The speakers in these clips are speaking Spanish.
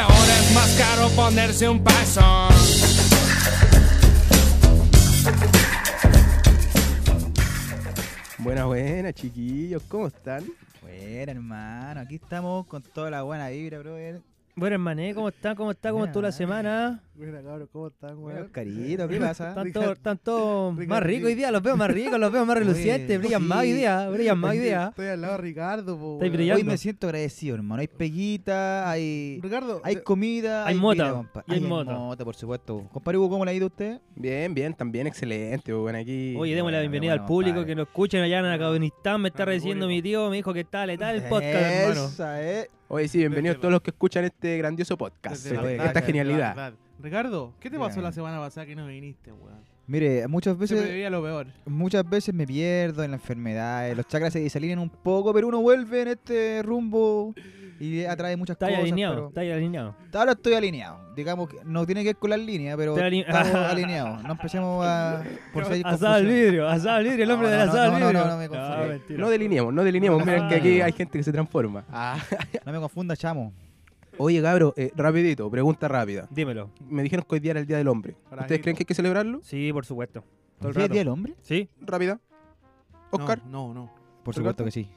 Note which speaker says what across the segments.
Speaker 1: ahora es más caro ponerse un paso.
Speaker 2: Buenas, buenas, chiquillos, ¿cómo están?
Speaker 3: Bueno, hermano, aquí estamos con toda la buena vibra, brother.
Speaker 4: Bueno, hermané, ¿cómo están? ¿Cómo está? ¿Cómo
Speaker 3: Buena,
Speaker 4: estuvo la
Speaker 3: madre.
Speaker 4: semana?
Speaker 5: Buena, cabrón, ¿cómo están,
Speaker 3: Bueno,
Speaker 5: weón?
Speaker 3: Oscarito, ¿qué pasa?
Speaker 4: Están
Speaker 5: Rica-
Speaker 4: todos están todos
Speaker 5: rica-
Speaker 4: más ricos hoy día, los veo más ricos, los veo más
Speaker 3: Oye,
Speaker 4: relucientes, brillan más hoy
Speaker 3: sí.
Speaker 4: día, brillan más hoy
Speaker 5: Estoy-
Speaker 4: día.
Speaker 5: Estoy al lado de Ricardo, po.
Speaker 4: Estáis
Speaker 5: weón.
Speaker 4: brillando.
Speaker 3: Hoy me siento agradecido, hermano. Hay peguita, hay,
Speaker 5: Ricardo,
Speaker 3: hay
Speaker 5: te-
Speaker 3: comida,
Speaker 4: Hay
Speaker 3: mota,
Speaker 4: mota, y hay mota.
Speaker 3: por supuesto. Compadre Hugo, ¿cómo le ha ido a usted?
Speaker 2: Bien, bien, también excelente, bueno, aquí.
Speaker 4: Oye, démosle
Speaker 3: Bueno,
Speaker 4: la bienvenida al
Speaker 3: bueno,
Speaker 4: público
Speaker 3: compadre.
Speaker 4: que nos escuchen allá en Afganistán, me está
Speaker 1: Al
Speaker 4: recibiendo mi
Speaker 1: público.
Speaker 4: tío, me dijo que está letal el podcast, hermano.
Speaker 3: Esa es.
Speaker 2: Oye, sí, bienvenidos
Speaker 1: Desde
Speaker 2: todos los que escuchan este grandioso podcast,
Speaker 5: desde
Speaker 2: eh,
Speaker 5: la
Speaker 3: Desde
Speaker 5: verdad,
Speaker 2: esta
Speaker 5: desde
Speaker 2: genialidad. Eh,
Speaker 5: la verdad. Ricardo, ¿qué te pasó
Speaker 3: Dígame.
Speaker 5: la semana pasada que no viniste, weón?
Speaker 3: Mire, muchas
Speaker 5: Se me
Speaker 3: veces,
Speaker 5: veía lo peor.
Speaker 3: muchas veces me pierdo en la enfermedad, eh, los chakras se disalinean un poco, pero uno vuelve en este rumbo y atrae muchas
Speaker 4: Está ahí
Speaker 3: cosas.
Speaker 4: alineado,
Speaker 3: pero-
Speaker 4: está ahí alineado.
Speaker 3: Hasta ahora estoy alineado. Digamos que no tiene que ver con las líneas, pero
Speaker 4: Estoy aline-
Speaker 3: estamos alineados. No empecemos a por seguir
Speaker 4: Asado al
Speaker 3: confusión.
Speaker 4: vidrio, asado al vidrio, el hombre
Speaker 3: No,
Speaker 4: del
Speaker 3: no,
Speaker 4: asado
Speaker 3: no,
Speaker 4: al
Speaker 3: no,
Speaker 4: vidrio.
Speaker 3: no, no me confundí.
Speaker 4: Ah, mentira.
Speaker 2: No delineemos, no delineemos, miren que aquí hay gente que se transforma.
Speaker 3: No me confunda, chamo.
Speaker 2: Oye, cabro, eh, rapidito, pregunta rápida.
Speaker 4: Dímelo.
Speaker 2: Me dijeron que hoy día era el Día del Hombre. ¿Ustedes
Speaker 5: Carajito.
Speaker 2: creen que hay que celebrarlo?
Speaker 4: Sí, por supuesto. Todo el
Speaker 3: ¿Sí es
Speaker 4: rato.
Speaker 3: día del hombre?
Speaker 4: ¿Sí?
Speaker 2: Rápida. Oscar,
Speaker 5: No, no. no.
Speaker 3: Por
Speaker 2: ¿Ricardo?
Speaker 3: supuesto que sí.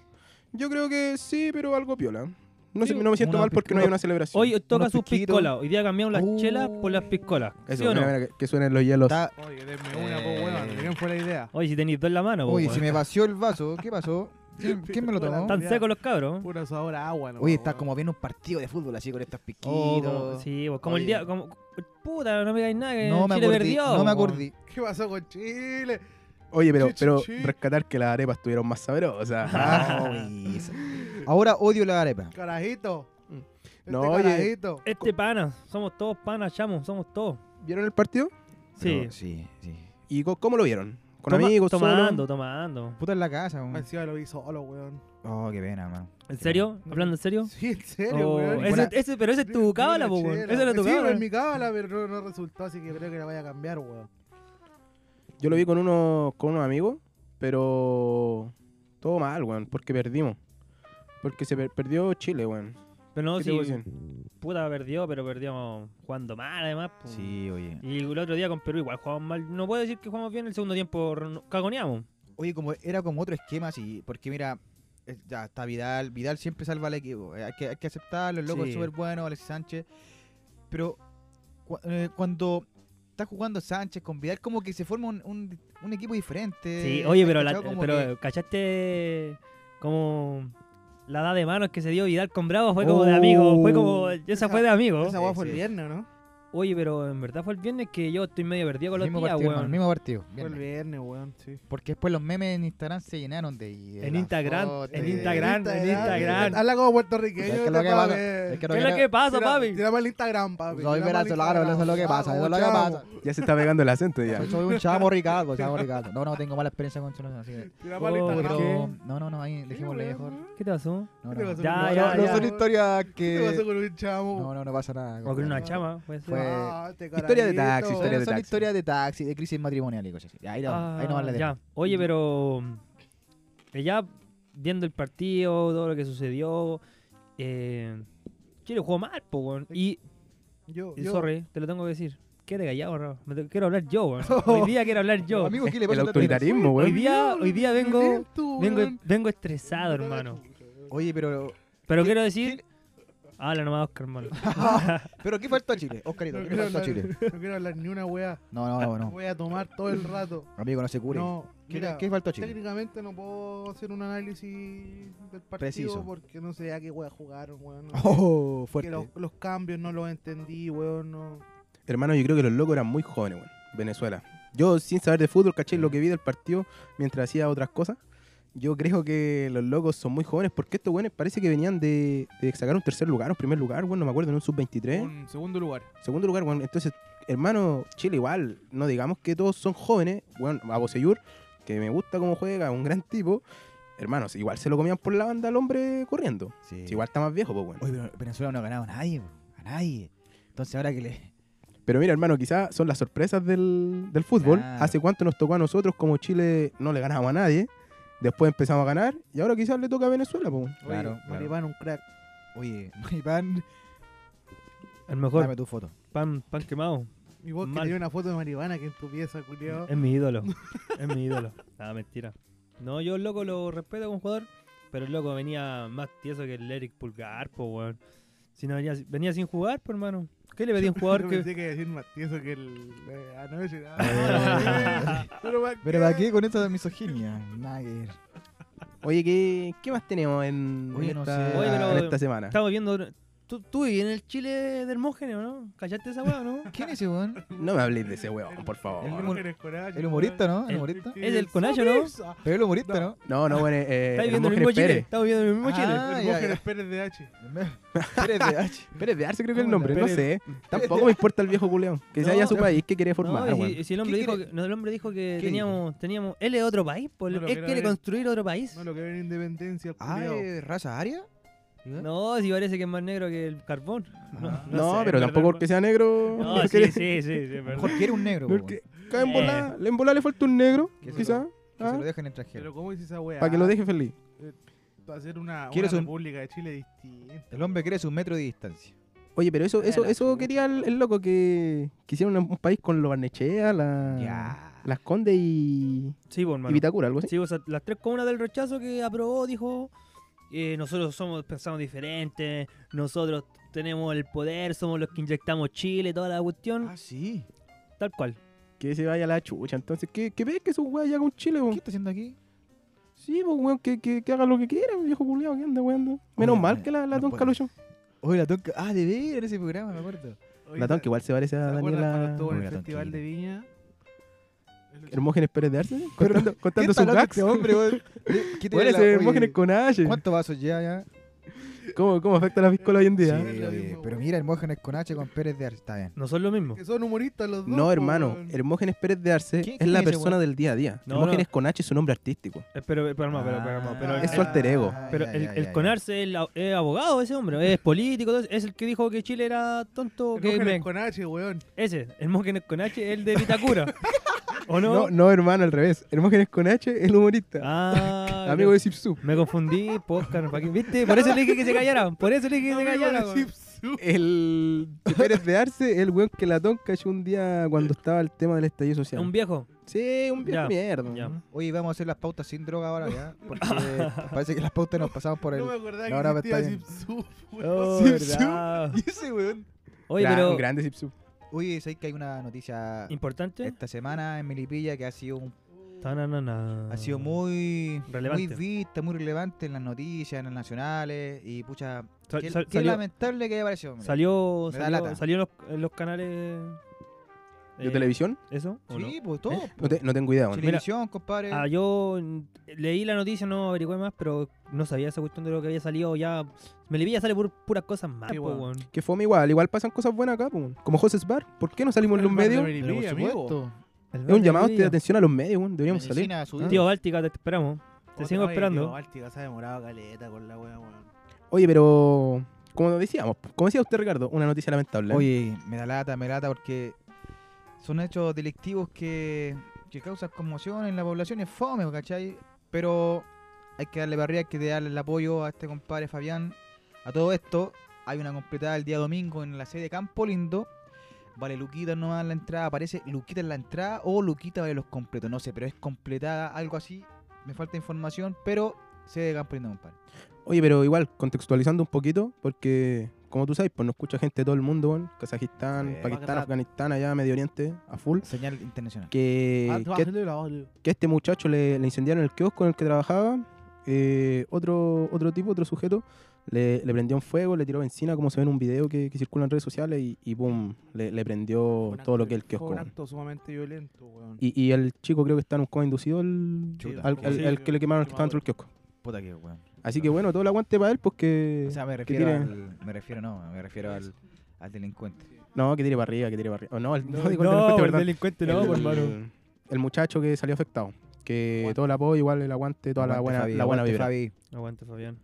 Speaker 2: yo creo que sí, pero algo piola. No,
Speaker 4: Sí,
Speaker 2: sé, no me siento
Speaker 3: una
Speaker 2: mal porque no hay
Speaker 3: pistola-
Speaker 2: una celebración.
Speaker 4: Hoy toca
Speaker 3: unos
Speaker 4: sus
Speaker 3: piquitos.
Speaker 4: piscolas, hoy día cambiaron las
Speaker 3: Uh.
Speaker 4: chelas por las piscolas,
Speaker 2: Eso,
Speaker 4: ¿sí o no?
Speaker 2: mira, mira, que- que suenen los hielos.
Speaker 3: Está-
Speaker 5: Oye, denme una, po, weón.
Speaker 3: Eh.
Speaker 5: ¿De quién fue la idea?
Speaker 4: Oye, si tenéis dos en la mano,
Speaker 3: Uy,
Speaker 4: po,
Speaker 3: si
Speaker 4: weón.
Speaker 3: me vació el vaso, ¿qué pasó? ¿Quién, quién me lo tomó?
Speaker 4: Están secos los cabros.
Speaker 5: Puro sabor a agua, no.
Speaker 3: Uy, está como viendo un partido de fútbol así con estos piquitos.
Speaker 4: Oh, como- sí, pues, como el
Speaker 3: Oye.
Speaker 4: día. Como, puta, no me digáis nada. Que
Speaker 3: no me
Speaker 4: Chile
Speaker 3: acordé.
Speaker 4: perdió.
Speaker 3: no me
Speaker 4: po.
Speaker 3: acordé.
Speaker 5: ¿Qué pasó con Chile?
Speaker 2: Oye, pero,
Speaker 5: Chi, chi,
Speaker 2: pero
Speaker 5: chi.
Speaker 2: rescatar que las arepas estuvieron más sabrosas.
Speaker 3: Ah, uy, esa- Ahora odio la arepa.
Speaker 5: Carajito.
Speaker 2: Mm.
Speaker 5: Este
Speaker 2: No, oye.
Speaker 5: Carajito.
Speaker 4: Este pana, somos todos panas, chamo, somos todos.
Speaker 2: ¿Vieron el partido?
Speaker 4: Sí.
Speaker 3: Pero Oh, sí, sí.
Speaker 2: ¿Y co- cómo lo vieron? ¿Con
Speaker 4: Toma-
Speaker 2: amigos? solo?
Speaker 4: Tomando, tomando.
Speaker 3: Puta en la casa.
Speaker 5: Me
Speaker 3: weón.
Speaker 5: encima lo vi solo, weón.
Speaker 3: Oh, qué pena, hermano.
Speaker 4: ¿En serio? ¿Hablando en serio?
Speaker 5: Sí, en serio,
Speaker 4: Oh,
Speaker 5: weón.
Speaker 4: ese,
Speaker 3: Buena-
Speaker 4: ese- pero ese es tu cábala, po, weón.
Speaker 5: Chela.
Speaker 4: Ese era tu
Speaker 5: Sí,
Speaker 4: cábala.
Speaker 5: en mi cábala, pero no, no resultó, así que creo que la vaya a cambiar, weón.
Speaker 2: Yo lo vi con unos, con unos amigos, pero todo mal, weón, porque perdimos. Porque se per- perdió Chile, weón.
Speaker 4: Pero no,
Speaker 2: ¿Qué te puedo
Speaker 4: si
Speaker 2: decir?
Speaker 4: puta perdió, pero perdíamos jugando mal, además. po.
Speaker 3: Sí, oye.
Speaker 4: Y el otro día con Perú igual jugamos mal. No puedo decir que jugamos bien el segundo tiempo, no- cagoneamos.
Speaker 3: Oye, como era como otro esquema así, porque mira, eh, ya está Vidal, Vidal siempre salva al equipo, eh, hay que, hay que aceptarlo, el loco
Speaker 4: Sí.
Speaker 3: es súper bueno, Alexis Sánchez, pero cu- eh, cuando está jugando Sánchez con Vidal, como que se forma un, un- un equipo diferente.
Speaker 4: Sí, oye,
Speaker 3: ¿Has
Speaker 4: pero, la-
Speaker 3: cachado? Como
Speaker 4: pero
Speaker 3: que-
Speaker 4: ¿cachaste como la edad de manos que se dio Vidal con Bravo? Fue como
Speaker 3: Oh,
Speaker 4: de amigo, fue como, esa fue de amigo.
Speaker 5: Esa weá
Speaker 3: Sí,
Speaker 5: fue el
Speaker 3: sí.
Speaker 5: viernes, ¿no?
Speaker 4: Oye, pero en verdad fue el viernes que yo estoy medio perdido con los
Speaker 3: mismo
Speaker 4: días,
Speaker 3: partido, hermano,
Speaker 4: weón.
Speaker 3: mismo partido.
Speaker 5: Fue el
Speaker 3: viernes.
Speaker 5: viernes, weón, sí.
Speaker 3: Porque después los memes en Instagram se llenaron de... de
Speaker 4: En
Speaker 3: las
Speaker 4: Instagram,
Speaker 3: fotos,
Speaker 4: en
Speaker 3: de-
Speaker 4: Instagram, en Instagram.
Speaker 5: Habla como puertorriqueño.
Speaker 3: Es que lo que
Speaker 5: papá,
Speaker 3: pasa-
Speaker 5: ve.
Speaker 3: es que lo
Speaker 4: ¿Qué es lo que pasa,
Speaker 5: Tira-
Speaker 4: papi?
Speaker 5: Tírame el Instagram,
Speaker 3: Soy
Speaker 5: papi. tírame al
Speaker 3: venezolano,
Speaker 5: Instagram.
Speaker 3: eso es lo que pasa, eso es lo que
Speaker 5: Chamo,
Speaker 3: pasa.
Speaker 2: Ya se está pegando el acento ya.
Speaker 3: Soy, soy un chamo Ricardo, chamo Ricardo. No, no, tengo mala experiencia con Cholo, así que...
Speaker 5: Tírame al
Speaker 4: Oh,
Speaker 5: Instagram.
Speaker 4: ¿por qué?
Speaker 3: Pero, no, no, no, ahí
Speaker 5: Sí,
Speaker 3: dejémosle
Speaker 5: weón.
Speaker 3: mejor.
Speaker 4: ¿Qué te pasó?
Speaker 3: No,
Speaker 5: ¿Qué te
Speaker 3: no.
Speaker 5: pasó
Speaker 4: Ya,
Speaker 5: con
Speaker 4: ya,
Speaker 5: un chamo?
Speaker 3: no,
Speaker 4: ya.
Speaker 3: son historias
Speaker 5: ¿Qué te pasó
Speaker 3: que.
Speaker 5: con un chamo?
Speaker 3: No, no, no pasa nada.
Speaker 4: O con una
Speaker 3: compadre.
Speaker 4: chama, puede ser.
Speaker 3: Fue-
Speaker 5: Ah, este
Speaker 2: Historia de taxi,
Speaker 5: carajito.
Speaker 3: Son,
Speaker 2: historia de
Speaker 3: son
Speaker 2: taxi.
Speaker 3: historias de taxi, de crisis matrimonial y cosas así. Ahí, no, ahí no
Speaker 4: Ah,
Speaker 3: vale de
Speaker 4: ya. Oye, pero eh, ya viendo el partido, todo lo que sucedió, eh, Chile jugó mal, po, weón. Y,
Speaker 5: Yo,
Speaker 4: y
Speaker 5: yo-
Speaker 4: sorry, te lo tengo que decir. Quédate callado, Rafa. Me te- Quiero hablar yo, weón. Hoy día quiero hablar yo.
Speaker 3: Amigo, ¿qué le
Speaker 2: El
Speaker 3: pasa a usted?
Speaker 2: autoritarismo,
Speaker 4: Hoy
Speaker 2: weón.
Speaker 4: día, hoy día vengo,
Speaker 5: Violento,
Speaker 4: vengo,
Speaker 5: weón.
Speaker 4: vengo estresado, hermano.
Speaker 3: Oye, pero.
Speaker 4: Pero quiero decir... Habla nomás, Oscar, hermano.
Speaker 3: ¿Pero qué faltó a Chile? Oscarito,
Speaker 5: No
Speaker 3: ¿qué
Speaker 5: quiero,
Speaker 3: faltó a
Speaker 5: hablar,
Speaker 3: Chile?
Speaker 5: no quiero hablar ni una weá.
Speaker 3: No, no, no, no.
Speaker 5: Voy a tomar todo el rato.
Speaker 3: Amigo, no se cure.
Speaker 5: No,
Speaker 3: ¿Qué,
Speaker 5: mira,
Speaker 3: qué faltó a Chile?
Speaker 5: técnicamente no puedo hacer un análisis del partido
Speaker 3: Preciso.
Speaker 5: porque no sé a qué wea jugaron, weón. No sé.
Speaker 3: Oh,
Speaker 5: Que
Speaker 3: fuerte.
Speaker 5: los, los cambios no los entendí, weón. No.
Speaker 2: Hermano, yo creo que los locos eran muy jóvenes, weón. Venezuela. Yo, sin saber de fútbol, caché lo que vi del partido mientras hacía otras cosas. Yo creo que los locos son muy jóvenes porque estos weones parece que venían de, de sacar un tercer lugar, un primer lugar, weón, no me acuerdo, en un sub-23.
Speaker 5: Un segundo lugar.
Speaker 2: Segundo lugar, weón. Entonces, hermano, Chile igual. No digamos que todos son jóvenes. Weón, a Boseyur, que me gusta cómo juega, un gran tipo. Hermanos, igual se lo comían por la banda al hombre corriendo.
Speaker 3: Sí.
Speaker 2: Si igual está más viejo, pues, weón.
Speaker 3: Oye, pero Venezuela no ha ganado a nadie, bro. a nadie. Entonces ahora que le.
Speaker 2: Pero mira, hermano, quizás son las sorpresas del, del fútbol.
Speaker 3: Claro.
Speaker 2: Hace cuánto nos tocó a nosotros, como Chile no le ganábamos a nadie. Después empezamos a ganar y ahora quizás le toca a Venezuela, pues. weón.
Speaker 3: Claro,
Speaker 5: Maripán, un crack.
Speaker 3: Oye, Maripán.
Speaker 4: El mejor
Speaker 3: Dame tu foto.
Speaker 4: pan, pan quemado.
Speaker 5: Y vos que
Speaker 4: Mal.
Speaker 5: tenés una foto de marihuana que en tu pieza, culiao.
Speaker 4: Es mi ídolo. es mi ídolo. Ah, mentira. No, yo el loco lo respeto como jugador, pero el loco venía más tieso que el Eric Pulgar, po, weón. Si no venía, venía sin jugar, po, hermano. ¿Qué le pedí a un
Speaker 5: Yo
Speaker 4: jugador que.?
Speaker 5: pensé que iba a decir más tieso que el. eh, anoche.
Speaker 3: Eh,
Speaker 5: Ah, no, pero ¿para
Speaker 3: Pero ¿para qué con esta misoginia? Nada que ver.
Speaker 2: Oye, ¿qué, qué más tenemos en,
Speaker 3: Oye,
Speaker 2: en
Speaker 3: no
Speaker 2: esta,
Speaker 3: sé.
Speaker 4: Oye, pero-
Speaker 2: en esta semana?
Speaker 4: Estamos viendo. Tú, tú viví en el Chile de Hermógenes, ¿o ¿no? ¿Cachaste esa weá, no?
Speaker 3: ¿Quién es ese weón?
Speaker 2: No me hables de ese weón, por
Speaker 5: El,
Speaker 2: favor.
Speaker 3: humo-
Speaker 5: humor- el coraje,
Speaker 3: El humorista, ¿no? El
Speaker 4: El-
Speaker 3: humorista.
Speaker 4: Es el conacho, ¿no?
Speaker 5: Sorpresa.
Speaker 3: Pero el humorista, ¿no?
Speaker 2: No, no, bueno, eh,
Speaker 4: Estamos viendo el
Speaker 2: Hermógenes
Speaker 4: mismo Chile.
Speaker 2: Pérez.
Speaker 4: Estamos viendo el mismo Chile.
Speaker 3: Ah,
Speaker 5: El
Speaker 3: ya,
Speaker 5: Mógenes
Speaker 3: ya.
Speaker 5: Pérez de H.
Speaker 3: Pérez de H.
Speaker 2: Pérez de Arce creo que es el
Speaker 3: Hola,
Speaker 2: nombre, no
Speaker 4: Pérez.
Speaker 2: sé. Tampoco me importa el viejo culeón. Que se vaya a su
Speaker 4: No.
Speaker 2: país, que quiere formar, pues,
Speaker 4: No, y
Speaker 2: weón.
Speaker 4: si, y si el hombre
Speaker 3: ¿Qué
Speaker 4: dijo
Speaker 3: quiere?
Speaker 4: que, no, el hombre dijo que
Speaker 3: ¿Qué
Speaker 4: teníamos, teníamos él es otro país, po,
Speaker 5: No lo
Speaker 4: él
Speaker 5: quiero
Speaker 4: quiere
Speaker 5: ver.
Speaker 4: construir otro país.
Speaker 5: No lo que ven en Independencia, el
Speaker 3: Ah,
Speaker 5: culiao.
Speaker 3: ¿es raza aria?
Speaker 4: No, si parece que es más negro que el carbón. No,
Speaker 2: No,
Speaker 4: sé,
Speaker 2: pero tampoco
Speaker 4: en verdad,
Speaker 2: porque sea negro.
Speaker 4: No, sí,
Speaker 2: porque-
Speaker 4: sí, Eh. sí, sí, es verdad.
Speaker 3: Mejor quiere un negro. weón.
Speaker 2: porque cae en bola, en bola le falta un negro,
Speaker 3: Que se
Speaker 2: quizá,
Speaker 3: Que se
Speaker 2: ah,
Speaker 3: lo dejen extranjero.
Speaker 5: Pero ¿cómo dice esa weá?
Speaker 2: para que lo deje feliz.
Speaker 5: Para hacer una,
Speaker 3: Quiero
Speaker 5: una
Speaker 3: son-
Speaker 5: república de Chile distinta.
Speaker 3: El hombre crece un metro de distancia.
Speaker 2: Oye, pero eso,
Speaker 5: Ah,
Speaker 2: eso,
Speaker 5: la
Speaker 2: eso
Speaker 5: chucha.
Speaker 2: quería el, el loco que quisiera un, un país con los Barnechea,
Speaker 3: Ah.
Speaker 2: la,
Speaker 3: Ya.
Speaker 2: las Condes y,
Speaker 4: Sí, po, hermano.
Speaker 2: y Vitacura, algo así.
Speaker 4: Sí, o sea, las tres comunas del rechazo que aprobó dijo, eh, nosotros somos, pensamos diferente, nosotros tenemos el poder, somos los que inyectamos Chile, toda la cuestión,
Speaker 3: Ah, sí.
Speaker 4: tal cual.
Speaker 2: Que se vaya la chucha. Entonces, ¿qué, qué ves que esos weas ya con Chile,
Speaker 3: ¿Qué
Speaker 2: weón?
Speaker 3: está haciendo aquí?
Speaker 2: Sí, pues, weón, que, que, que haga lo que quiera, viejo culiao, que anda, weón. Menos
Speaker 3: Oye,
Speaker 2: mal
Speaker 3: oye,
Speaker 2: que la, la
Speaker 3: no
Speaker 2: tonca
Speaker 3: puede.
Speaker 2: lo echó.
Speaker 3: Oye, la tonca. Ah, de ver ese programa, me acuerdo.
Speaker 5: Oye,
Speaker 2: La tonca igual se parece
Speaker 5: ¿Se
Speaker 2: a
Speaker 5: acuerdan cuando
Speaker 2: Daniela
Speaker 5: estuvo en el
Speaker 3: Oiga,
Speaker 5: Festival de Viña?
Speaker 2: Hermógenes Pérez de Arce, contando, contando sus
Speaker 3: hablando
Speaker 2: gags.
Speaker 3: este hombre, weón? ¿Qué tiene
Speaker 2: Bueno,
Speaker 3: la-
Speaker 2: ese
Speaker 3: oye,
Speaker 2: Hermógenes con H.
Speaker 3: ¿Cuántos vasos ya, ya?
Speaker 2: ¿Cómo, ¿Cómo afecta la piscola hoy en
Speaker 3: Sí,
Speaker 2: día?
Speaker 5: es lo
Speaker 3: oye,
Speaker 5: mismo,
Speaker 3: pero
Speaker 5: weón.
Speaker 3: mira, Hermógenes con H con Pérez de Arce. Está bien.
Speaker 4: No son lo mismo.
Speaker 5: Que son humoristas los dos.
Speaker 2: No,
Speaker 5: po,
Speaker 2: hermano.
Speaker 5: weón.
Speaker 2: Hermógenes Pérez de Arce
Speaker 3: ¿Quién-
Speaker 2: es
Speaker 3: quién
Speaker 2: la
Speaker 3: es ese
Speaker 2: persona
Speaker 3: weón?
Speaker 2: del día a día.
Speaker 4: No,
Speaker 2: Hermógenes
Speaker 4: no.
Speaker 2: con H es su nombre artístico.
Speaker 4: Eh, Pero, pero, no, pero, pero, no, pero,
Speaker 3: Ah,
Speaker 2: es su alter ego.
Speaker 4: pero
Speaker 3: ya,
Speaker 4: el,
Speaker 3: ya,
Speaker 4: el
Speaker 3: ya, ya.
Speaker 4: Conarse es, la- es abogado ese hombre, es político, todo eso, es el que dijo que Chile era tonto, que
Speaker 5: Hermógenes
Speaker 4: me-
Speaker 5: con H, weón.
Speaker 4: ese, el Mógenes con H, el de Vitacura. ¿O no?
Speaker 2: No, no, hermano, al revés. Hermógenes con H es el humorista.
Speaker 4: Ah,
Speaker 2: Amigo
Speaker 4: ya.
Speaker 2: de Sipsu.
Speaker 4: Me confundí, Oscar, ¿pa' qué? ¿viste? Por eso le dije que se callaran, por eso le dije que se
Speaker 5: Amigo de
Speaker 4: callaran. weón.
Speaker 5: Zipsu.
Speaker 2: El Pérez de Arce es el weón que la tonca echó un día cuando estaba el tema del estallido social.
Speaker 4: Un viejo.
Speaker 2: sí, un viejo
Speaker 4: Ya,
Speaker 2: mierda.
Speaker 4: ya.
Speaker 3: Oye, vamos a hacer las pautas sin droga ahora, ¿ya? Porque parece que las pautas nos pasamos por el...
Speaker 5: No me acordaba
Speaker 3: No, ahora
Speaker 5: que
Speaker 3: está
Speaker 5: existía
Speaker 3: bien.
Speaker 5: Zipsu,
Speaker 4: Oh,
Speaker 2: Sí,
Speaker 4: verdad.
Speaker 3: ¿Y ese weón?
Speaker 4: Oye,
Speaker 2: Gran-
Speaker 4: pero
Speaker 2: Grande Sipsu.
Speaker 3: Oye, ¿sabes que hay una noticia
Speaker 4: importante.
Speaker 3: esta semana en Melipilla que ha sido un-
Speaker 4: Tananana.
Speaker 3: ha sido muy
Speaker 4: Relevante.
Speaker 3: muy vista, muy relevante en las noticias, en las nacionales y pucha,
Speaker 4: Sal-
Speaker 3: qué,
Speaker 4: sal-
Speaker 3: qué
Speaker 4: salió,
Speaker 3: lamentable que haya aparecido. hombre.
Speaker 4: salió,
Speaker 3: Me da
Speaker 4: salió,
Speaker 3: lata.
Speaker 4: salió en los, en los canales
Speaker 2: ¿De
Speaker 4: eh,
Speaker 2: televisión?
Speaker 4: ¿Eso? ¿O no?
Speaker 3: Sí, pues todo.
Speaker 4: ¿Eh?
Speaker 2: No, te- no tengo idea, weón.
Speaker 4: Mira.
Speaker 3: Televisión, compadre.
Speaker 4: Ah, yo mm, leí la noticia, no averigüé más, pero no sabía esa cuestión de lo que había salido ya. Melipilla sale por puras cosas más,
Speaker 5: Sí,
Speaker 4: po,
Speaker 5: weón.
Speaker 4: weón.
Speaker 2: Que fome igual. Igual pasan cosas buenas acá, po, weón. Como José Bar. ¿Por qué no salimos en los medios?
Speaker 4: Pero por El
Speaker 2: Es
Speaker 4: bar
Speaker 2: un
Speaker 4: de
Speaker 2: llamado de
Speaker 4: Melipilla.
Speaker 2: atención a los medios, weón. Deberíamos salir.
Speaker 3: Medicina, su-
Speaker 4: Tío Báltica, te esperamos. Te sigo esperando.
Speaker 5: Oh, Báltica se ha demorado caleta con la weá, weón.
Speaker 2: Oye, pero como decíamos, como decía usted Ricardo, una noticia lamentable. ¿eh?
Speaker 3: Oye, me da lata, me da lata porque son hechos delictivos que, que causan conmoción en la población, es fome, ¿cachai? Pero hay que darle barrera, hay que darle el apoyo a este compadre Fabián. A todo esto, hay una completada el día domingo en la sede de Campo Lindo. Vale, Luquita nomás en la entrada, aparece Luquita en la entrada o Luquita vale los completos, no sé, pero es completada, algo así. Me falta información, pero sede de Campo Lindo, compadre.
Speaker 2: Oye, pero igual, contextualizando un poquito, porque como tú sabes, pues nos escucha gente de todo el mundo, weón. Kazajistán,
Speaker 3: Sí.
Speaker 2: Pakistán,
Speaker 5: Bagdad.
Speaker 2: Afganistán, allá Medio Oriente, a full.
Speaker 3: Señal internacional. Ah,
Speaker 5: Ah,
Speaker 2: Que, que, que a este muchacho le, le incendiaron el kiosco en el que trabajaba. eh, otro, otro tipo, otro sujeto, le, le prendió un fuego, le tiró benzina, como se ve en un video que, que circula en redes sociales, y, y boom, le, le prendió Oh, todo lo que es el kiosco.
Speaker 5: Fue un
Speaker 2: weón.
Speaker 5: acto sumamente violento, weón.
Speaker 2: Y, y el chico creo que está en un coma inducido, el,
Speaker 3: Chuta.
Speaker 2: al- al-
Speaker 5: Sí,
Speaker 2: al que le quemaron el que estaba dentro del kiosco.
Speaker 3: Puta que weón.
Speaker 2: Así que bueno, todo el aguante para él, pues que.
Speaker 3: O sea, me
Speaker 2: que
Speaker 3: refiero
Speaker 2: tire-
Speaker 3: al, me refiero no, me refiero al, al delincuente.
Speaker 2: No, que tire para arriba, que tire para arriba. Oh, no, el, no,
Speaker 4: No,
Speaker 2: digo el
Speaker 4: no,
Speaker 2: delincuente,
Speaker 4: el
Speaker 2: perdón.
Speaker 4: delincuente no,
Speaker 2: el,
Speaker 4: por hermano.
Speaker 2: el muchacho que salió afectado. Que todo el apoyo, igual el aguante, toda la
Speaker 3: Aguante,
Speaker 2: buena,
Speaker 3: Fabi,
Speaker 2: la buena
Speaker 3: aguante,
Speaker 2: vibra.
Speaker 3: Fabi.
Speaker 4: Aguante, Fabián.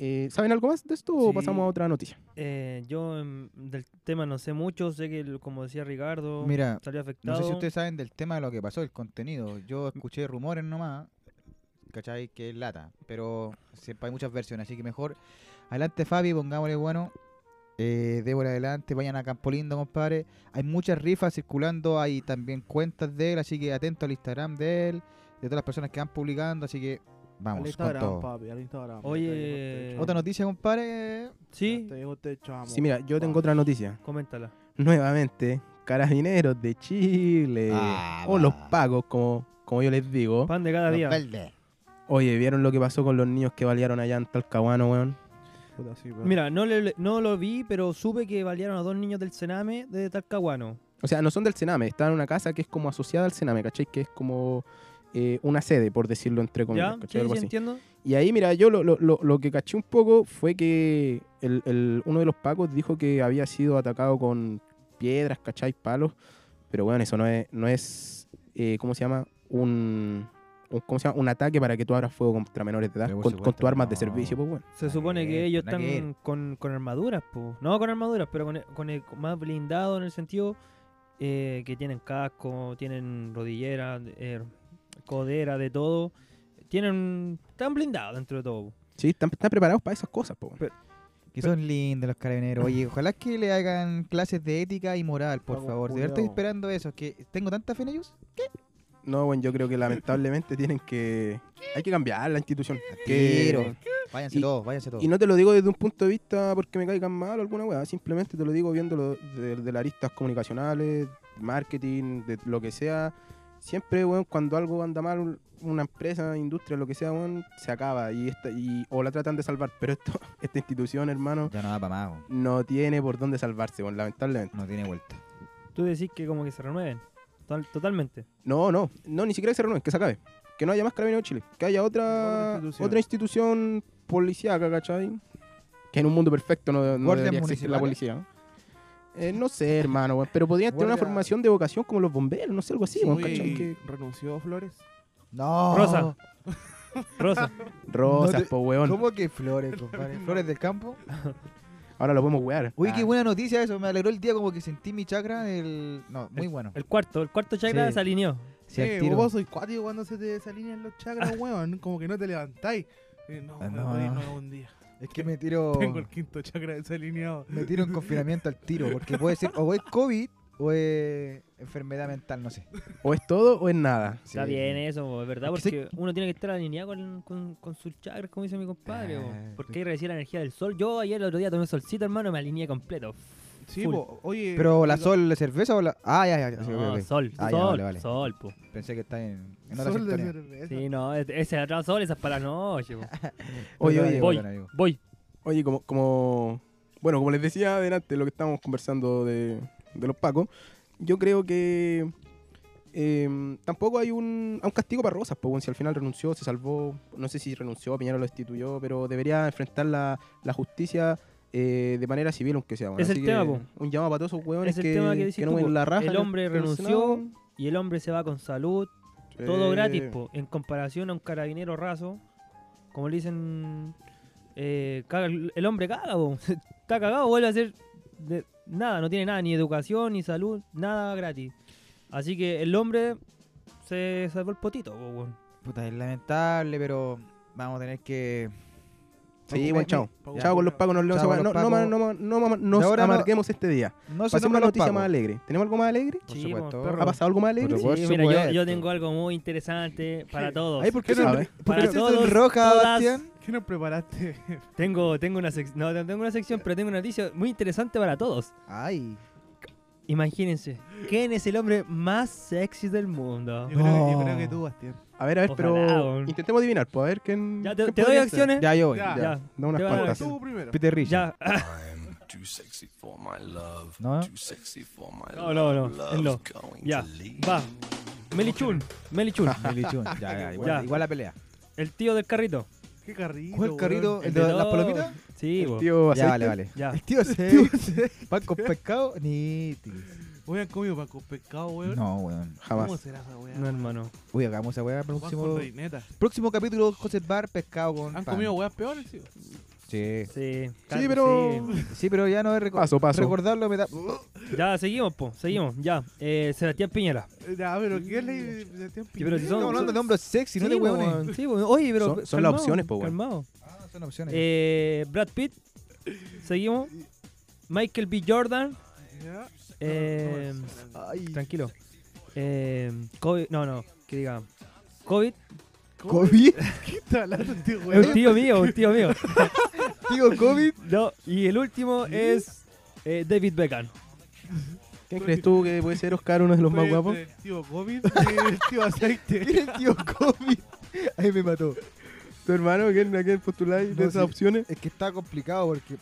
Speaker 2: Eh, ¿Saben algo más de esto o
Speaker 4: Sí.
Speaker 2: pasamos a otra noticia?
Speaker 4: Eh, yo em, del tema no sé mucho, sé que el- como decía Ricardo,
Speaker 3: Mira,
Speaker 4: salió
Speaker 3: no
Speaker 4: afectado.
Speaker 3: sé si ustedes saben del tema de lo que pasó, el contenido. Yo escuché rumores nomás, ¿cachai? Que es lata, pero siempre hay muchas versiones, así que mejor adelante Fabi, pongámosle bueno Eh, Débora adelante, vayan a Campolindo, compadre. Hay muchas rifas circulando, hay también cuentas de él, así que atento al Instagram de él, de todas las personas que van publicando, así que
Speaker 5: Al
Speaker 3: vamos con
Speaker 5: Instagram,
Speaker 3: todo.
Speaker 5: papi, al Instagram.
Speaker 4: Oye,
Speaker 5: Te dejo este chamo,
Speaker 3: Otra noticia, compadre.
Speaker 4: Sí,
Speaker 5: Te dejo este chamo.
Speaker 2: Sí, mira, yo tengo
Speaker 5: papi.
Speaker 2: otra noticia.
Speaker 4: coméntala.
Speaker 2: Nuevamente, carabineros de Chile.
Speaker 3: Ah,
Speaker 2: o
Speaker 3: va.
Speaker 2: los pagos, como, como yo les digo.
Speaker 4: Pan de cada
Speaker 3: Los
Speaker 4: día.
Speaker 3: verdes.
Speaker 2: Oye, ¿vieron lo que pasó con los niños que balearon allá en Talcahuano, weón?
Speaker 5: Puta, sí, weón.
Speaker 4: Mira, no, le- no lo vi, pero supe que balearon a dos niños del Sename de Talcahuano.
Speaker 2: O sea, no son del Sename, están en una casa que es como asociada al Sename, ¿cachai? Que es como eh, una sede, por decirlo entre comillas,
Speaker 4: ¿Ya?
Speaker 2: ¿cachai?
Speaker 4: Sí,
Speaker 2: Algo
Speaker 4: sí,
Speaker 2: así.
Speaker 4: entiendo.
Speaker 2: Y ahí, mira, yo lo, lo- lo- lo que caché un poco fue que el- el- uno de los pacos dijo que había sido atacado con piedras, ¿cachai? Palos. Pero bueno, eso no es, no es eh, ¿cómo se llama? Un, un- ¿cómo se llama? Un ataque para que tú abras fuego contra menores de edad,
Speaker 3: Pero por
Speaker 2: con, con
Speaker 3: supuesto
Speaker 2: tus
Speaker 3: que
Speaker 2: armas de
Speaker 3: no.
Speaker 2: servicio, pues bueno.
Speaker 4: Se
Speaker 3: Nada
Speaker 4: supone
Speaker 3: que
Speaker 4: que
Speaker 3: ver,
Speaker 4: ellos
Speaker 3: eh, nada que
Speaker 4: están con, con armaduras, po. no con armaduras, pero con, el- con el más blindado en el sentido eh, que tienen casco, tienen rodillera, eh, codera, de todo. Tienen están blindados dentro de todo. po.
Speaker 2: Sí, están, están preparados para esas cosas, pues bueno.
Speaker 3: Que son lindos los carabineros. Oye, ojalá que le hagan clases de ética y moral, por
Speaker 5: Vamos,
Speaker 3: favor. De
Speaker 5: culiao.
Speaker 3: verdad estoy esperando eso. Que tengo tanta fe en ellos.
Speaker 2: No, bueno, yo creo que lamentablemente tienen que... Hay que cambiar la institución. Que-
Speaker 3: Pero váyanse
Speaker 2: y-
Speaker 3: todos, váyanse todos.
Speaker 2: Y no te lo digo desde un punto de vista porque me caigan mal o alguna weá, simplemente te lo digo viéndolo desde de las aristas comunicacionales, marketing, de lo que sea. Siempre, weón, cuando algo anda mal, una empresa, industria, lo que sea, weón, se acaba y, esta, y o la tratan de salvar. Pero esto, esta institución, hermano,
Speaker 3: Ya no da para más, weón.
Speaker 2: no tiene por dónde salvarse, weón, lamentablemente.
Speaker 3: no tiene vuelta.
Speaker 4: Tú decís que como que se renueven. Total- totalmente.
Speaker 2: No, no, no, ni siquiera que se renueven, que se acabe. Que no haya más carabineros de Chile, que haya
Speaker 5: Otra
Speaker 2: otra,
Speaker 5: institución.
Speaker 2: otra institución policíaca, ¿cachai? Que en un mundo perfecto no, no
Speaker 3: Guardias
Speaker 2: debería existir la
Speaker 3: municipales.
Speaker 2: policía. ¿no? Eh, no sé, hermano, weón, pero podrían tener una
Speaker 5: Guardia-
Speaker 2: formación de vocación como los bomberos, no sé, algo así, weón,
Speaker 5: Oye,
Speaker 2: ¿cachai? Que-
Speaker 5: renunció Flores.
Speaker 3: No.
Speaker 4: Rosa. Rosa,
Speaker 2: Rosas,
Speaker 3: No te-
Speaker 2: po, weón.
Speaker 3: ¿Cómo que flores, compadre? Ah. ¿Flores del campo?
Speaker 2: Ahora lo podemos wear.
Speaker 3: Uy, qué
Speaker 2: Ah.
Speaker 3: buena noticia eso. Me alegró el día como que sentí mi chakra. El... No, muy bueno.
Speaker 4: el cuarto, el cuarto chakra
Speaker 3: Sí.
Speaker 4: se alineó.
Speaker 3: Sí, al
Speaker 5: Eh,
Speaker 3: tiro.
Speaker 5: vos sois cuático cuando se te desalinean los chakras, weón. Como que no te levantáis. Eh, no,
Speaker 3: Ah,
Speaker 5: weón,
Speaker 3: no,
Speaker 5: hoy
Speaker 3: no.
Speaker 5: no, un día.
Speaker 3: Es que me tiro,
Speaker 5: Tengo el quinto chakra desalineado.
Speaker 3: me tiro en confinamiento al tiro. Porque puede ser o es COVID o es enfermedad mental, no sé.
Speaker 2: Ah, O es todo o es nada.
Speaker 4: Está
Speaker 3: Sí.
Speaker 4: bien eso, po, es verdad,
Speaker 3: Es que
Speaker 4: porque uno tiene que estar alineado con, con, con sus chakras, como dice mi compadre, po,
Speaker 3: Ah,
Speaker 4: porque ahí recibe la energía del sol. Yo ayer el otro día tomé solcito, hermano, me alineé completo.
Speaker 5: Sí,
Speaker 4: Full.
Speaker 5: po, oye.
Speaker 3: Pero la
Speaker 5: diga-
Speaker 3: sol, la cerveza o la. Ah, ya, ya. ya, sí,
Speaker 4: No,
Speaker 3: ok, ok.
Speaker 4: Sol,
Speaker 3: Ah, ya,
Speaker 4: sol,
Speaker 3: vale, vale.
Speaker 4: sol, po.
Speaker 3: Pensé que está en, en otra
Speaker 5: sol de
Speaker 3: sintonía.
Speaker 5: cerveza.
Speaker 4: Sí, no, es- ese de atrás sol, esa es para la noche, po.
Speaker 2: Oye,
Speaker 3: Perdón,
Speaker 2: oye,
Speaker 3: amigo,
Speaker 4: voy.
Speaker 3: perdón, amigo.
Speaker 4: Voy.
Speaker 2: Oye, como, como bueno, como les decía adelante, lo que estábamos conversando de, de los pacos, yo creo que eh, tampoco hay un, a un castigo para Rosas, pues, si al final renunció, se salvó, no sé si renunció, Piñera lo destituyó, pero debería enfrentar la, la justicia eh, de manera civil, aunque sea. bueno.
Speaker 4: Es el
Speaker 2: que
Speaker 4: tema, po.
Speaker 2: Un llamado para todos esos hueones
Speaker 4: Es el
Speaker 2: que,
Speaker 4: tema que decís
Speaker 2: no
Speaker 4: tú,
Speaker 2: ven
Speaker 4: po.
Speaker 2: la raja.
Speaker 4: El
Speaker 2: en
Speaker 4: hombre
Speaker 2: en
Speaker 4: renunció,
Speaker 2: Senado.
Speaker 4: Y el hombre se va con salud, todo
Speaker 2: Eh,
Speaker 4: gratis, po. En comparación a un carabinero raso, como le dicen, eh, caga- el hombre caga, po. Está cagado, vuelve a hacer de- nada, no tiene nada, ni educación, ni salud, nada gratis. Así que el hombre se salvó el potito, po, weón.
Speaker 3: Puta, es lamentable, pero vamos a tener que.
Speaker 2: Sí, bueno, chao.
Speaker 5: Pago
Speaker 2: Chao con los
Speaker 5: culiao.
Speaker 2: pacos, nos leemos
Speaker 3: Chao
Speaker 2: esa
Speaker 3: con
Speaker 2: hueá.
Speaker 3: los
Speaker 2: No, no, no, no, no, nos
Speaker 3: De ahora no-
Speaker 2: amarguemos este día.
Speaker 3: No
Speaker 2: Pasemos a
Speaker 3: nombran
Speaker 2: una
Speaker 3: los
Speaker 2: noticia
Speaker 3: pagos.
Speaker 2: más alegre. ¿Tenemos algo más alegre?
Speaker 3: Por
Speaker 4: Sí,
Speaker 3: supuesto.
Speaker 4: po, perro.
Speaker 2: ¿Ha pasado algo más alegre?
Speaker 3: Por
Speaker 2: Sí.
Speaker 3: supuesto.
Speaker 4: Sí, mira, yo- yo,
Speaker 3: supuesto.
Speaker 4: tengo algo muy interesante para todos.
Speaker 3: Ay, ¿por qué
Speaker 2: ¿Qué
Speaker 3: no?
Speaker 2: sabe?
Speaker 3: ¿Por
Speaker 4: Para
Speaker 3: qué estás
Speaker 4: todos,
Speaker 3: en roja,
Speaker 4: todas.
Speaker 3: Bastián?
Speaker 5: ¿Qué nos preparaste?
Speaker 4: Tengo, tengo una sección, no, no tengo una sección, pero tengo una noticia muy interesante para todos.
Speaker 3: Ay.
Speaker 4: Imagínense, ¿quién es el hombre más sexy del mundo?
Speaker 5: Yo, creo, yo
Speaker 3: No.
Speaker 5: creo que tú, Bastián.
Speaker 2: A ver, a ver,
Speaker 4: Ojalá,
Speaker 2: pero
Speaker 4: weón.
Speaker 2: intentemos adivinar, pues a ver quién.
Speaker 4: Ya te,
Speaker 2: quién
Speaker 4: te doy
Speaker 2: podría
Speaker 4: acciones.
Speaker 3: Ya, yo voy.
Speaker 5: Ya.
Speaker 2: ser. Ya, da unas
Speaker 4: Te voy a dar
Speaker 2: cuantas.
Speaker 5: Tú primero.
Speaker 3: Peter Rich.
Speaker 4: Ya.
Speaker 1: I'm too sexy for my love.
Speaker 3: No.
Speaker 1: Too sexy for my
Speaker 4: No,
Speaker 1: love.
Speaker 4: no, no, él no.
Speaker 1: Love's going
Speaker 4: Ya,
Speaker 1: to leave.
Speaker 4: va. Melichun, Melichun,
Speaker 3: Melichun. Ya, ya, igual,
Speaker 4: Ya.
Speaker 3: igual la pelea.
Speaker 4: el tío del carrito.
Speaker 5: Qué carrito.
Speaker 3: ¿Cuál carrito?
Speaker 5: weón.
Speaker 3: ¿El de las
Speaker 4: dos.
Speaker 3: palomitas?
Speaker 4: Sí, bo.
Speaker 2: Tío,
Speaker 3: Ya,
Speaker 2: aceite.
Speaker 3: vale, vale.
Speaker 4: Ya.
Speaker 3: El este. tío se. Pan con pescado, ni.
Speaker 5: Hoy han comido para con pescado, weón.
Speaker 3: No, weón.
Speaker 5: ¿Cómo
Speaker 2: Jamás.
Speaker 5: será esa weá?
Speaker 4: No, hermano.
Speaker 3: Uy, hagamos esa weá.
Speaker 5: Juan con
Speaker 3: Próximo,
Speaker 5: reineta.
Speaker 3: próximo capítulo: José Bar, pescado con.
Speaker 5: ¿Han
Speaker 3: pan.
Speaker 5: comido weas peores, tío?
Speaker 3: Sí.
Speaker 4: Sí,
Speaker 2: Sí, pero.
Speaker 4: sí.
Speaker 3: Sí, pero ya no es recordar.
Speaker 2: Paso, paso.
Speaker 3: Recordarlo me da.
Speaker 4: Ya, seguimos, po, seguimos. Ya, eh, Sebastián Piñera.
Speaker 5: Ya, pero ¿qué es la Sebastián
Speaker 4: Sí, pero si
Speaker 5: Piñera?
Speaker 4: son-
Speaker 3: Estamos hablando de hombres sexy, no
Speaker 4: Sí,
Speaker 3: de
Speaker 4: bo,
Speaker 3: huevones.
Speaker 4: weón, sí, bo. Oye, pero.
Speaker 2: Son- son las opciones, po, weón.
Speaker 4: calmado.
Speaker 3: Ah, son opciones.
Speaker 4: Eh, Brad Pitt. Seguimos. Michael B. Jordan.
Speaker 5: Ya.
Speaker 4: eh,
Speaker 3: Ay,
Speaker 4: tranquilo. Eh, COVID, no, no, que diga. COVID.
Speaker 3: ¿COVID?
Speaker 5: ¿Qué está hablando este
Speaker 4: Es
Speaker 5: weón?
Speaker 4: un tío mío, un tío mío.
Speaker 3: Digo COVID.
Speaker 4: No, y el último es eh, David Beckham.
Speaker 2: ¿Quién crees tú que puede ser Oscar uno de los más
Speaker 5: Fue
Speaker 2: guapos?
Speaker 5: entre El tío COVID y el tío aceite.
Speaker 3: Era el tío COVID. Ahí me mató.
Speaker 2: ¿Tu hermano? ¿Quién aquel postuláis de
Speaker 3: No,
Speaker 2: esas
Speaker 3: sí.
Speaker 2: opciones?
Speaker 3: Es que está complicado porque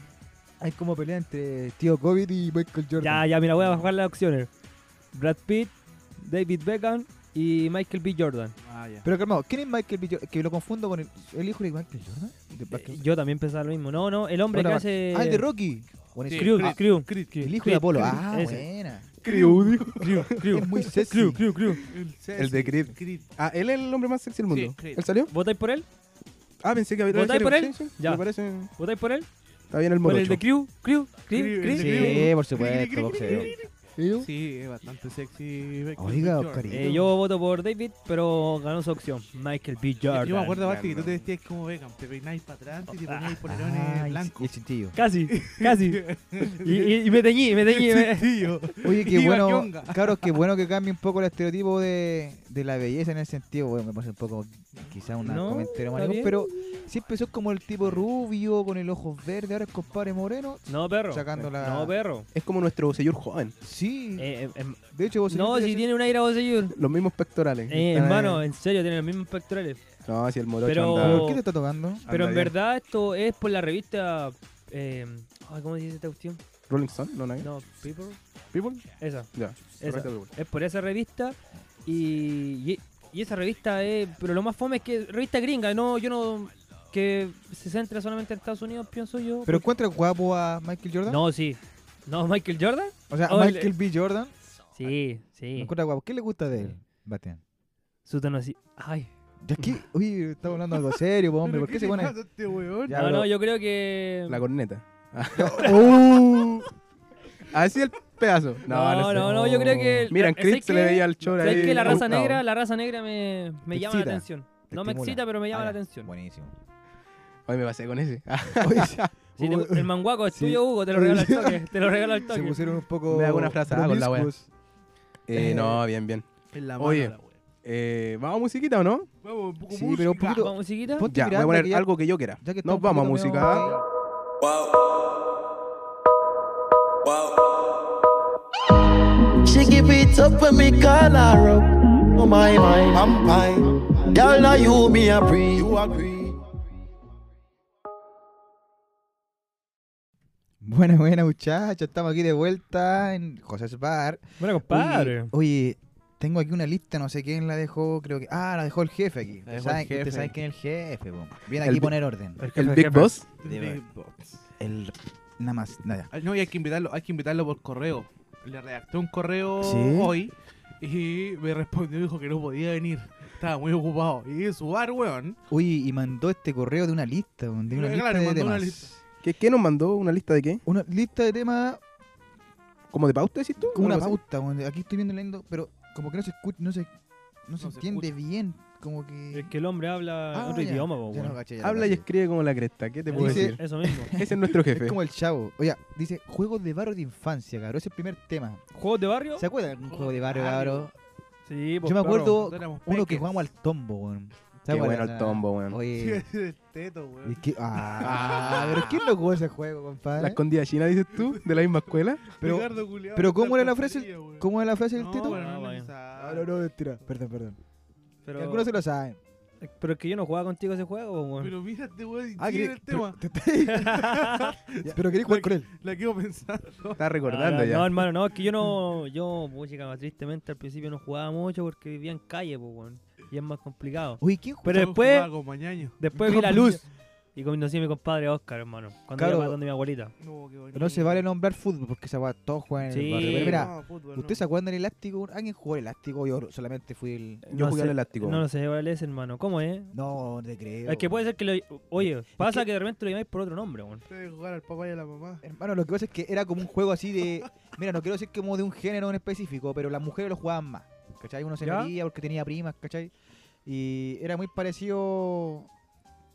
Speaker 3: hay como pelea entre tío COVID y Michael Jordan.
Speaker 4: Ya, ya, mira, voy a bajar las opciones. Brad Pitt, David Beckham y Michael B. Jordan.
Speaker 5: Ah, ya.
Speaker 3: Pero calmado, ¿quién es Michael B. Jordan? Que lo confundo con el, el hijo de Michael Jordan. De Michael-
Speaker 4: Eh, yo también pensaba lo mismo. No, no, el hombre que
Speaker 3: Hola,
Speaker 4: hace.
Speaker 3: ah, el de Rocky.
Speaker 5: Sí.
Speaker 4: Crew,
Speaker 5: Ah,
Speaker 4: Crew,
Speaker 5: Creed.
Speaker 4: Crew,
Speaker 3: El hijo de
Speaker 4: Creed,
Speaker 3: Apolo.
Speaker 4: Creed,
Speaker 3: Ah,
Speaker 4: ese.
Speaker 3: buena.
Speaker 2: Criudio.
Speaker 4: Crew, Crew.
Speaker 3: Es muy sexy.
Speaker 4: Crew, Crew, Crew.
Speaker 2: El de Creed.
Speaker 5: Creed.
Speaker 2: Ah, él es el hombre más sexy del mundo.
Speaker 5: Sí, Creed.
Speaker 2: ¿Él salió?
Speaker 4: ¿Votáis por él?
Speaker 2: Ah, pensé que había
Speaker 4: ¿Votáis por él?
Speaker 2: Sí, sí,
Speaker 4: Ya.
Speaker 2: Me parece.
Speaker 4: ¿Votáis por él?
Speaker 2: Está bien el
Speaker 4: ¿Por
Speaker 2: morocho.
Speaker 4: el de Crew? Crew, Crew,
Speaker 5: Crew,
Speaker 4: Crew.
Speaker 5: el de Crew.
Speaker 3: Sí, por supuesto, boxeo.
Speaker 5: Sí, es bastante sexy. Michael B.
Speaker 3: Oiga,
Speaker 5: Jordan.
Speaker 3: Oscarito.
Speaker 4: Eh, yo voto por David, pero ganó su opción. Michael B. Jordan.
Speaker 5: Yo me acuerdo, aparte, que tú
Speaker 2: Jordan.
Speaker 5: te vestías como Beckham. Te peináis para atrás y te ponías polerones
Speaker 3: Ah, y- y
Speaker 5: blancos.
Speaker 3: el cintillo.
Speaker 4: Casi, casi. Y, y- y me teñí, me teñí. me-
Speaker 5: Tío.
Speaker 3: Oye, qué
Speaker 5: Iba
Speaker 3: bueno.
Speaker 5: Ñonga.
Speaker 3: Claro, qué bueno que cambie un poco el estereotipo de, de la belleza en el sentido. Bueno, me parece un poco, quizá un
Speaker 4: No,
Speaker 3: comentario
Speaker 4: está
Speaker 3: maricón,
Speaker 4: bien.
Speaker 3: pero siempre sos como el tipo rubio con el ojo verde. Ahora es compadre moreno
Speaker 4: No, perro.
Speaker 3: sacando la.
Speaker 4: No, perro.
Speaker 2: Es como nuestro señor joven.
Speaker 3: Sí.
Speaker 4: Eh, eh, em-
Speaker 3: de hecho, vos
Speaker 4: no, si tiene un aire a vos, señor.
Speaker 2: Los mismos pectorales.
Speaker 4: Eh,
Speaker 2: Están-
Speaker 4: hermano, en serio, tiene los mismos pectorales.
Speaker 2: No, si el morocho
Speaker 4: Pero-
Speaker 2: anda-
Speaker 3: ¿Por qué te está tocando?
Speaker 4: Pero en
Speaker 2: bien.
Speaker 4: verdad esto es por la revista... Eh, ay, ¿Cómo se dice esta cuestión?
Speaker 2: Rolling Stone, no, no. hay?
Speaker 4: No, People.
Speaker 2: People.
Speaker 4: Esa,
Speaker 2: Ya.
Speaker 4: esa.
Speaker 2: correcto, People.
Speaker 4: Es por esa revista y, y, y esa revista es... Pero lo más fome es que revista gringa, no, yo no... Que se centra solamente en Estados Unidos, pienso yo.
Speaker 3: ¿Pero encuentra guapo a Michael Jordan?
Speaker 4: No, sí. ¿No, Michael Jordan?
Speaker 3: O sea,
Speaker 4: Oh, el-
Speaker 3: Michael B. Jordan.
Speaker 4: Sí,
Speaker 3: lo
Speaker 4: sí.
Speaker 3: encuentra guapo. ¿Qué le gusta de él, Bastián?
Speaker 4: Su tono así... Ay.
Speaker 3: Ya que, uy, estamos hablando de algo serio, po, hombre. ¿Por qué se pone?
Speaker 5: este weón?
Speaker 3: Ya,
Speaker 4: no,
Speaker 3: pero-
Speaker 4: no, yo creo que...
Speaker 2: La corneta.
Speaker 3: ¡Oh!
Speaker 2: Así el pedazo.
Speaker 4: No, no, no, yo creo que...
Speaker 2: Mira, en
Speaker 4: ¿sabes
Speaker 2: Creed se
Speaker 4: qué?
Speaker 2: le veía el chor ahí.
Speaker 4: ¿Sabes que la raza
Speaker 2: Gustavo.
Speaker 4: negra, la raza negra me, me
Speaker 3: Te
Speaker 4: llama
Speaker 3: excita,
Speaker 4: la atención?
Speaker 3: te
Speaker 4: No me
Speaker 3: estimula.
Speaker 4: excita, pero me llama
Speaker 3: Ah,
Speaker 4: la
Speaker 3: ya,
Speaker 4: atención.
Speaker 3: Buenísimo.
Speaker 2: Hoy me pasé con ese. Ah,
Speaker 3: Oye, sí,
Speaker 4: Si te- el manguaco es
Speaker 3: Sí.
Speaker 4: tuyo, Hugo, te lo regalo al toque. Te lo regalo al
Speaker 3: se
Speaker 4: toque.
Speaker 3: pusieron un poco.
Speaker 2: Me hago una frase, ah, con la wea.
Speaker 3: promiscuos.
Speaker 2: eh, no, bien, bien.
Speaker 5: En la
Speaker 2: Oye.
Speaker 5: la wea.
Speaker 2: Eh, ¿Vamos a musiquita o no?
Speaker 5: Vamos, un poco
Speaker 3: Sí, pero un
Speaker 5: música.
Speaker 3: poquito-
Speaker 4: Vamos, chiquita.
Speaker 3: Ponte
Speaker 2: Ya, voy a
Speaker 3: Miranda,
Speaker 2: poner
Speaker 3: que ya-
Speaker 2: algo que yo quiera.
Speaker 3: ya que está
Speaker 2: Nos
Speaker 3: un
Speaker 2: vamos a
Speaker 3: poquito
Speaker 2: música.
Speaker 3: medio-
Speaker 6: She give it up for me, call her up. Oh my, my, I'm fine. Girl, now you me a breathe. You agree?
Speaker 3: Buena, buena, muchacha. Estamos aquí de vuelta en José Bar.
Speaker 4: Bueno, compadre.
Speaker 3: Oye, oye, tengo aquí una lista, no sé quién la dejó, creo que. Ah, la dejó el jefe aquí.
Speaker 2: La dejó el
Speaker 3: Ustedes saben,
Speaker 2: jefe.
Speaker 3: ustedes saben quién es el jefe, po. Viene
Speaker 2: El bi-
Speaker 3: aquí a poner orden.
Speaker 2: El Big Boss.
Speaker 5: Big Box.
Speaker 3: El. Nada más, nada.
Speaker 5: Ah, No, y hay que invitarlo, hay que invitarlo por correo. Le redacté un correo
Speaker 3: ¿Sí?
Speaker 5: hoy y me respondió dijo que no podía venir. Estaba muy ocupado. Y su bar, weón.
Speaker 3: Oye, y mandó este correo de una lista, po, de una
Speaker 5: Claro,
Speaker 3: lista de
Speaker 5: mandó una
Speaker 3: temas.
Speaker 5: lista.
Speaker 2: ¿Qué, qué nos mandó? ¿Una lista de qué?
Speaker 3: Una lista de temas
Speaker 2: ¿Como de pauta, decís tú?
Speaker 3: como una
Speaker 2: cosa así?
Speaker 3: pauta, weón. aquí estoy viendo leyendo, pero como que no se escucha, no se, no se
Speaker 5: se
Speaker 3: entiende
Speaker 5: escucha.
Speaker 3: bien, como que...
Speaker 4: Es que el hombre habla
Speaker 3: Ah,
Speaker 4: otro
Speaker 3: ya.
Speaker 4: idioma, po,
Speaker 3: Ya
Speaker 4: weón.
Speaker 3: no caché, ya no
Speaker 2: Habla y
Speaker 3: caché.
Speaker 2: escribe como la cresta. ¿Qué te puedo
Speaker 3: Dice-
Speaker 2: decir?
Speaker 4: Eso mismo.
Speaker 2: Ese es nuestro jefe.
Speaker 3: Es como el chavo. Oye, dice, juegos de barrio de infancia, cabrón, ese es el primer tema.
Speaker 4: ¿Juegos de barrio?
Speaker 3: ¿Se acuerdan de algún
Speaker 5: Juegos
Speaker 3: juego de
Speaker 5: de
Speaker 3: barrio,
Speaker 5: barrio.
Speaker 3: cabrón?
Speaker 4: Sí,
Speaker 3: Yo
Speaker 4: pues,
Speaker 3: me
Speaker 4: perro.
Speaker 3: acuerdo
Speaker 5: Cuando éramos
Speaker 3: uno que
Speaker 5: peques.
Speaker 3: jugamos al tombo, weón. ¿Se
Speaker 2: Qué
Speaker 3: acuerdan?
Speaker 2: bueno el tombo, weón.
Speaker 5: Sí,
Speaker 3: Oye...
Speaker 5: ese es el teto, weón.
Speaker 3: y que- ah, pero ¿quién lo jugó ese juego,
Speaker 2: La
Speaker 3: compadre?
Speaker 2: escondida china, dices tú, de la misma escuela.
Speaker 3: pero-
Speaker 5: Ricardo culiao,
Speaker 3: pero ¿cómo
Speaker 5: está
Speaker 3: era la frase?
Speaker 5: perdido, weón.
Speaker 3: ¿Cómo es la frase del
Speaker 5: No,
Speaker 3: teto?
Speaker 5: bueno, no,
Speaker 4: Ah,
Speaker 5: no,
Speaker 4: bueno.
Speaker 5: esa-
Speaker 3: Ah, no, no, mentira. Perdón, perdón.
Speaker 4: Pero,
Speaker 3: Algunos se lo saben.
Speaker 4: pero es que yo no jugaba contigo ese juego, po, weón.
Speaker 5: Pero mírate, weón, y
Speaker 3: Ah,
Speaker 5: sigue
Speaker 3: que-
Speaker 5: el tema.
Speaker 3: Te- te- pero quería jugar con él.
Speaker 5: La quiero pensar.
Speaker 2: Estaba recordando
Speaker 4: Ah,
Speaker 2: ya.
Speaker 4: No, hermano, no, es que yo no. Yo, música, tristemente al principio no jugaba mucho porque vivía en calle, pues, weón. Y es más complicado.
Speaker 3: Uy, ¿quién jugó?
Speaker 4: Pero después,
Speaker 5: Con Mañaño.
Speaker 4: después vi la luz y conocí a mi compadre Oscar, hermano. Cuando
Speaker 3: Claro.
Speaker 4: iba para donde mi abuelita.
Speaker 5: No, qué bonito.
Speaker 3: No se vale nombrar fútbol porque esa weá todos juegan en
Speaker 4: Sí.
Speaker 3: el barrio. Pero mira,
Speaker 5: No, fútbol,
Speaker 3: ¿ustedes se acuerdan del elástico? ¿Alguien jugó el elástico? Yo solamente fui el.
Speaker 2: Yo
Speaker 4: No
Speaker 2: jugué
Speaker 4: sé-
Speaker 2: al elástico.
Speaker 4: No lo sé cuál es, hermano. ¿Cómo es?
Speaker 3: No, no te creo.
Speaker 4: Es que puede ser que lo. Oye, pasa que de repente lo llamáis por otro nombre, weón.
Speaker 5: no. Ustedes jugar al papá y a la mamá.
Speaker 3: Hermano, lo que pasa es que era como un juego así de. Mira, no quiero decir como de un género en específico, pero las mujeres lo jugaban más. ¿Cachai? Uno se
Speaker 4: ¿Ya?
Speaker 3: metía porque tenía primas, ¿cachai? Y era muy parecido.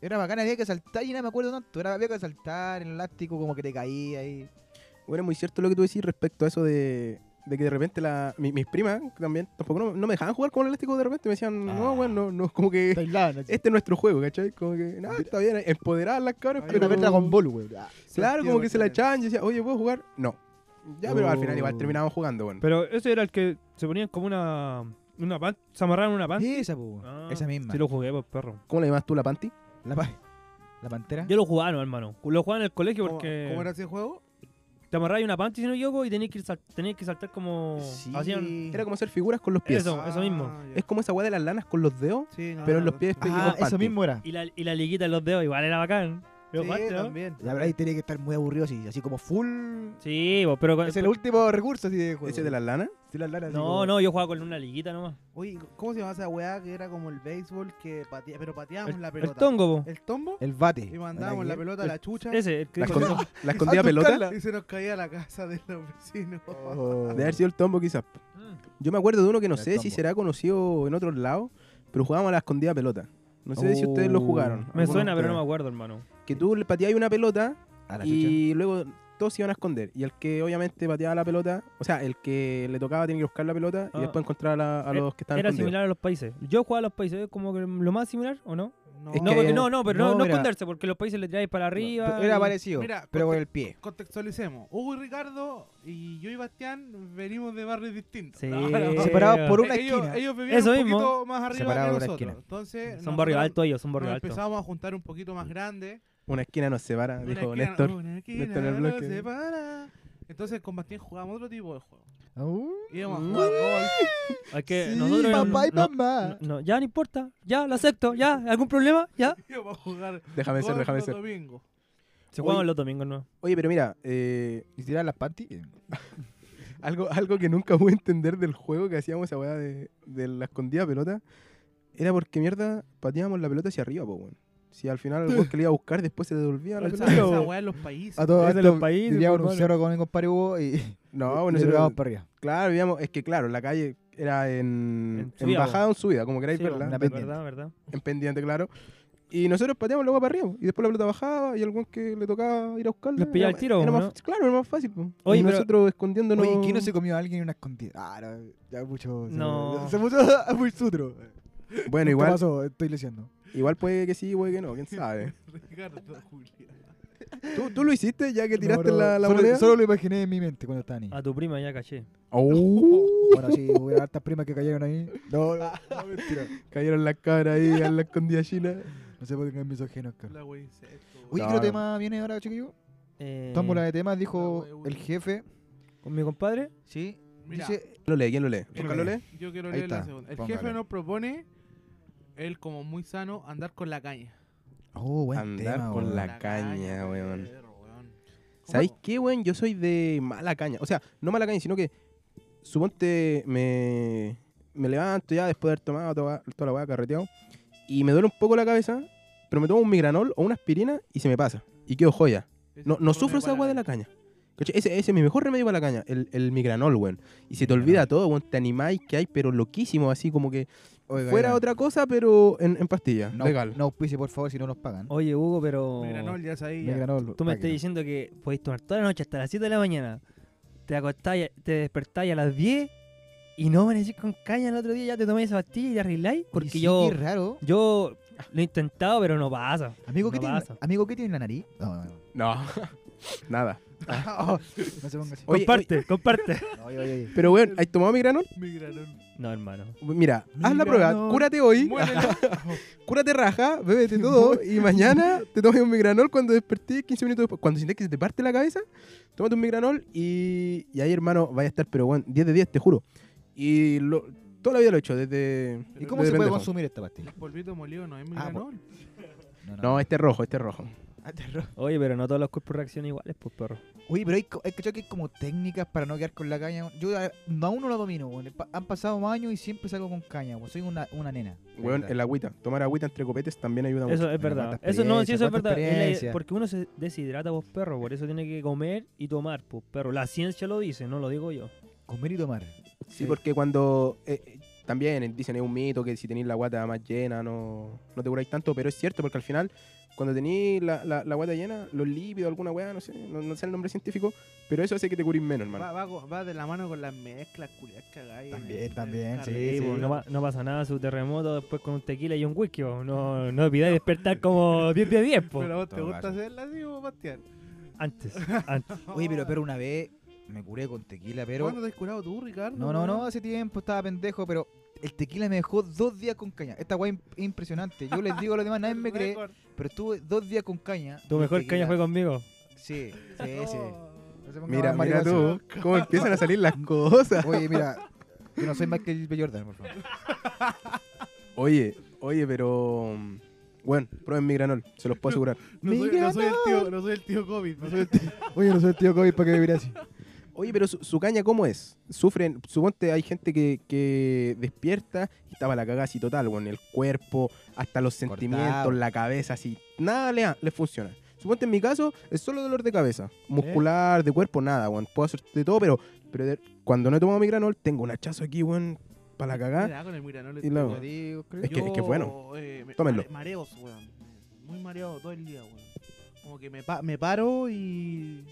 Speaker 3: Era bacana, había que saltar y nada me acuerdo tanto. Era había que saltar en el elástico, como que te caía ahí.
Speaker 2: Bueno, es muy cierto lo que tú decís respecto a eso de, de que de repente la, mi- mis primas también tampoco no, no me dejaban jugar con el elástico de repente. Me decían,
Speaker 4: Ah.
Speaker 2: no, weón, no, no, como que
Speaker 3: Está aislada, ¿no?
Speaker 2: este es nuestro juego, ¿cachai? Como que, no, está bien, empoderadas las cabras,
Speaker 3: Hay
Speaker 2: pero...
Speaker 3: una vez Dragon Ball, güey. Ah,
Speaker 2: Claro, como que se la
Speaker 3: Santiago,
Speaker 2: echaban y decía, oye, ¿puedo jugar? No. Ya, pero al final igual
Speaker 3: Oh.
Speaker 2: terminábamos jugando, bueno.
Speaker 4: Pero ese era el que se ponían como una. una pan- se amarraron una pan.
Speaker 7: Sí, esa, po, weón.
Speaker 4: Ah,
Speaker 7: esa misma.
Speaker 4: Sí, lo jugué, pues, perro.
Speaker 2: ¿Cómo le llamas tú la panty?
Speaker 7: La, pa- la pantera.
Speaker 4: Yo lo jugaba, no, hermano. Lo jugaba en el colegio porque.
Speaker 5: ¿Cómo era ese juego?
Speaker 4: Te amarrabas una panty, si no me equivoco, y tenías que, ir sal- tenías que saltar como.
Speaker 7: Sí.
Speaker 4: Hacían.
Speaker 2: Era como hacer figuras con los pies.
Speaker 4: Eso. mismo.
Speaker 5: Ah, ya.
Speaker 2: Es como esa weá de las lanas con los dedos,
Speaker 5: Sí, no,
Speaker 2: pero en
Speaker 5: no,
Speaker 2: los pies
Speaker 3: Ah,
Speaker 2: te llegó
Speaker 3: eso
Speaker 2: panty.
Speaker 3: mismo era.
Speaker 4: Y la, y la liguita en los dedos, igual era bacán.
Speaker 5: Sí,
Speaker 4: Lo jugaste, ¿no?
Speaker 5: también.
Speaker 3: La verdad, ahí tenía que estar muy aburrido así, así como full.
Speaker 4: Sí, pues, pero. con-
Speaker 3: Es el último recurso así de juego.
Speaker 2: ¿Ese de las lanas?
Speaker 3: Sí, las lanas, así
Speaker 4: No,
Speaker 3: como-
Speaker 4: no, yo jugaba con una liguita nomás.
Speaker 5: Oye, ¿cómo se llamaba esa weá que era como el béisbol que patea, pero pateábamos
Speaker 4: El,
Speaker 5: la
Speaker 4: el
Speaker 5: pelota?
Speaker 4: tongo, po.
Speaker 5: El tombo.
Speaker 3: El bate.
Speaker 5: Y mandábamos la pelota a la chucha.
Speaker 4: Ese, el que
Speaker 2: ¿La,
Speaker 4: dijo
Speaker 2: escon- la
Speaker 4: tongo.
Speaker 5: Ah,
Speaker 2: escondida pelota?
Speaker 5: Y se nos caía a la casa de los vecinos.
Speaker 3: Oh.
Speaker 2: De haber sido el tombo quizás.
Speaker 4: Mm.
Speaker 2: Yo me acuerdo de uno que no
Speaker 3: El
Speaker 2: sé si
Speaker 3: tombo.
Speaker 2: será conocido en otros lados, pero jugábamos a la escondida pelota. No sé si ustedes lo
Speaker 3: Oh.
Speaker 2: jugaron.
Speaker 4: Me
Speaker 2: algunos de
Speaker 4: suena, pero no me
Speaker 2: ustedes.
Speaker 4: acuerdo, hermano.
Speaker 2: Que tú le pateabas una pelota
Speaker 3: A la chucha.
Speaker 2: y luego todos se iban a esconder. Y el que obviamente pateaba la pelota, o sea, el que le tocaba tenía que buscar la pelota
Speaker 4: Ah.
Speaker 2: y después encontrar a, la- a
Speaker 4: Eh,
Speaker 2: los que estaban
Speaker 4: Era
Speaker 2: escondidos.
Speaker 4: similar a los países. Yo jugaba a los países, ¿eh? como que lo más similar, ¿o no?
Speaker 5: No,
Speaker 2: Es
Speaker 4: No,
Speaker 2: que-
Speaker 4: porque, no, no, pero no,
Speaker 7: no,
Speaker 4: no
Speaker 7: era-
Speaker 4: esconderse, porque los países le tiráis para arriba.
Speaker 7: Pero Era
Speaker 4: y-
Speaker 7: parecido,
Speaker 5: Mira,
Speaker 7: pero con
Speaker 5: conte-
Speaker 7: el pie.
Speaker 5: Contextualicemos. Hugo y Ricardo y yo y Bastián venimos de barrios distintos.
Speaker 4: Sí.
Speaker 5: No, no,
Speaker 4: Eh,
Speaker 7: Separados por una
Speaker 5: ellos,
Speaker 7: esquina.
Speaker 5: ellos vivían
Speaker 4: Eso
Speaker 5: un
Speaker 4: mismo.
Speaker 5: poquito más arriba
Speaker 7: Separados
Speaker 5: que
Speaker 7: por una
Speaker 5: nosotros.
Speaker 7: esquina.
Speaker 5: Entonces,
Speaker 4: Son
Speaker 5: nosotros
Speaker 4: barrio alto ellos, son
Speaker 5: Nos
Speaker 4: barrio alto.
Speaker 5: empezamos a juntar un poquito más grande.
Speaker 2: Una esquina nos separa,
Speaker 5: Una
Speaker 2: Ah, dijo
Speaker 5: esquina-
Speaker 2: Néstor.
Speaker 5: una esquina
Speaker 2: Néstor en el
Speaker 5: no
Speaker 2: bloque.
Speaker 5: separa. Entonces con Bastián jugábamos otro tipo de juego.
Speaker 3: Uh,
Speaker 5: Íbamos a
Speaker 2: Mm.
Speaker 5: jugar golf.
Speaker 4: Es que
Speaker 3: sí,
Speaker 4: Eh, nosotros no-
Speaker 3: papá y
Speaker 4: no-
Speaker 3: mamá.
Speaker 4: no- no, ya no importa, ya lo acepto, ya, ¿algún problema? Ya.
Speaker 5: Íbamos a jugar
Speaker 2: Déjame ser,
Speaker 5: golf
Speaker 2: déjame
Speaker 5: los
Speaker 2: ser.
Speaker 5: domingos.
Speaker 4: Se jugaban los domingos, ¿no?
Speaker 2: Oye, pero mira, eh,
Speaker 3: ¿Y tirar las panties?
Speaker 2: algo, algo que nunca pude entender del juego que hacíamos esa weá de, de la escondida pelota, era porque mierda pateábamos la pelota hacia arriba, po, weón. Si al final el weón que le iba a buscar después se devolvía la
Speaker 5: Pero
Speaker 2: pelota.
Speaker 5: esa, esa weá en los países.
Speaker 3: A todos
Speaker 4: Es de los países,
Speaker 3: Vivíamos en
Speaker 4: hermano.
Speaker 3: un cerro con mi compadre Hugo y.
Speaker 2: No, bueno,
Speaker 3: y le
Speaker 2: nosotros-
Speaker 3: pegábamos para arriba.
Speaker 2: claro, vivíamos, es que claro, la calle era en,
Speaker 4: En
Speaker 2: en
Speaker 4: subida,
Speaker 2: bajada o en subida, como queráis
Speaker 4: Sí,
Speaker 2: verla,
Speaker 4: verdad,
Speaker 3: una
Speaker 2: de-
Speaker 3: pendiente.
Speaker 4: verdad, verdad.
Speaker 2: en pendiente, claro. Y nosotros pateábamos luego para arriba, y después la pelota bajaba, y al weón que le tocaba ir a buscarla.
Speaker 4: Les pillaba
Speaker 2: era-
Speaker 4: el tiro,
Speaker 2: era
Speaker 4: ¿no?
Speaker 2: más- Claro, era más fácil, po.
Speaker 4: Oye,
Speaker 2: y
Speaker 4: pero-
Speaker 2: nosotros escondiéndonos.
Speaker 3: Oye, ¿quién no se comió a alguien en una escondida? Ah, no, ya mucho. se-
Speaker 4: No.
Speaker 3: Se puso muy sutro.
Speaker 2: Bueno,
Speaker 3: ¿Qué
Speaker 2: igual,
Speaker 3: pasó? Estoy leyendo.
Speaker 2: igual puede que sí, puede que no, quién sabe.
Speaker 5: Ricardo, Julián.
Speaker 2: ¿Tú, tú lo hiciste ya que
Speaker 3: No,
Speaker 2: tiraste
Speaker 3: no,
Speaker 2: la, la
Speaker 3: solo,
Speaker 2: moneda?
Speaker 3: solo lo imaginé en mi mente cuando estaba niño.
Speaker 4: A tu prima ya caché.
Speaker 2: Oh,
Speaker 3: Bueno, sí, hubiera hartas primas que cayeron ahí. No, no, no, mentira.
Speaker 2: cayeron las cabras ahí a la escondida china.
Speaker 3: No sé por qué es misógino, cabrón.
Speaker 5: La wea insecto.
Speaker 3: Oye,
Speaker 2: No,
Speaker 3: ¿qué otro
Speaker 2: no.
Speaker 3: tema viene ahora, chiquillo?
Speaker 4: Eh,
Speaker 3: Tómbola de temas, dijo
Speaker 5: la wea,
Speaker 3: el jefe.
Speaker 4: ¿Con mi compadre?
Speaker 3: Sí.
Speaker 5: Mira,
Speaker 3: Dice,
Speaker 2: Lo lee, ¿quién lo lee? ¿Nunca lo
Speaker 3: lee.
Speaker 2: lee?
Speaker 5: Yo quiero
Speaker 3: Ahí
Speaker 5: leer la
Speaker 3: está,
Speaker 5: segunda. El
Speaker 3: póngale.
Speaker 5: jefe nos propone, él como muy sano, andar con la caña.
Speaker 3: oh, buen
Speaker 2: Andar
Speaker 3: tema,
Speaker 2: con
Speaker 3: weón.
Speaker 2: la caña, weón.
Speaker 5: perro, weón.
Speaker 2: ¿Sabéis
Speaker 5: ¿Cómo?
Speaker 2: qué, weón? Yo soy de mala caña. O sea, no mala caña, sino que suponte me, me levanto ya después de haber tomado toda, toda la weá carreteado y me duele un poco la cabeza, pero me tomo un migranol o una aspirina y se me pasa. Y quedo joya.
Speaker 5: Ese
Speaker 2: No,
Speaker 5: es
Speaker 2: no
Speaker 5: un
Speaker 2: sufro
Speaker 5: remedio
Speaker 2: esa
Speaker 5: para
Speaker 2: agua de la caña. ¿Cachai? Ese, ese es mi mejor remedio para la caña, el, el migranol, weón. Y se te olvida todo, weón. Te animáis que hay, pero loquísimo, así como que
Speaker 3: Oiga,
Speaker 2: fuera
Speaker 3: era-
Speaker 2: otra cosa, pero en, en pastilla.
Speaker 3: No,
Speaker 2: legal.
Speaker 3: No auspicie, por favor, si no nos pagan.
Speaker 4: Oye, Hugo, pero.
Speaker 5: Migranol, ya sabía.
Speaker 3: Me ganó el-
Speaker 4: Tú me
Speaker 3: pa' que
Speaker 4: estás
Speaker 3: no.
Speaker 4: diciendo que podéis tomar toda la noche hasta las 7 de la mañana. Te acostáis, te despertáis a las 10 y no amanecís con caña el otro día, ya te tomáis esa pastilla y te arregláis. Porque
Speaker 3: Oye, sí,
Speaker 4: yo,
Speaker 3: qué raro.
Speaker 4: yo lo he intentado, pero no pasa.
Speaker 3: Amigo, ¿qué
Speaker 4: no
Speaker 3: tiene,
Speaker 4: pasa.
Speaker 3: amigo, ¿qué tiene en la nariz? No, no, no.
Speaker 2: No, nada.
Speaker 3: no se ponga así.
Speaker 2: Oye,
Speaker 4: comparte, comparte.
Speaker 3: Oye, oye, oye.
Speaker 2: Pero, weón, ¿has tomado migranol?
Speaker 5: Migranol.
Speaker 4: No, hermano.
Speaker 2: Mira, haz la prueba,
Speaker 3: Migranol.
Speaker 2: cúrate hoy,
Speaker 5: Muérelo.
Speaker 2: cúrate raja, bébete todo y mañana te tomes un migranol cuando desperté 15 minutos después. Cuando sientes que se te parte la cabeza, tómate un migranol y, y ahí, hermano, vaya a estar, pero weón, 10 de 10, te juro. Y lo- toda la vida lo he hecho, desde.
Speaker 3: ¿Y cómo
Speaker 2: desde
Speaker 3: se puede
Speaker 2: pendejo.
Speaker 3: consumir esta pastilla?
Speaker 5: El polvito molido no es
Speaker 3: Ah, po-
Speaker 5: migranol.
Speaker 2: No, este es rojo, este es rojo.
Speaker 3: Ah, te ro-
Speaker 4: Oye, pero no todos los cuerpos reaccionan iguales, pues perro.
Speaker 3: Oye, pero hay, co- hay cachado que hay como técnicas para no quedar con la caña. weón. Yo a- no, aún no la domino, weón. Pa- Han pasado más años y siempre salgo con caña, weón. Soy una, una nena. de
Speaker 2: Weón,
Speaker 3: verdad.
Speaker 2: el agüita. Tomar agüita entre copetes también ayuda mucho.
Speaker 4: Eso es
Speaker 3: Mira,
Speaker 4: verdad.
Speaker 3: cuánta
Speaker 4: Eso no, sí, eso
Speaker 3: experiencia,
Speaker 4: es verdad.
Speaker 3: cuánta
Speaker 4: Es la-
Speaker 3: experiencia.
Speaker 4: porque uno se deshidrata, pues perro. Por eso tiene que comer y tomar, pues perro. La ciencia lo dice, no lo digo yo.
Speaker 3: Comer y tomar.
Speaker 2: Sí, porque cuando. eh, eh, también dicen es un mito que si tenéis la guata más llena no, no te curáis tanto, pero es cierto porque al final cuando tení la, la, la guata llena, los lípidos, alguna weá, no sé, no, no sé el nombre científico, pero eso hace que te curís menos, hermano.
Speaker 5: Va, va, co- va de la mano con las mezclas, culiadas cagadas.
Speaker 3: También, también, sí,
Speaker 4: Sí, pues, no, pa- no pasa nada su terremoto después con un tequila y un whisky. po. No, no olvidáis despertar como 10 de 10, po.
Speaker 5: Pero vos te
Speaker 3: Todo
Speaker 5: gusta
Speaker 3: caso.
Speaker 5: hacerla así, vos, Bastián.
Speaker 4: Antes, antes.
Speaker 3: Oye, pero, pero una vez me curé con tequila, pero...
Speaker 5: ¿Cuándo te has curado tú, Ricardo?
Speaker 3: No, no, no, hace tiempo estaba pendejo, pero el tequila me dejó dos días con caña. Esta guay es impresionante. Yo les digo a los demás,
Speaker 5: ¿Eh?
Speaker 3: nadie me cree, pero estuve dos días con caña.
Speaker 4: Tu
Speaker 3: con
Speaker 4: mejor
Speaker 3: tequila.
Speaker 4: caña fue conmigo.
Speaker 3: Sí, sí, sí. No se ponga
Speaker 2: Mira,
Speaker 3: más
Speaker 2: mira
Speaker 3: maricón.
Speaker 2: tú, cómo empiezan a salir las cosas.
Speaker 3: Oye, mira, yo no soy Michael B. Jordan, por favor.
Speaker 2: Oye, oye, pero... mm, Bueno, prueben mi granol, se los puedo asegurar.
Speaker 5: No soy, no soy el tío, no soy el tío COVID. No soy el tío.
Speaker 3: Oye, no soy el tío COVID para que vivir así.
Speaker 2: Oye, pero su, su caña, ¿cómo es? Sufren, suponte hay gente que, que despierta y estaba la cagada así total, bueno, el cuerpo, hasta los
Speaker 3: Cortado.
Speaker 2: sentimientos, la cabeza, así. Nada le, le funciona. Suponte en mi caso, es solo dolor de cabeza. Muscular, de cuerpo, nada, weón. Puedo hacer de todo, pero, pero de- cuando no he tomado mi granol, tengo un hachazo aquí, weón, para la
Speaker 3: ¿Ah?
Speaker 2: cagada.
Speaker 5: Mira, con el Miranol
Speaker 2: Y luego-
Speaker 5: te digo.
Speaker 2: Es que- es que es bueno.
Speaker 5: eh, me-
Speaker 2: Tómenlo.
Speaker 5: mare- Mareos, weón. Muy mareado todo el día, weón. Como que me, pa- me paro y.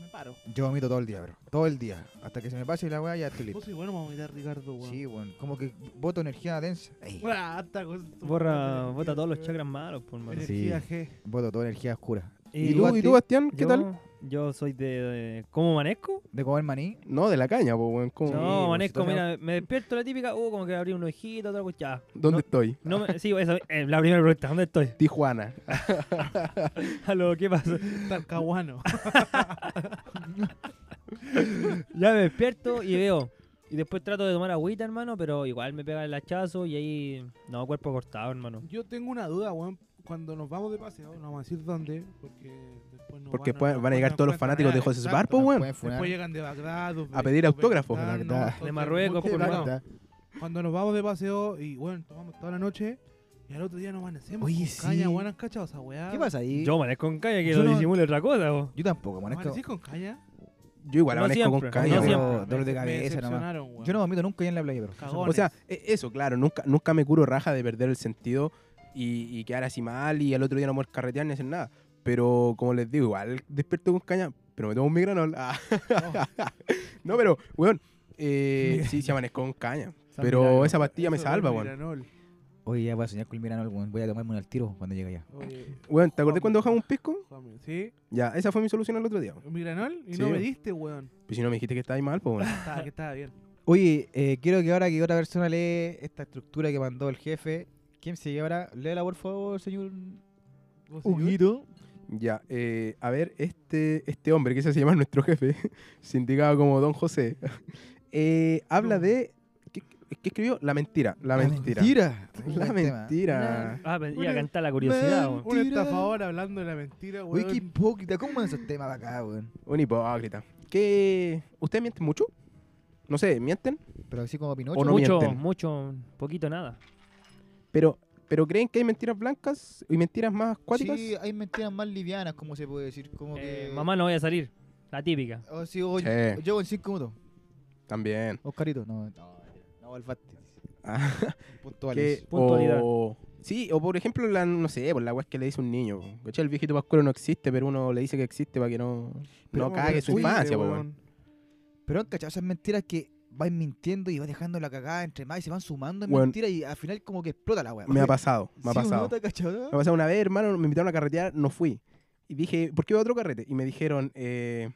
Speaker 5: Me paro.
Speaker 3: Yo vomito todo el día, bro. Todo el día. Hasta que se me pase la weá, ya estoy listo.
Speaker 5: Vos soy bueno para vomitar, Ricardo, weón.
Speaker 3: Sí, bueno, como que boto energía densa. Ey,
Speaker 5: Weón, hasta con tu-
Speaker 4: Borra, bota todos los chakras malos, por mano.
Speaker 5: Energía G.
Speaker 3: boto toda energía oscura.
Speaker 2: ¿Y tú, y tú, Bastián, qué
Speaker 4: yo,
Speaker 2: tal?
Speaker 4: Yo soy de, de- ¿Cómo manejo?
Speaker 3: De comer maní,
Speaker 2: No, de la caña, po, weón. ¿cómo?
Speaker 4: No,
Speaker 3: pues,
Speaker 4: manejo,
Speaker 3: si tú
Speaker 4: mira, me despierto la típica, uh, como que abrí un ojito, otra cosa, ya.
Speaker 2: ¿Dónde
Speaker 4: No,
Speaker 2: estoy?
Speaker 4: no me- sí, esa es la primera pregunta, ¿dónde estoy?
Speaker 2: Tijuana.
Speaker 4: Aló, ¿qué pasa?
Speaker 5: Talcahuano.
Speaker 4: Ya me despierto y veo. Y después trato de tomar agüita, hermano, pero igual me pega el hachazo y ahí. No, cuerpo cortado, hermano.
Speaker 5: Yo tengo una duda, weón. Cuando nos vamos de paseo, no vamos a decir dónde, porque después no
Speaker 2: Porque
Speaker 5: van,
Speaker 2: después van a llegar todos los fanáticos de José Bar, po,
Speaker 5: pues,
Speaker 2: weón.
Speaker 3: pueden
Speaker 5: Después
Speaker 3: funar.
Speaker 5: llegan de Bagdad, de
Speaker 2: A pedir autógrafos.
Speaker 5: Uzbekistán,
Speaker 3: De
Speaker 5: no,
Speaker 3: Bagdad.
Speaker 5: entonces,
Speaker 4: De Marruecos, por
Speaker 5: muy complicado.
Speaker 4: Bagdad.
Speaker 5: Cuando nos vamos de paseo y, bueno, tomamos toda la noche y al otro día nos amanecemos.
Speaker 3: Oye,
Speaker 5: con
Speaker 3: sí.
Speaker 5: caña, weón, ¿has cachado esa weá?
Speaker 3: ¿Qué pasa ahí?
Speaker 4: Yo manejo con caña, que
Speaker 3: Yo
Speaker 4: lo
Speaker 3: no-
Speaker 4: disimule otra cosa, vos.
Speaker 3: Yo tampoco, manejo.
Speaker 5: ¿Amanecís con caña?
Speaker 2: Yo igual
Speaker 4: No
Speaker 2: amanezco con
Speaker 4: siempre,
Speaker 2: caña,
Speaker 4: no
Speaker 2: weón.
Speaker 4: siempre.
Speaker 3: dolor de
Speaker 5: Me
Speaker 3: cabeza nomás.
Speaker 5: decepcionaron, weón.
Speaker 3: Yo no vomito nunca ahí en la playa, bro.
Speaker 5: Cagones.
Speaker 2: O sea, e- eso, claro, nunca, nunca me curo raja de perder el sentido y, y quedar así mal y al otro día no poder carretear ni hacer nada. Pero como les digo, igual despierto con caña, pero me tomo un migranol. Ah. no, pero, weón, eh, sí, se amanezco con caña.
Speaker 5: San
Speaker 2: Pero
Speaker 5: Miranol.
Speaker 2: esa pastilla me
Speaker 5: Eso,
Speaker 2: salva,
Speaker 5: Don
Speaker 2: weón.
Speaker 5: Miranol.
Speaker 3: Oye, ya voy a soñar con el Miranol, weón. Voy a tomarme uno al tiro cuando llegue allá.
Speaker 5: Oye,
Speaker 2: Weón, ¿te acordás cuando bajamos un pisco?
Speaker 5: Juanme, ¿Sí?
Speaker 2: Ya, esa fue mi solución al otro día. weón.
Speaker 5: ¿Miranol? Y
Speaker 2: Sí,
Speaker 5: no me
Speaker 2: weón.
Speaker 5: diste, weón.
Speaker 2: Pues si no me dijiste que estabas mal, pues, weón.
Speaker 5: Estaba, que estaba bien.
Speaker 3: Oye, eh, quiero que ahora que otra persona lee esta estructura que mandó el jefe. ¿Quién sigue ahora? Léela, por favor, señor.
Speaker 5: ¿Vos, señor?
Speaker 3: Huguito.
Speaker 2: Ya, eh, a ver, este, este hombre, que se llama nuestro jefe, sindicado como Don José, eh, habla de. ¿qué, qué escribió? La mentira. La, mentira. La
Speaker 3: Buen Este tema.
Speaker 2: mentira.
Speaker 4: Ah, pensé
Speaker 5: Una-
Speaker 4: a cantar la curiosidad, vos.
Speaker 5: Un estafador hablando de la mentira,
Speaker 3: Oye, qué
Speaker 5: weón.
Speaker 3: hipócrita. ¿Cómo mandan esos temas para acá, weón?
Speaker 2: Un hipócrita. ¿Qué. ¿Ustedes mienten mucho? No sé, mienten,
Speaker 3: Pero así como Pinocho.
Speaker 2: O no
Speaker 4: mucho,
Speaker 2: mienten.
Speaker 4: mucho, poquito, nada.
Speaker 2: pero, pero creen que hay mentiras blancas y mentiras más cuáticas.
Speaker 3: Sí, hay mentiras más livianas, como se puede decir. Como
Speaker 4: Eh,
Speaker 3: que... Oh,
Speaker 4: mamá no voy a salir. La típica.
Speaker 3: O si o-
Speaker 2: Sí.
Speaker 3: Yo en 5 minutos.
Speaker 2: También.
Speaker 3: Oscarito. No, no, no, Alfate.
Speaker 2: Ah,
Speaker 3: Puntuales.
Speaker 2: que-
Speaker 4: Puntualidad.
Speaker 2: o- sí, o por ejemplo, la, no sé, por la weá que le dice un niño. po. ¿Cachai? El viejito pascuero no existe, pero uno le dice que existe para que no, no cague su infancia, po, weón.
Speaker 3: Pero han cachado esas mentiras que vais mintiendo y vas dejando la cagada entre más y se van sumando en
Speaker 2: Weón.
Speaker 3: mentiras y al final como que explota la weá.
Speaker 2: Me ha pasado, me ha
Speaker 3: Sí, weón,
Speaker 2: pasado.
Speaker 3: ¿te has cachado?
Speaker 2: Me ha pasado una vez, hermano, me invitaron a carretear, no fui. Y dije, ¿por qué va a otro carrete? Y me dijeron, eh,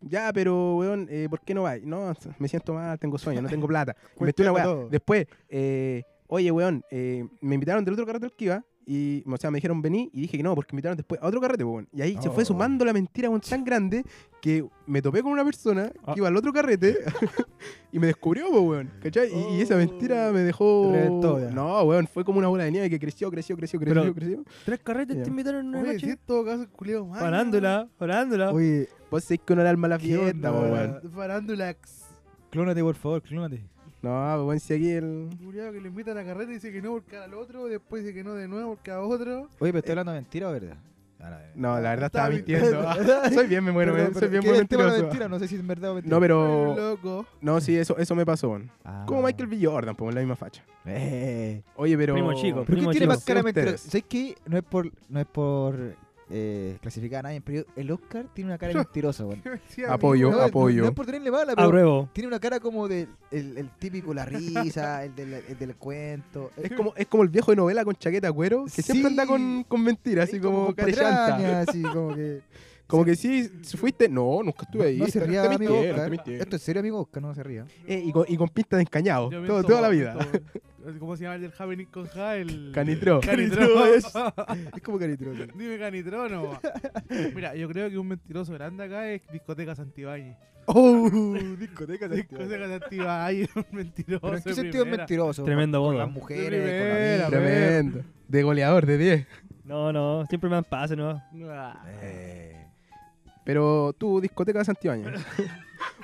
Speaker 2: ya, pero, weón, eh, ¿por qué no vais? No, me siento mal, tengo sueño, no tengo plata. Y me metí una
Speaker 3: Cuéntalo
Speaker 2: weá.
Speaker 3: todo.
Speaker 2: Después, eh, oye, weón, eh, me invitaron del otro carrete al que iba. Y, o sea, me dijeron vení y dije que no, porque me invitaron después a otro carrete, weón. Y ahí se fue
Speaker 3: Oh.
Speaker 2: sumando la mentira, weón, tan grande que me topé con una persona que
Speaker 4: Ah.
Speaker 2: iba al otro carrete y me descubrió, po, weón. ¿Cachai? Y, y
Speaker 4: Oh.
Speaker 2: esa mentira me dejó.
Speaker 3: Te reventó, ya.
Speaker 2: No, weón, fue como una bola de nieve que creció, creció, creció, creció,
Speaker 4: Pero-
Speaker 2: creció.
Speaker 4: Tres carretes
Speaker 2: Ya.
Speaker 4: te invitaron una
Speaker 5: Oye, sí,
Speaker 4: noche.
Speaker 5: en todo caso, culiado mal.
Speaker 4: Parándola, parándola.
Speaker 3: Oye,
Speaker 2: Vos sé que uno le alma a la
Speaker 3: ¿Qué
Speaker 2: fiesta, po,
Speaker 3: onda?
Speaker 2: weón.
Speaker 5: Parándola.
Speaker 3: clónate por favor, clónate.
Speaker 2: No, po, weón, si aquí el.
Speaker 5: Culiado que le invita a la carreta y dice que no porque al otro, después dice que no de nuevo porque a otro.
Speaker 3: Eh, Oye, pero estoy hablando mentira o verdad. Ahora, eh.
Speaker 2: No, la verdad estaba mintiendo. soy bien, me muero,
Speaker 3: Perdón,
Speaker 2: soy bien
Speaker 3: que
Speaker 2: muy
Speaker 3: el tema era
Speaker 2: mentiroso.
Speaker 3: mentira, no sé si es verdad o mentira.
Speaker 2: No, pero.
Speaker 5: Loco.
Speaker 2: No, sí, eso, eso me pasó. weón.
Speaker 3: Ah.
Speaker 2: Como Michael B. Jordan, pues, la misma facha.
Speaker 3: Eh.
Speaker 2: Oye, pero.
Speaker 4: Primo chico.
Speaker 3: ¿Pero qué
Speaker 4: Primo
Speaker 3: tiene
Speaker 4: chico.
Speaker 3: más cara
Speaker 2: Sí,
Speaker 3: mentira?
Speaker 2: ustedes.
Speaker 3: ¿Sabes qué? No es por, no es por eh, clasificar a nadie, pero yo- el Oscar tiene una cara de mentirosa, weón.
Speaker 2: Apoyo,
Speaker 3: No, no,
Speaker 2: apoyo.
Speaker 3: No es por tenerle mala,
Speaker 4: Ah,
Speaker 3: pero
Speaker 4: Apruebo.
Speaker 3: tiene una cara como de el, el típico, la risa, el del, el del cuento.
Speaker 2: Es como, es como el viejo de novela con chaqueta cuero, que siempre
Speaker 3: Sí.
Speaker 2: anda con, con mentiras, así
Speaker 3: Es
Speaker 2: como,
Speaker 3: con
Speaker 2: carechanta.
Speaker 3: patraña, así como que...
Speaker 2: Como que sí, si fuiste, no, nunca estuve ahí.
Speaker 3: No se
Speaker 2: te-
Speaker 3: ría,
Speaker 2: te
Speaker 3: amigo
Speaker 2: mintieron,
Speaker 3: Oscar.
Speaker 2: te mintieron.
Speaker 3: Esto es serio, amigo Oscar, no se ría.
Speaker 2: Eh, y, con, y con pinta de encañado,
Speaker 5: Yo
Speaker 2: todo-
Speaker 5: miento,
Speaker 2: toda la
Speaker 5: miento,
Speaker 2: vida.
Speaker 5: weón. ¿Cómo se llama el del Happening con Ja? El...
Speaker 2: Canitro.
Speaker 5: Canitro.
Speaker 3: Es como caritroso.
Speaker 5: Dime Canitrono. weón. Mira, yo creo que un mentiroso grande acá es Discoteca Santibáñez.
Speaker 3: ¡Oh! Discoteca de
Speaker 5: Discoteca Santibáñez, un
Speaker 2: Oh,
Speaker 5: mentiroso.
Speaker 3: Pero en qué
Speaker 5: de
Speaker 3: sentido es
Speaker 5: primera.
Speaker 3: mentiroso.
Speaker 4: Tremendo
Speaker 3: Con
Speaker 4: boda.
Speaker 3: las
Speaker 5: De
Speaker 3: mujeres,
Speaker 5: primera,
Speaker 3: con amigos.
Speaker 2: Tremendo. De goleador, de 10.
Speaker 4: No, no, siempre me dan pase, ¿no?
Speaker 5: Ah,
Speaker 3: Eh,
Speaker 2: Pero tú, discoteca Santibáñez.
Speaker 3: ¿Qué te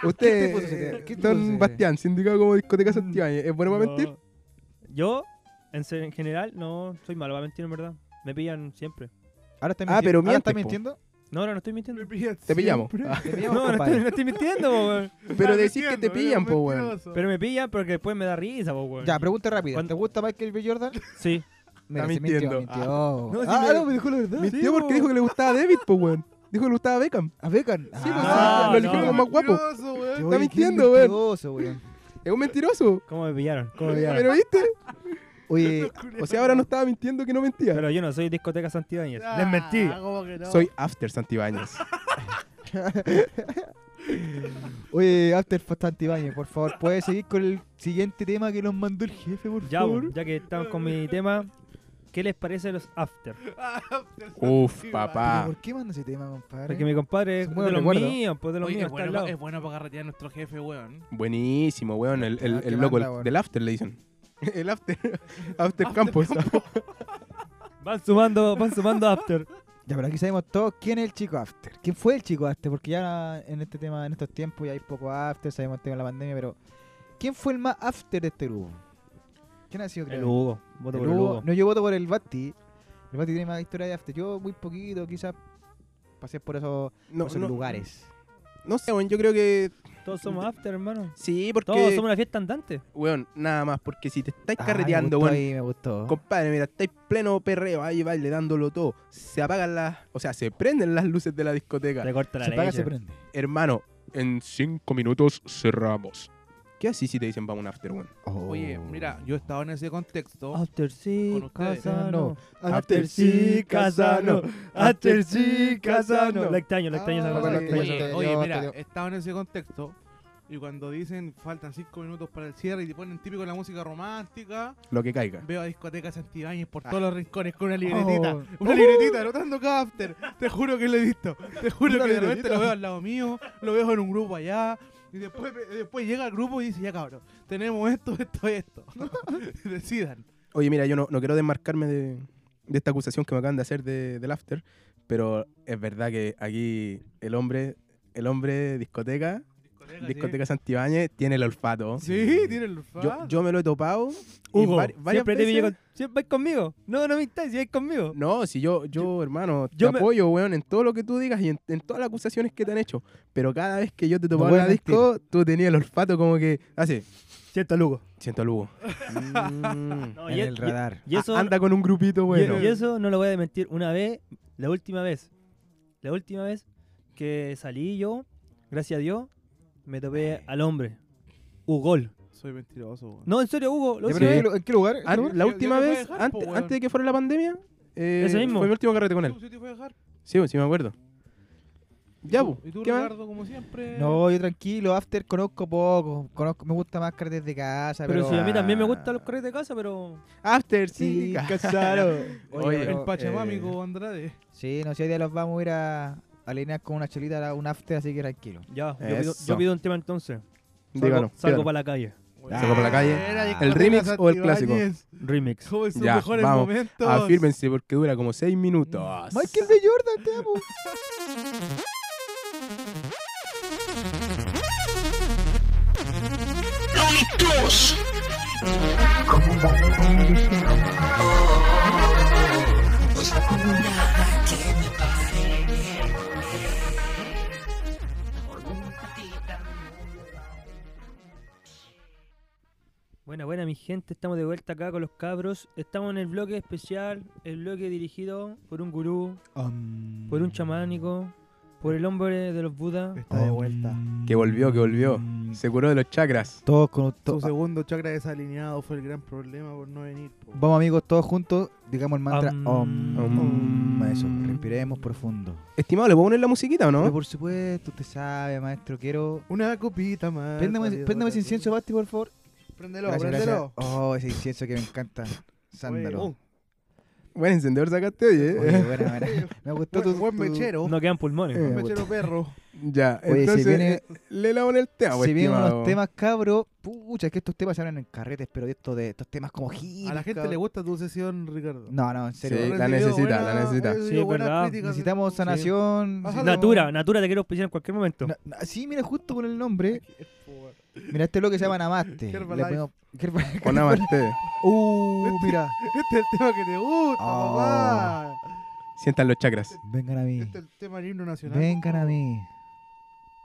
Speaker 3: puso ese
Speaker 2: Usted,
Speaker 3: tema? ¿Qué te puso
Speaker 2: Don
Speaker 3: ese?
Speaker 2: Bastián, sindicado como discoteca Santibáñez, ¿es bueno para
Speaker 4: No.
Speaker 2: mentir?
Speaker 4: Yo, en, ser- en general, no soy malo para mentir, en verdad. Me pillan siempre.
Speaker 3: Ahora está
Speaker 2: Ah, pero
Speaker 3: mintiendo. Ahora
Speaker 2: mientes,
Speaker 3: está
Speaker 2: po.
Speaker 3: mintiendo.
Speaker 4: No, ahora no estoy mintiendo.
Speaker 5: me pillan
Speaker 2: Te pillamos.
Speaker 5: siempre.
Speaker 2: Ah,
Speaker 3: Te pillamos,
Speaker 4: No, no
Speaker 3: compadre.
Speaker 4: estoy, no estoy mintiendo, po, weón.
Speaker 2: pero
Speaker 5: Estás
Speaker 2: decís que te
Speaker 5: mintiendo,
Speaker 2: pillan,
Speaker 5: eres
Speaker 2: po,
Speaker 5: un
Speaker 2: weón.
Speaker 5: mentiroso.
Speaker 4: Pero me pillan porque después me da risa, po, weón.
Speaker 3: Ya, pregunta rápida.
Speaker 4: ¿Cuándo-
Speaker 3: ¿Te gusta Michael B. Jordan?
Speaker 4: Sí.
Speaker 3: Mira,
Speaker 2: Está
Speaker 3: se
Speaker 2: mintiendo.
Speaker 3: mintió, mintió.
Speaker 4: No, sí
Speaker 3: ah,
Speaker 4: me-
Speaker 3: no, me dijo la verdad.
Speaker 2: Mintió porque dijo que le gustaba David, po, weón. Dijo que le gustaba Beckham.
Speaker 3: A Beckham.
Speaker 2: Sí, pues,
Speaker 4: Ah,
Speaker 2: lo
Speaker 4: no.
Speaker 2: eligieron como más guapo.
Speaker 5: Mentiroso, weón.
Speaker 2: está mintiendo, weón.
Speaker 3: weón.
Speaker 2: Es un mentiroso.
Speaker 4: ¿Cómo me pillaron? ¿Cómo me pillaron?
Speaker 2: Pero viste,
Speaker 3: Oye,
Speaker 2: o sea, ahora no estaba mintiendo que no mentía.
Speaker 4: Pero yo no soy discoteca Santibáñez.
Speaker 5: Ah,
Speaker 4: Les mentí.
Speaker 5: ¿cómo que no?
Speaker 2: Soy After Santibáñez.
Speaker 3: oye, After Fastantibáñez, por favor, ¿puedes seguir con el siguiente tema que nos mandó el jefe, por
Speaker 4: Ya,
Speaker 3: favor?
Speaker 4: po, ya que estamos con mi tema, ¿qué les parece los after?
Speaker 2: Uf,
Speaker 3: Pero
Speaker 2: papá.
Speaker 3: ¿Por qué manda ese tema, compadre?
Speaker 4: Porque mi compadre es
Speaker 3: Son
Speaker 4: de
Speaker 3: buenos
Speaker 4: los
Speaker 3: recuerdos.
Speaker 4: míos, pues de los
Speaker 5: Oye,
Speaker 4: míos,
Speaker 5: es,
Speaker 4: está al
Speaker 5: bueno,
Speaker 4: lado.
Speaker 5: es bueno para carretear a nuestro jefe, weón.
Speaker 2: Buenísimo, weón. El, el,
Speaker 3: Ah, qué
Speaker 2: el loco
Speaker 3: banda, weón.
Speaker 2: del After le dicen. El After. After Campos.
Speaker 4: Van sumando, van sumando after.
Speaker 3: Ya, pero aquí sabemos todos quién es el chico After. ¿Quién fue el chico After? Porque ya en este tema, en estos tiempos, ya hay poco After, sabemos el tema de la pandemia, pero ¿quién fue el más After de este grupo? ¿Quién ha sido, creo?
Speaker 4: El Hugo,
Speaker 3: El
Speaker 4: voto por el
Speaker 3: Hugo-
Speaker 4: Hugo.
Speaker 3: No, yo voto por el Basti. El Basti tiene más historia de After. Yo muy poquito, quizás pasé por esos,
Speaker 2: No,
Speaker 3: por esos
Speaker 2: no,
Speaker 3: lugares.
Speaker 2: no sé, weón. Yo creo que
Speaker 4: Todos somos after, hermano.
Speaker 2: sí,
Speaker 4: Todos
Speaker 2: porque.
Speaker 4: somos una fiesta andante.
Speaker 2: Weón, nada más. Porque si te estáis
Speaker 3: Ay,
Speaker 2: carreteando,
Speaker 3: me gustó
Speaker 2: weón.
Speaker 3: ahí, me gustó.
Speaker 2: Compadre, mira, estáis pleno perreo. Ahí baile dándolo todo. Se apagan las. O sea, se prenden las luces de la discoteca.
Speaker 4: Te corta la
Speaker 3: se paga,
Speaker 4: leche.
Speaker 3: se prende.
Speaker 2: Hermano, en cinco minutos cerramos. ¿Qué así si te dicen vamos a un After, weón?
Speaker 5: Oye,
Speaker 3: Oh.
Speaker 5: mira, yo estaba en ese contexto.
Speaker 3: Ah,
Speaker 4: After
Speaker 5: Con
Speaker 4: sí,
Speaker 5: ustedes.
Speaker 4: Casano.
Speaker 2: After sí, Casano. After sí, Casano.
Speaker 4: La extraño, la extraño.
Speaker 3: Ah,
Speaker 4: esa
Speaker 3: la
Speaker 4: canción, la
Speaker 3: conozco,
Speaker 4: extraño.
Speaker 3: ya.
Speaker 5: Oye,
Speaker 3: te
Speaker 5: oye,
Speaker 3: leo,
Speaker 5: mira,
Speaker 3: te leo.
Speaker 5: estaba en ese contexto. Y cuando dicen faltan cinco minutos para el cierre y te ponen típico la música romántica,
Speaker 2: Lo que caiga.
Speaker 5: veo a discotecas Santibáñez por todos
Speaker 3: Ah.
Speaker 5: los rincones con una libretita.
Speaker 3: Oh.
Speaker 5: Una libretita, anotando cada after. Te juro que lo he visto. Te juro
Speaker 3: Una
Speaker 5: que de repente
Speaker 3: libretita.
Speaker 5: lo veo al lado mío, lo veo en un grupo allá. Y después, después llega el grupo y dice, ya cabrón, tenemos esto, esto y esto. Decidan.
Speaker 2: Oye, mira, yo no, no quiero desmarcarme de, de esta acusación que me acaban de hacer de- del after, pero es verdad que aquí el hombre, el hombre discoteca, discoteca Santibáñez, tiene el olfato.
Speaker 5: Sí, tiene el
Speaker 2: Yo,
Speaker 5: olfato.
Speaker 2: yo me lo he topado. y
Speaker 4: Hugo,
Speaker 2: vari- varias
Speaker 4: siempre te pillo
Speaker 2: veces-
Speaker 4: con... Siempre vais conmigo. No, no me estás, si vais conmigo.
Speaker 2: No, si yo, yo, hermano, te
Speaker 4: yo me-
Speaker 2: apoyo, weón, en todo lo que tú digas y en, en todas las acusaciones que te han hecho. Pero cada vez que yo te topaba en
Speaker 3: voy
Speaker 2: la
Speaker 3: a mentir.
Speaker 2: disco, tú tenías el olfato como que, hace,
Speaker 4: Siento al Hugo.
Speaker 2: siento al Hugo. Mm.
Speaker 4: No,
Speaker 3: En
Speaker 4: y,
Speaker 3: el
Speaker 4: y-
Speaker 3: radar.
Speaker 4: y eso,
Speaker 2: A- Anda con un grupito bueno.
Speaker 4: y- y eso no lo voy a mentir. Una vez, la última vez, la última vez que salí yo, gracias a Dios, me topé al hombre. Ugol.
Speaker 5: Soy mentiroso, weón.
Speaker 4: No, en serio, Hugo. Lo
Speaker 3: Ya, pero
Speaker 4: última vez-
Speaker 3: ¿en qué- ¿En qué lugar?
Speaker 2: An-
Speaker 5: Yo-
Speaker 2: la
Speaker 5: yo
Speaker 2: última
Speaker 5: te voy
Speaker 2: vez,
Speaker 5: a dejar, po,
Speaker 2: antes,
Speaker 5: weón.
Speaker 2: antes de que fuera la pandemia, eh,
Speaker 4: Ese mismo.
Speaker 2: fue mi último carrete con él.
Speaker 5: ¿Tú sí te fue a dejar?
Speaker 2: Sí, sí me acuerdo. Ya,
Speaker 5: ¿Y
Speaker 2: bu,
Speaker 5: tú- ¿Y tú,
Speaker 2: ¿qué más?
Speaker 5: Ricardo, como siempre?
Speaker 3: No,
Speaker 2: eh.
Speaker 3: yo tranquilo, After conozco poco. Conozco, me gusta más carretes de casa.
Speaker 4: Pero
Speaker 3: Pero,
Speaker 4: si a mí también me gustan los carretes de casa, pero...
Speaker 2: After sí,
Speaker 3: Sí,
Speaker 2: ca-
Speaker 3: claro.
Speaker 2: Oye,
Speaker 3: pero,
Speaker 5: El Pachamámico
Speaker 3: eh,
Speaker 5: Andrade.
Speaker 3: sí, no sé, hoy día los vamos a ir a a alinear con una chelita, a un After, así que tranquilo.
Speaker 4: Ya, yo pido,
Speaker 2: Eso.
Speaker 4: yo pido un tema entonces. Salgo,
Speaker 2: Dígalo, dígalo.
Speaker 4: salgo para la calle.
Speaker 2: Salgo Ah, por la calle.
Speaker 5: Era
Speaker 3: ¿El
Speaker 5: discoteca
Speaker 2: remix o el
Speaker 5: Santibáñez.
Speaker 2: clásico?
Speaker 4: Remix.
Speaker 5: Como en sus
Speaker 2: Ya,
Speaker 5: mejores
Speaker 2: vamos.
Speaker 5: momentos.
Speaker 2: Afírmense porque dura como 6 minutos.
Speaker 3: Michael B. Jordan, te amo.
Speaker 8: Una vaca en mi
Speaker 4: Buena, buena, mi gente. Estamos de vuelta acá con los cabros. Estamos en el bloque especial, el bloque dirigido por un gurú,
Speaker 5: Um,
Speaker 4: por
Speaker 3: Pues,
Speaker 4: un chamánico, por el hombre de los budas.
Speaker 5: Está
Speaker 3: um,
Speaker 5: de vuelta. Um,
Speaker 2: Que volvió, que volvió. Se curó de los chakras.
Speaker 3: Todos con
Speaker 5: Su
Speaker 3: to-
Speaker 5: segundo chakra desalineado fue el gran problema por no venir. po.
Speaker 3: Vamos amigos, todos juntos, digamos el mantra.
Speaker 5: Um,
Speaker 3: um,
Speaker 4: Am.
Speaker 3: Om.
Speaker 2: Om.
Speaker 3: Eso, respiremos profundo.
Speaker 2: Estimado, ¿le puedo poner la musiquita o
Speaker 3: Pero
Speaker 2: no?
Speaker 3: por supuesto, usted sabe, maestro, quiero.
Speaker 5: Una copita más.
Speaker 3: Préndame,
Speaker 5: Vale,
Speaker 3: préndame ese
Speaker 5: vale.
Speaker 3: incienso, Basti, por favor.
Speaker 5: Préndelo,
Speaker 3: Gracias,
Speaker 5: préndelo.
Speaker 3: gracias. Oh, ese incienso que me encanta. Sándalo.
Speaker 5: Oye,
Speaker 2: Buen encendedor sacaste hoy, ¿eh?
Speaker 3: Oye, buena, buena. Me gustó
Speaker 5: Buen,
Speaker 3: tu.
Speaker 5: buen
Speaker 3: tu-
Speaker 5: mechero.
Speaker 4: No quedan pulmones.
Speaker 2: Eh,
Speaker 5: buen mechero perro.
Speaker 2: Ya,
Speaker 3: Oye, si
Speaker 2: entonces
Speaker 3: viene-
Speaker 2: eh, le lavo en el tema, pues,
Speaker 3: Se vienen
Speaker 2: estimado.
Speaker 3: unos temas, cabros. Pucha, es que estos temas se hablan en carretes, pero de estos, de estos temas como hip.
Speaker 5: A la gente le gusta tu sesión, Ricardo.
Speaker 3: No, no, en serio.
Speaker 2: Sí,
Speaker 5: He
Speaker 2: la
Speaker 5: recibido
Speaker 2: necesita, la
Speaker 5: buenas-
Speaker 2: necesita.
Speaker 5: he recibido
Speaker 4: Sí,
Speaker 5: buenas
Speaker 4: verdad.
Speaker 5: críticas.
Speaker 3: Necesitamos sanación.
Speaker 5: Ajá.
Speaker 3: necesitamos-
Speaker 4: Natura, Natura te quiero auspiciar en cualquier momento.
Speaker 3: Na- na- sí, mira, justo con el nombre. Mira, este es lo que se llama Namaste. Le
Speaker 5: Herbalife.
Speaker 3: ponemos- Herbalife.
Speaker 2: Con amante.
Speaker 3: Uh, mira.
Speaker 5: Este es el tema que te gusta,
Speaker 3: Oh.
Speaker 5: papá.
Speaker 2: Sientan los chakras.
Speaker 3: Vengan a mí.
Speaker 5: Este es el tema del himno nacional.
Speaker 3: Vengan a mí.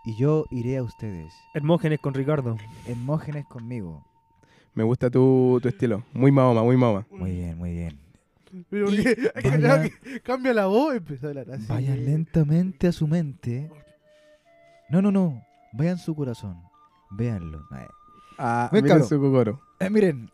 Speaker 3: Y yo iré a ustedes.
Speaker 4: Hermógenes con Ricardo.
Speaker 3: Hermógenes conmigo.
Speaker 2: Me gusta tu, tu estilo. Muy mahoma, muy mahoma.
Speaker 3: Muy bien, muy bien.
Speaker 5: Pero porque-
Speaker 3: Vayan,
Speaker 5: cambia la voz y empieza a hablar así.
Speaker 3: vayan lentamente a su mente. No, no, no. Vayan su corazón. Véanlo. Eh,
Speaker 2: Ah,
Speaker 3: Ven,
Speaker 2: miren
Speaker 3: cabrón.
Speaker 2: su cocoro.
Speaker 3: eh, miren.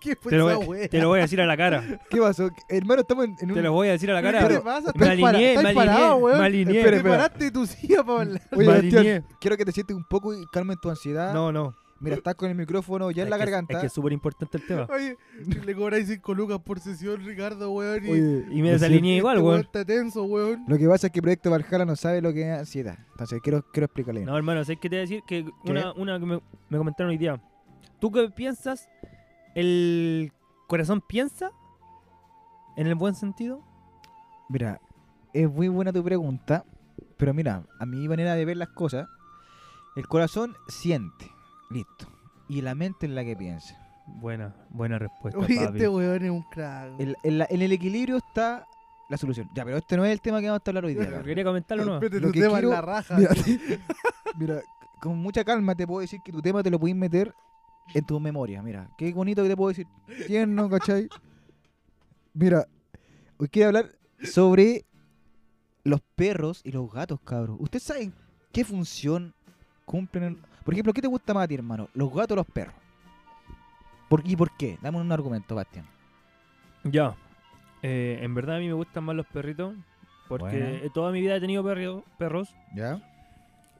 Speaker 5: ¿Qué fue
Speaker 4: Te lo,
Speaker 5: esa
Speaker 4: voy,
Speaker 5: wea?
Speaker 4: te lo voy a decir a la cara.
Speaker 3: ¿Qué pasó? Hermano, estamos en, en
Speaker 4: Te lo voy a decir a la cara.
Speaker 5: ¿Qué te pasa?
Speaker 4: me
Speaker 5: Estás para-
Speaker 4: alineé,
Speaker 5: estás
Speaker 4: me
Speaker 5: parado,
Speaker 4: alineé,
Speaker 5: weón.
Speaker 4: me alineé.
Speaker 5: Te paraste tu silla para hablar.
Speaker 3: Oye,
Speaker 4: Me
Speaker 3: Bastián,
Speaker 4: alineé.
Speaker 3: quiero que te sientes un poco y calmen tu
Speaker 5: Ah.
Speaker 3: ansiedad.
Speaker 4: No, no.
Speaker 3: Mira, estás con el micrófono ya en
Speaker 4: Es
Speaker 3: la
Speaker 4: que-
Speaker 3: garganta.
Speaker 4: Es que es súper importante el tema.
Speaker 5: Oye, le cobráis 5 lucas por sesión, Ricardo, weón. Y
Speaker 4: Y me desalineé igual,
Speaker 5: este
Speaker 4: weón.
Speaker 5: Está tenso, weón.
Speaker 3: Lo que pasa es que Proyecto Valhalla no sabe lo que es ansiedad. Entonces quiero, quiero explicarle.
Speaker 4: No, hermano, ¿sabes qué te voy a decir? Que una, una que me, me comentaron hoy día. ¿Tú qué piensas? ¿El corazón piensa? ¿En el buen sentido?
Speaker 3: Mira, es muy buena tu pregunta, pero mira, a mi manera de ver las cosas, el corazón siente, listo. Y la mente es la que piensa.
Speaker 4: Buena, buena respuesta,
Speaker 5: Oye,
Speaker 4: papi.
Speaker 5: este weón es un crack.
Speaker 3: El- en, la- en el equilibrio está la solución. Ya, pero este no es el tema que vamos a hablar hoy día.
Speaker 4: Pero
Speaker 3: cabrón.
Speaker 4: Quería comentarlo, ¿no?
Speaker 5: Respete
Speaker 3: Lo
Speaker 5: tu
Speaker 3: que
Speaker 5: tema
Speaker 3: quiero-
Speaker 5: en la raja.
Speaker 3: Mira, mira, con mucha calma te puedo decir que tu tema te lo puedes meter en tu memoria. Mira, qué bonito que te puedo decir. Tierno, ¿cachai? Mira, hoy quiero hablar sobre los perros y los gatos, cabros. ¿Ustedes saben qué función cumplen? en- Por ejemplo, ¿qué te gusta más a ti, hermano? ¿Los gatos o los perros? ¿Por, ¿Y por qué? Dame un argumento, Bastián.
Speaker 4: Ya. Eh, en verdad a mí me gustan más los perritos. Porque
Speaker 3: Buena.
Speaker 4: toda mi vida he tenido perrio- perros.
Speaker 3: ¿Ya?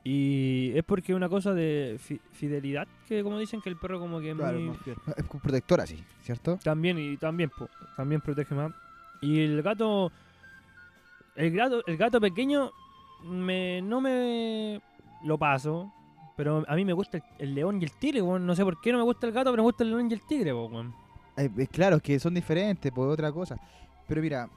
Speaker 4: Y es porque una cosa de fi- fidelidad. Que como dicen que el perro como que es
Speaker 5: Claro,
Speaker 4: muy-
Speaker 5: más fiel.
Speaker 3: Es protectora, sí, ¿cierto?
Speaker 4: También, y también, po, también protege más. Y el gato. El gato, el gato pequeño me, no me lo paso. Pero a mí me gusta el, el león y el tigre, weón. No sé por qué no me gusta el gato, pero me gusta el león y el tigre, po, weón.
Speaker 3: Eh, eh, claro, es que son diferentes, por otra cosa. Pero mira,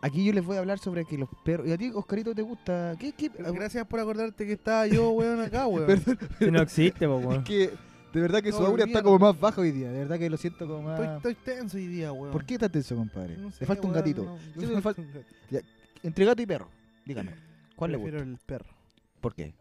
Speaker 3: aquí yo les voy a hablar sobre que los perros. ¿Y a ti, Oscarito, te gusta? ¿Qué, qué? Ah,
Speaker 5: Gracias por acordarte que estaba yo, weón, acá, weón.
Speaker 3: Perdón,
Speaker 4: Que no existe, po, weón.
Speaker 3: que de verdad que
Speaker 5: No,
Speaker 3: su aura
Speaker 5: olvídalo.
Speaker 3: está como más baja hoy día. De verdad que lo siento como más.
Speaker 5: Estoy, estoy tenso hoy día, weón.
Speaker 3: ¿Por qué estás tenso, compadre?
Speaker 5: No
Speaker 3: le
Speaker 5: sé,
Speaker 3: falta un
Speaker 5: weón,
Speaker 3: gatito.
Speaker 5: no,
Speaker 3: Sí,
Speaker 5: me
Speaker 3: le falta-
Speaker 5: falta un gatito.
Speaker 3: Entre gato y perro, dígame. ¿Cuál le gusta?
Speaker 5: Prefiero el perro.
Speaker 3: ¿Por qué?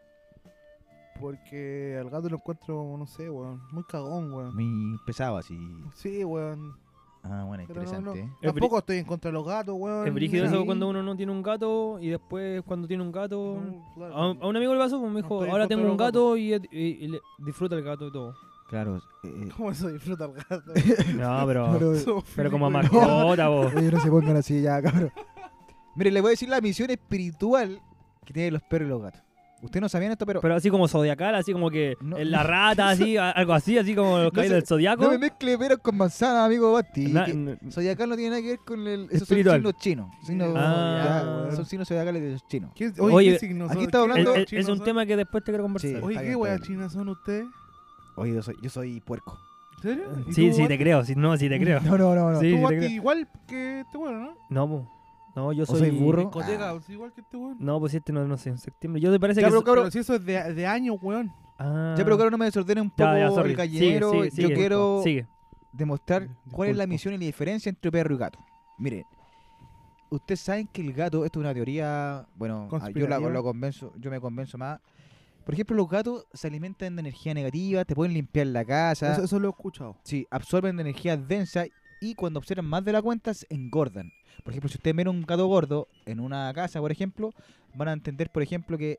Speaker 5: Porque al gato lo encuentro, no sé, weón. Muy cagón, weón.
Speaker 3: Muy pesado así.
Speaker 5: Sí, weón.
Speaker 3: Ah, bueno,
Speaker 5: Pero no,
Speaker 3: interesante.
Speaker 5: no.
Speaker 3: ¿eh?
Speaker 4: Es
Speaker 5: Tampoco estoy en contra de los gatos, weón.
Speaker 4: Es brígido
Speaker 5: ni
Speaker 4: eso
Speaker 5: ahí.
Speaker 4: cuando uno no tiene un gato y después cuando tiene un gato.
Speaker 5: No, claro.
Speaker 4: A, un- a un amigo le pasó, pues, me
Speaker 5: No
Speaker 4: dijo,
Speaker 5: Mm. estoy en
Speaker 4: ahora
Speaker 5: contra
Speaker 4: tengo
Speaker 5: de
Speaker 4: un
Speaker 5: los
Speaker 4: gato y, y- y le- disfruta el gato y todo.
Speaker 3: Claro. eh,
Speaker 5: ¿Cómo se disfruta el gato?
Speaker 4: No, pero.
Speaker 3: pero,
Speaker 5: Somos
Speaker 4: Pero como
Speaker 5: felices.
Speaker 4: mascota, po.
Speaker 3: Oye, no se pongan así ya, cabrón. Mire, les voy a decir la misión espiritual que tienen los perros y los gatos. Ustedes no sabían esto, pero.
Speaker 4: Pero así como zodiacal, así como que
Speaker 3: No.
Speaker 4: en la rata, así, a- algo así, así como los caídos
Speaker 3: sé,
Speaker 4: del zodiaco.
Speaker 3: no me mezcle peros con manzanas, amigo Basti.
Speaker 4: Na-
Speaker 3: que
Speaker 4: n-
Speaker 3: Zodiacal no tiene nada que ver con el. Esos
Speaker 4: Espiritual.
Speaker 3: son signos chinos. Signos,
Speaker 4: Ah,
Speaker 3: ya,
Speaker 5: weón.
Speaker 3: son signos zodiacales de los chinos.
Speaker 5: ¿Qué-
Speaker 4: Oye,
Speaker 5: ¿qué signos
Speaker 3: aquí
Speaker 5: son?
Speaker 3: estaba
Speaker 5: ¿Qué
Speaker 4: es,
Speaker 3: hablando-
Speaker 4: es-
Speaker 5: weas
Speaker 4: es
Speaker 5: chinos
Speaker 4: un
Speaker 5: son?
Speaker 4: tema que después te quiero conversar.
Speaker 3: Sí. Está
Speaker 5: Oye, ¿qué
Speaker 3: bien,
Speaker 5: weas
Speaker 3: está bien.
Speaker 5: chinas son ustedes?
Speaker 3: Oye, yo soy, yo soy puerco.
Speaker 5: ¿En serio? ¿Y
Speaker 4: Sí,
Speaker 5: tú,
Speaker 4: sí,
Speaker 5: Bati?
Speaker 4: te creo. Sí, no, sí, te creo.
Speaker 3: No, no, no. no.
Speaker 4: Sí, sí,
Speaker 5: Tú,
Speaker 4: te
Speaker 5: Bati,
Speaker 4: creo.
Speaker 5: igual que este weón, ¿no?
Speaker 4: No, po. No, yo
Speaker 3: ¿O
Speaker 4: soy,
Speaker 3: soy burro?
Speaker 5: Discoteca,
Speaker 3: Ah.
Speaker 5: o sea, igual que este weón.
Speaker 4: No, pues este no, no sé, en septiembre. Yo te parece
Speaker 5: Ya,
Speaker 4: que.
Speaker 5: pero
Speaker 4: so-
Speaker 5: cabrón, si eso es de, de año, weón.
Speaker 4: Ah.
Speaker 3: Ya, pero claro, no me desordenen un poco
Speaker 4: Ya, ya, sorry.
Speaker 3: el gallinero.
Speaker 4: Sigue, sigue,
Speaker 3: yo
Speaker 4: sigue.
Speaker 3: quiero
Speaker 4: Sigue.
Speaker 3: demostrar cuál es la
Speaker 5: Disculpa.
Speaker 3: misión y la diferencia entre perro y gato. Miren, ustedes saben que el gato, esto es una teoría, bueno, ah, yo la-
Speaker 5: Conspirativa.
Speaker 3: lo convenzo, yo me convenzo más, Por ejemplo, los gatos se alimentan de energía negativa, te pueden limpiar la casa,
Speaker 5: Eso, eso lo he escuchado.
Speaker 3: sí, absorben de energía densa y cuando observan más de la cuenta se engordan. Por ejemplo, si ustedes ven un gato gordo en una casa, por ejemplo, van a entender, por ejemplo, que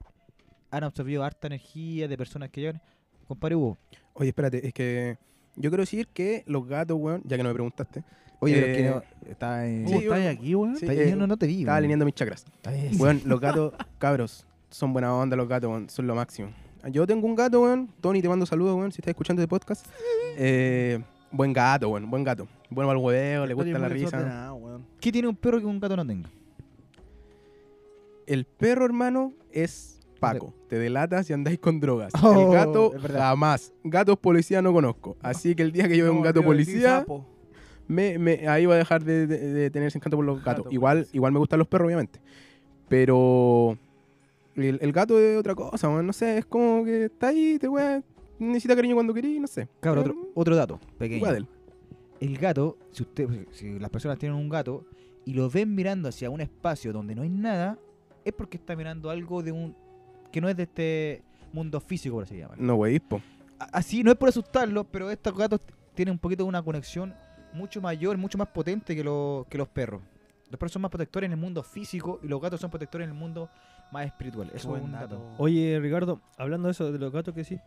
Speaker 3: han absorbido harta energía de personas que llevan. Compadre Hugo,
Speaker 2: Oye, espérate, es que yo quiero decir que los gatos, weón, ya que no me preguntaste,
Speaker 9: Oye,
Speaker 2: Eh,
Speaker 9: pero que no, está en...
Speaker 2: Sí,
Speaker 5: ¿Cómo estás aquí, weón?
Speaker 2: sí,
Speaker 9: está-
Speaker 2: eh,
Speaker 9: yo no, no te vi.
Speaker 2: estaba
Speaker 9: weón.
Speaker 2: alineando mis chakras.
Speaker 9: Está bien.
Speaker 2: Weón, los gatos, cabros, son buena onda los gatos, weón, son lo máximo. Yo tengo un gato, weón. Tony, te mando saludos, weón, si estás escuchando este podcast. Eh, buen gato, weón, buen gato. Bueno para el hueveo, le gusta la risa.
Speaker 3: ¿qué tiene un perro que un gato no tenga?
Speaker 2: El perro, hermano, es Paco. Te delatas si andáis con drogas.
Speaker 9: Oh,
Speaker 2: el gato,
Speaker 9: es verdad.
Speaker 2: jamás. Gatos policía no conozco. Así que el día que yo vea un gato policía, me, me- ahí va a dejar de, de- de tener ese encanto por los gatos.
Speaker 4: Gato
Speaker 2: Igual,
Speaker 4: policía.
Speaker 2: igual me gustan los perros, obviamente. Pero el, el gato es otra cosa, weón. no sé, es como que está ahí, te weá, necesita cariño cuando querís, no sé.
Speaker 3: Cabrón,
Speaker 2: Pero,
Speaker 3: otro, otro dato pequeño.
Speaker 2: weá de él.
Speaker 3: El gato, si, usted, si las personas tienen un gato y lo ven mirando hacia un espacio donde no hay nada, es porque está mirando algo de un que no es de este mundo físico, por así llamarlo.
Speaker 2: No, wey, po.
Speaker 3: A- Así, no es por asustarlo, pero estos gatos t- tienen un poquito de una conexión mucho mayor, mucho más potente que, lo- que los perros. Los perros son más protectores en el mundo físico y los gatos son protectores en el mundo más espiritual. Eso es un dato.
Speaker 4: Oye, Ricardo, hablando de eso, de los gatos que sí.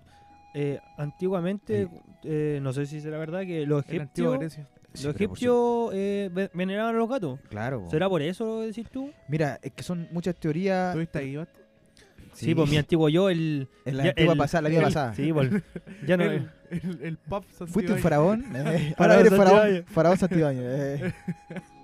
Speaker 4: eh, antiguamente, eh, no sé si será verdad que los
Speaker 5: En la antigua
Speaker 4: egipcios,
Speaker 5: Grecia.
Speaker 3: Sí, pero
Speaker 4: los
Speaker 3: por
Speaker 4: egipcios eh, ve- veneraban a los gatos.
Speaker 3: Claro. po.
Speaker 4: ¿Será por eso, decís tú?
Speaker 3: Mira, es que son muchas teorías.
Speaker 5: ¿Tuviste ahí, Bat?
Speaker 4: Sí, pues mi antiguo yo, el.
Speaker 3: En la
Speaker 4: ya-
Speaker 3: antigua
Speaker 4: el-
Speaker 3: pasada, la vida
Speaker 4: el-
Speaker 3: pasada.
Speaker 4: Sí, pues. el- Ya no.
Speaker 5: El, el, el pub
Speaker 9: ¿Fuiste un
Speaker 5: Santibáñez.
Speaker 9: faraón? Eh,
Speaker 4: Faraón
Speaker 9: Ahora eres faraón,
Speaker 4: Santibáñez.
Speaker 9: faraón Santibáñez. eh.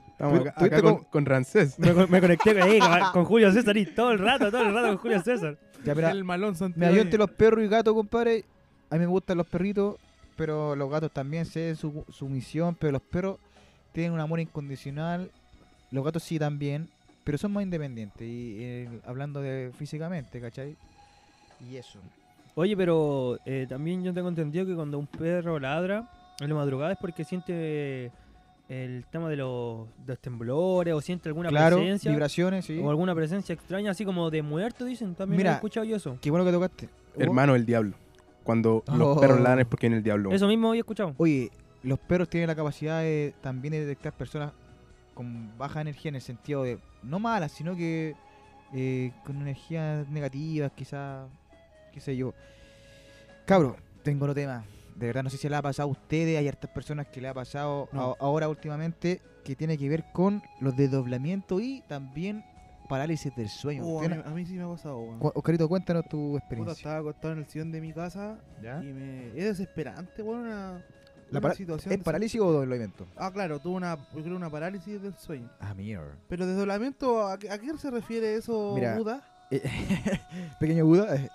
Speaker 2: Estamos
Speaker 9: Tú-
Speaker 2: acá,
Speaker 9: tú
Speaker 2: acá
Speaker 9: viste
Speaker 2: con,
Speaker 9: cómo-
Speaker 2: con Ramsés.
Speaker 4: Me, co- me conecté con, eh, con- con Julio César y todo el rato, todo el rato con Julio César.
Speaker 3: Ya, mira,
Speaker 5: El malón
Speaker 3: Mira,
Speaker 5: Santiago.
Speaker 3: yo entre los perros y gatos, compadre, a mí me gustan los perritos, pero los gatos también sé su, su misión, pero los perros tienen un amor incondicional, los gatos sí también, pero son más independientes, y eh, hablando de físicamente, ¿cachai? Y eso.
Speaker 4: Oye, pero eh, también yo tengo entendido que cuando un perro ladra en la madrugada es porque siente el tema de los, de los temblores o siente alguna
Speaker 3: claro,
Speaker 4: presencia
Speaker 3: vibraciones, sí.
Speaker 4: o alguna presencia extraña, así como de muerto, dicen. También
Speaker 3: Mira,
Speaker 4: he escuchado yo eso.
Speaker 3: Qué bueno que tocaste.
Speaker 2: Hermano del diablo. Cuando los
Speaker 3: Oh.
Speaker 2: perros ladran es porque viene el diablo.
Speaker 4: Eso mismo había escuchado.
Speaker 3: Oye, los perros tienen la capacidad de, también de detectar personas con baja energía en el sentido de, no malas, sino que eh, con energías negativas, quizás, qué sé yo. Cabro, tengo otro tema. De verdad, no sé si le ha pasado a ustedes, hay hartas personas que le ha pasado
Speaker 5: No.
Speaker 3: a- ahora últimamente, que tiene que ver con los desdoblamientos y también parálisis del sueño.
Speaker 5: Oh, a,
Speaker 3: ¿Tiene-
Speaker 5: mí, a mí sí me ha pasado, weón.
Speaker 3: Cu- Oscarito, cuéntanos tu
Speaker 5: Puta,
Speaker 3: experiencia.
Speaker 5: estaba acostado en el sillón de mi casa
Speaker 3: ¿Ya?
Speaker 5: y me... Es desesperante, weón, una,
Speaker 3: ¿Ah? La
Speaker 5: una
Speaker 3: para-
Speaker 5: situación...
Speaker 3: ¿Es
Speaker 5: de-
Speaker 3: parálisis o desdoblamiento?
Speaker 5: Ah, claro, tuve una, yo creo una parálisis del sueño.
Speaker 3: Ah, mierda.
Speaker 5: Pero desdoblamiento, ¿a, qué- a qué se refiere eso,
Speaker 9: Mira,
Speaker 5: Buda?
Speaker 3: Eh,
Speaker 9: Pequeño Buda. eh,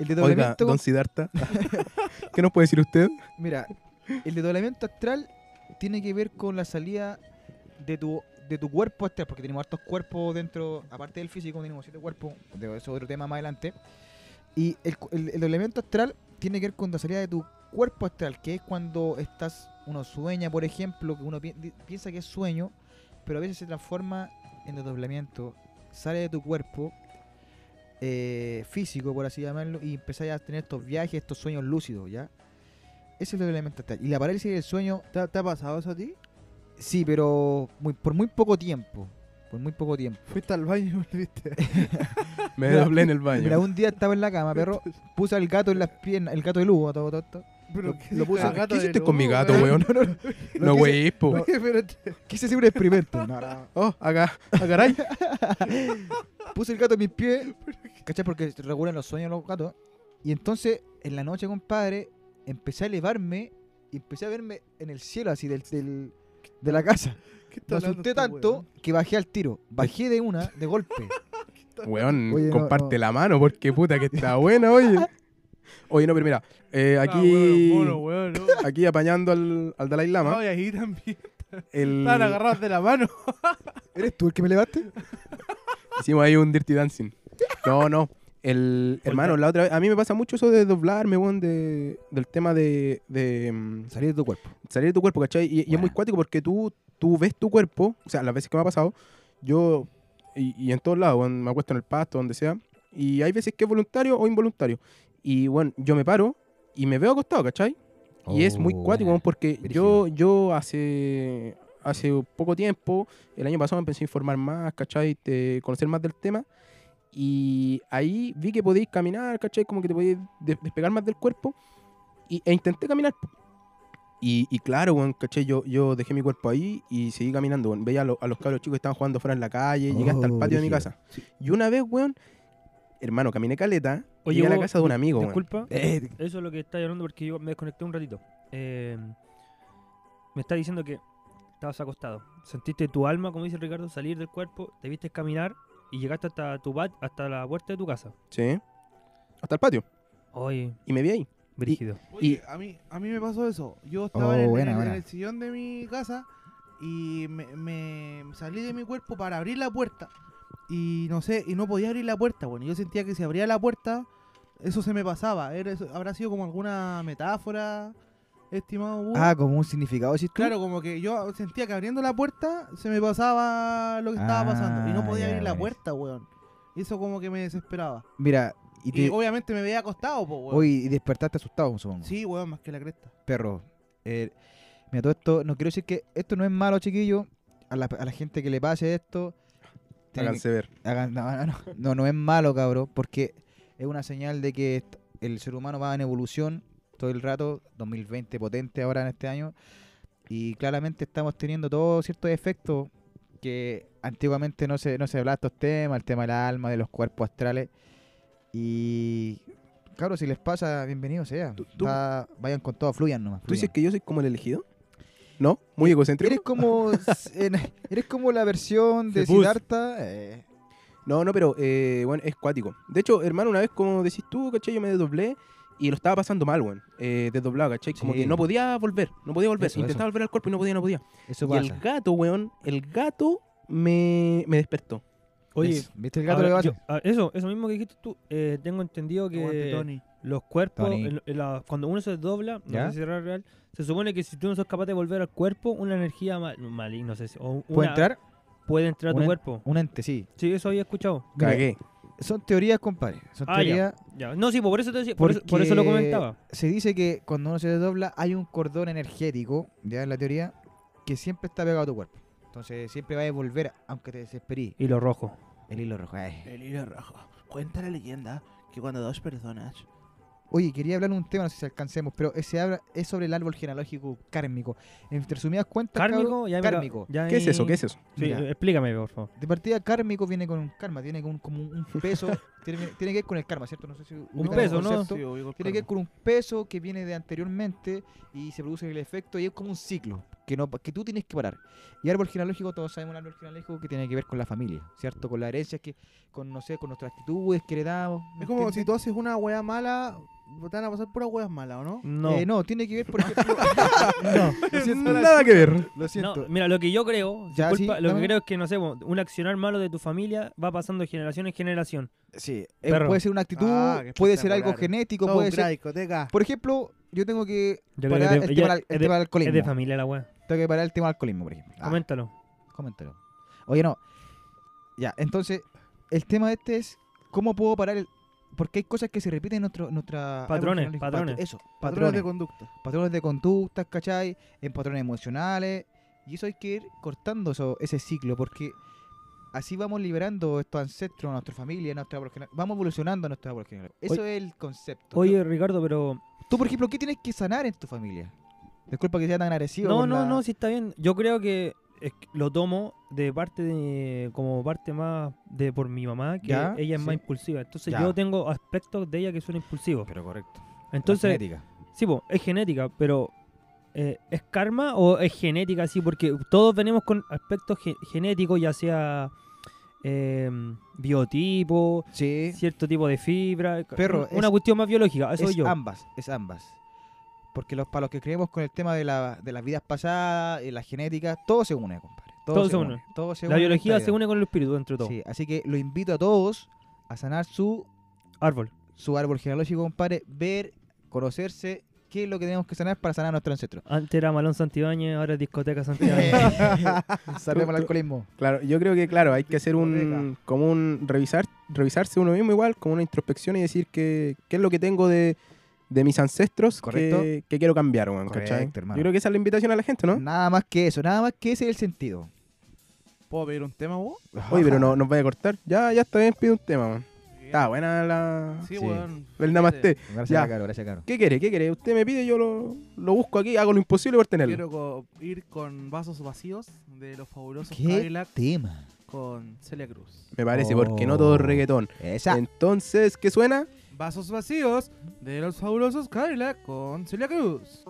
Speaker 3: El
Speaker 2: Oiga,
Speaker 3: desdoblamiento
Speaker 2: don Siddhartha, ¿qué nos puede decir usted?
Speaker 3: Mira, el desdoblamiento astral tiene que ver con la salida de tu, de tu cuerpo astral, porque tenemos hartos cuerpos dentro, aparte del físico, tenemos siete cuerpos, de eso es otro tema más adelante. Y el, cu- el, el desdoblamiento astral tiene que ver con la salida de tu cuerpo astral, que es cuando estás, uno sueña, por ejemplo, que uno pi- di- piensa que es sueño, pero a veces se transforma en desdoblamiento, sale de tu cuerpo eh, físico, por así llamarlo, y empezáis a tener estos viajes, estos sueños lúcidos, ¿ya? Ese es el elemento astral. Y la parálisis del sueño,
Speaker 5: ¿Te, te ha pasado eso a ti?
Speaker 3: sí, pero muy, por muy poco tiempo. Por muy poco tiempo.
Speaker 5: Fuiste al baño y volviste.
Speaker 2: Me
Speaker 3: Mira,
Speaker 2: doblé en el baño.
Speaker 3: Mira, un día estaba en la cama, perro. Puse al gato en las piernas, el gato de Lugo, todo, todo, todo.
Speaker 5: Pero
Speaker 3: Lo-
Speaker 5: ¿qué
Speaker 3: lo puse-
Speaker 5: hizo el
Speaker 2: Ah,
Speaker 5: gato
Speaker 2: ¿Qué
Speaker 5: de
Speaker 2: hiciste
Speaker 5: luz,
Speaker 2: con mi gato, weón?
Speaker 3: No, no, no.
Speaker 2: No, wey, po.
Speaker 5: Oye, pero
Speaker 3: Quise hacer un experimento. No, no.
Speaker 2: Oh, acá, ah, caray.
Speaker 3: Puse el gato en mis pies. ¿Cachai? Porque regulan los sueños los gatos. Y entonces, en la noche, compadre, empecé a elevarme y empecé a verme en el cielo, así, del, del- de la casa.
Speaker 5: ¿qué está
Speaker 3: Me
Speaker 5: hablando
Speaker 3: asusté
Speaker 5: este
Speaker 3: tanto
Speaker 5: weón?
Speaker 3: que bajé al tiro. Bajé de una, de golpe.
Speaker 2: Weón,
Speaker 9: Oye, no,
Speaker 2: comparte
Speaker 9: no.
Speaker 2: la mano porque puta que está buena, oye. Oye, no, pero mira, eh,
Speaker 5: Ah, weón,
Speaker 2: aquí,
Speaker 5: mono, weón, no.
Speaker 2: aquí apañando al, al Dalai
Speaker 5: No,
Speaker 2: Lama,
Speaker 5: y ahí también. Mm.
Speaker 2: el,
Speaker 5: Estaban agarrados de la mano.
Speaker 9: ¿Eres tú el que me levaste?
Speaker 2: hicimos ahí un Dirty Dancing. No, no, el hermano, la otra vez, a mí me pasa mucho eso de doblarme, weón, de, del tema de, de, mm,
Speaker 3: Salir de tu cuerpo.
Speaker 2: salir de tu cuerpo, ¿cachai? Y, y es muy cuático porque tú, tú ves tu cuerpo, o sea, las veces que me ha pasado, yo, y, y en todos lados, weón, me acuesto en el pasto, donde sea, Y hay veces que es voluntario o involuntario. Y bueno, yo me paro y me veo acostado, ¿cachai? Y es muy
Speaker 3: Oh.
Speaker 2: cuático, weón, porque yo, yo hace, hace poco tiempo, el año pasado me empecé a informar más, ¿cachai? De conocer más del tema. Y ahí vi que podéis caminar, ¿cachai? Como que te podéis de- despegar más del cuerpo. Y, e intenté caminar. po. Y, y claro, weón, ¿cachai? Yo, yo dejé mi cuerpo ahí y seguí caminando, weón. Veía a, lo- a los cabros chicos que estaban jugando fuera en la calle, llegué hasta el
Speaker 3: Oh,
Speaker 2: patio de mi
Speaker 3: brígido.
Speaker 2: casa. Y una vez, weón, hermano, caminé caleta,
Speaker 4: Oye,
Speaker 2: llegué a la
Speaker 4: vos,
Speaker 2: casa de un amigo, weón. Eh,
Speaker 4: Disculpa, eso es lo que está llorando porque yo me desconecté un ratito. Eh, me está diciendo que estabas acostado. Sentiste tu alma, como dice Ricardo, salir del cuerpo, te viste caminar y llegaste hasta tu bat, hasta la puerta de tu casa.
Speaker 2: Sí. Hasta el patio.
Speaker 4: Oye,
Speaker 2: Y me vi ahí.
Speaker 4: brígido.
Speaker 5: Oye, a mí, a mí me pasó eso. Yo estaba
Speaker 3: Oh,
Speaker 5: en, el,
Speaker 3: buena,
Speaker 5: en el-
Speaker 3: buena.
Speaker 5: en el sillón de mi casa y me, me salí de mi cuerpo para abrir la puerta. Y no sé, y no podía abrir la puerta. Bueno, yo sentía que si abría la puerta, eso se me pasaba. Era, eso- habrá sido como alguna metáfora, estimado Hugo.
Speaker 3: Ah, como un significado, decís tú?
Speaker 5: Claro, como que yo sentía que abriendo la puerta se me pasaba lo que estaba
Speaker 3: Ah,
Speaker 5: pasando. Y no podía
Speaker 3: ya,
Speaker 5: abrir la
Speaker 3: buenísimo.
Speaker 5: puerta, weón. Y eso como que me desesperaba.
Speaker 3: Mira, y
Speaker 5: Y,
Speaker 3: te, hoy,
Speaker 5: obviamente me veía acostado, po, weón.
Speaker 3: y despertaste asustado, supongo.
Speaker 5: Sí, weón, más que la cresta.
Speaker 3: perro. Eh, mira, todo esto, no quiero decir que esto no es malo, chiquillo. A la, a la gente que le pase esto, tienen que-
Speaker 2: Háganse ver.
Speaker 3: hagan- no, no, no, no, no es malo, cabro, porque es una señal de que est- el ser humano va en evolución todo el rato, 2020 potente ahora en este año, y claramente estamos teniendo todos ciertos efectos que antiguamente no se, no se hablaba de estos temas, el tema del alma, de los cuerpos astrales, y... Cabro, si les pasa, bienvenido sea.
Speaker 2: Tú- tú-
Speaker 3: Va- vayan con todo, fluyan nomás.
Speaker 2: ¿Tú dices
Speaker 3: fluyan.
Speaker 2: que yo soy como el elegido? ¿No? ¿Muy egocéntrico?
Speaker 3: Eres como, en- eres como la versión de
Speaker 4: Cepús.
Speaker 3: Siddhartha. eh,
Speaker 2: No, no, pero eh, bueno, es cuático. De hecho, hermano, una vez como decís tú, ¿cachai? Yo me desdoblé y lo estaba pasando mal, weón. Eh, desdoblado, ¿cachai? Como
Speaker 3: Sí.
Speaker 2: que no podía volver, no podía volver.
Speaker 3: Eso,
Speaker 2: Intentaba volver al cuerpo y no podía, no podía.
Speaker 3: eso
Speaker 2: Y el gato, weón, el gato me, me despertó.
Speaker 4: Oye,
Speaker 3: Eso. ¿viste el gato lo que
Speaker 4: ahora
Speaker 3: pasa?
Speaker 4: yo- ah, eso, eso mismo que dijiste tú, eh, tengo entendido
Speaker 5: Aguante,
Speaker 4: que
Speaker 5: Tony.
Speaker 4: los cuerpos,
Speaker 3: Tony.
Speaker 4: en- en la- cuando uno se desdobla, no
Speaker 3: ¿Ya?
Speaker 4: sé si será real, se supone que si tú no sos capaz de volver al cuerpo, una energía mal, maligna, no sé si, o una-
Speaker 3: ¿Puede entrar?
Speaker 4: puede entrar a tu
Speaker 3: Una-
Speaker 4: cuerpo.
Speaker 3: Un ente, sí.
Speaker 4: Sí, eso había escuchado.
Speaker 3: Mira,
Speaker 2: Cagué.
Speaker 3: son teorías, compadre. Son
Speaker 4: Ah,
Speaker 3: teorías.
Speaker 4: Ya, No, sí, por eso te decía, por, eso, por eso lo
Speaker 3: porque
Speaker 4: comentaba.
Speaker 3: Se dice que cuando uno se desdobla hay un cordón energético, ya en la teoría, que siempre está pegado a tu cuerpo. Entonces siempre va a volver, aunque te desesperís.
Speaker 4: Y lo rojo.
Speaker 3: El hilo rojo. eh.
Speaker 5: El hilo rojo. Cuenta la leyenda que cuando dos personas.
Speaker 3: Oye, quería hablar de un tema, no sé si alcancemos, pero ese habla, es sobre el árbol genealógico kármico. En resumidas cuentas,
Speaker 4: ¿Cármico?
Speaker 3: cabrón,
Speaker 4: Ya, mira,
Speaker 3: kármico.
Speaker 4: ya
Speaker 2: ¿Qué es
Speaker 4: ahí-
Speaker 2: eso? ¿Qué es eso?
Speaker 4: Sí,
Speaker 3: Mira.
Speaker 4: explícame, por favor.
Speaker 3: De partida, kármico viene con un karma, tiene con un- como un peso, tiene, tiene que ver con el karma, ¿cierto? No sé si ubican el
Speaker 4: peso, ¿no?
Speaker 3: concepto.
Speaker 5: Sí, obvio,
Speaker 3: Tiene que ver con un peso que viene de anteriormente y se produce el efecto y es como un ciclo que, no, que tú tienes que parar. Y árbol genealógico, todos sabemos el árbol genealógico que tiene que ver con la familia, ¿cierto? Con las herencias que, con, no sé, con nuestras actitudes que heredamos. ¿me
Speaker 5: Es como si
Speaker 3: entiendes?
Speaker 5: tú haces una weá mala, te van a pasar puras weas malas, ¿o no?
Speaker 4: No.
Speaker 3: Eh, no, tiene que ver, por ejemplo...
Speaker 5: Lo siento,
Speaker 2: Nada que ver.
Speaker 3: lo
Speaker 4: No,
Speaker 3: siento.
Speaker 4: mira, lo que yo creo,
Speaker 3: Ya,
Speaker 4: disculpa,
Speaker 3: sí,
Speaker 4: lo
Speaker 3: dame.
Speaker 4: que creo es que, no sé, po, un accionar malo de tu familia va pasando de generación en generación.
Speaker 3: Sí, eh,
Speaker 4: Perro.
Speaker 3: puede ser una actitud,
Speaker 5: Ah, qué
Speaker 3: puede ser algo
Speaker 5: espectacular.
Speaker 3: genético,
Speaker 5: Todo
Speaker 3: puede
Speaker 5: un gran
Speaker 3: ser...
Speaker 5: discoteca.
Speaker 3: Por ejemplo, yo tengo que
Speaker 4: Yo creo
Speaker 3: parar
Speaker 4: que
Speaker 3: el
Speaker 4: de-
Speaker 3: tema
Speaker 4: ya-
Speaker 3: del- este el
Speaker 4: es,
Speaker 3: tema
Speaker 4: de,
Speaker 3: del
Speaker 4: es de
Speaker 3: alcoholismo.
Speaker 4: familia la weá.
Speaker 3: Tengo que parar el tema del alcoholismo, por ejemplo. Ah.
Speaker 4: Coméntalo.
Speaker 3: Coméntalo. Oye, no. Ya, entonces, el tema este es cómo puedo parar el... Porque hay cosas que se repiten en nuestro, nuestra...
Speaker 4: Patrones,
Speaker 3: árbol genealógico.
Speaker 4: patrones.
Speaker 3: Pat- eso,
Speaker 5: Patrones de
Speaker 3: patrones.
Speaker 5: conducta.
Speaker 3: Patrones de conductas, ¿cachai? En patrones emocionales. Y eso hay que ir cortando eso, ese ciclo, porque así vamos liberando estos ancestros, nuestra familia, nuestra árbol genealógico. Vamos evolucionando nuestra árbol genealógico. Eso es el concepto.
Speaker 4: Oye, Ricardo, pero...
Speaker 3: Tú, por ejemplo, ¿qué tienes que sanar en tu familia? Disculpa que sea tan agresivo.
Speaker 4: No,
Speaker 3: con
Speaker 4: no,
Speaker 3: la-
Speaker 4: no, sí está bien. Yo creo que es que lo tomo de parte de... como parte más de por mi mamá, que
Speaker 3: Ya,
Speaker 4: ella es
Speaker 3: sí.
Speaker 4: más impulsiva. Entonces
Speaker 3: Ya.
Speaker 4: yo tengo aspectos de ella que son impulsivos.
Speaker 3: Pero correcto. La
Speaker 4: Entonces,
Speaker 3: genética.
Speaker 4: Sí, po, es genética, pero eh, ¿es karma o es genética así? Porque todos venimos con aspectos ge- genéticos, ya sea eh, biotipo,
Speaker 3: Sí.
Speaker 4: cierto tipo de fibra, ca-
Speaker 3: Perro,
Speaker 4: una
Speaker 3: es-
Speaker 4: cuestión más biológica, eso
Speaker 3: es
Speaker 4: Ah, yo.
Speaker 3: ambas, es ambas. Porque los, para los que creemos con el tema de, la, de las vidas pasadas, y la genética, todo se une, compadre. Todo, se, une. Todo se
Speaker 4: La
Speaker 3: une en
Speaker 4: biología
Speaker 3: esta
Speaker 4: se
Speaker 3: vida.
Speaker 4: une con el espíritu dentro de todo.
Speaker 3: Sí, así que lo invito a todos a sanar su,
Speaker 4: Árbol.
Speaker 3: su árbol genealógico, compadre, ver, conocerse, qué es lo que tenemos que sanar para sanar a nuestro ancestro.
Speaker 4: Antes era Malón Santibáñez, ahora es Discoteca
Speaker 3: Eh.
Speaker 4: Santibáñez.
Speaker 3: Salvemos el
Speaker 2: Ah, tú-
Speaker 3: alcoholismo.
Speaker 2: Claro, yo creo que claro, hay que hacer un
Speaker 5: Discoteca.
Speaker 2: como un revisar, revisarse uno mismo igual, como una introspección y decir que, qué es lo que tengo de, de mis ancestros
Speaker 3: Correcto.
Speaker 2: que, que quiero cambiar, weón, ¿cachai?
Speaker 3: Correcto, hermano.
Speaker 2: Yo creo que esa es la invitación a la gente, ¿no?
Speaker 3: Nada más que eso, nada más que ese es el sentido.
Speaker 5: ¿Puedo pedir un tema vos?
Speaker 2: Oye, pero no nos vaya a cortar. Ya, ya está bien, pido un tema, weón. Está buena la
Speaker 5: Ah, Sí,
Speaker 3: Sí.
Speaker 5: weón.
Speaker 2: el namaste.
Speaker 3: Gracias,
Speaker 2: Ya.
Speaker 3: Caro, gracias, Caro.
Speaker 2: ¿Qué quiere? ¿Qué quiere? Usted me pide, yo lo, lo busco aquí, hago lo imposible por tenerlo.
Speaker 5: Quiero co- ir con vasos vacíos de los fabulosos
Speaker 3: ¿Qué?
Speaker 5: Cadillac
Speaker 3: Tema.
Speaker 5: con Celia Cruz.
Speaker 2: Me parece, porque no todo es
Speaker 3: Oh.
Speaker 2: reggaetón.
Speaker 3: Esa.
Speaker 2: Entonces, ¿qué suena?
Speaker 5: Vasos vacíos de los fabulosos Cadillac con Celia Cruz.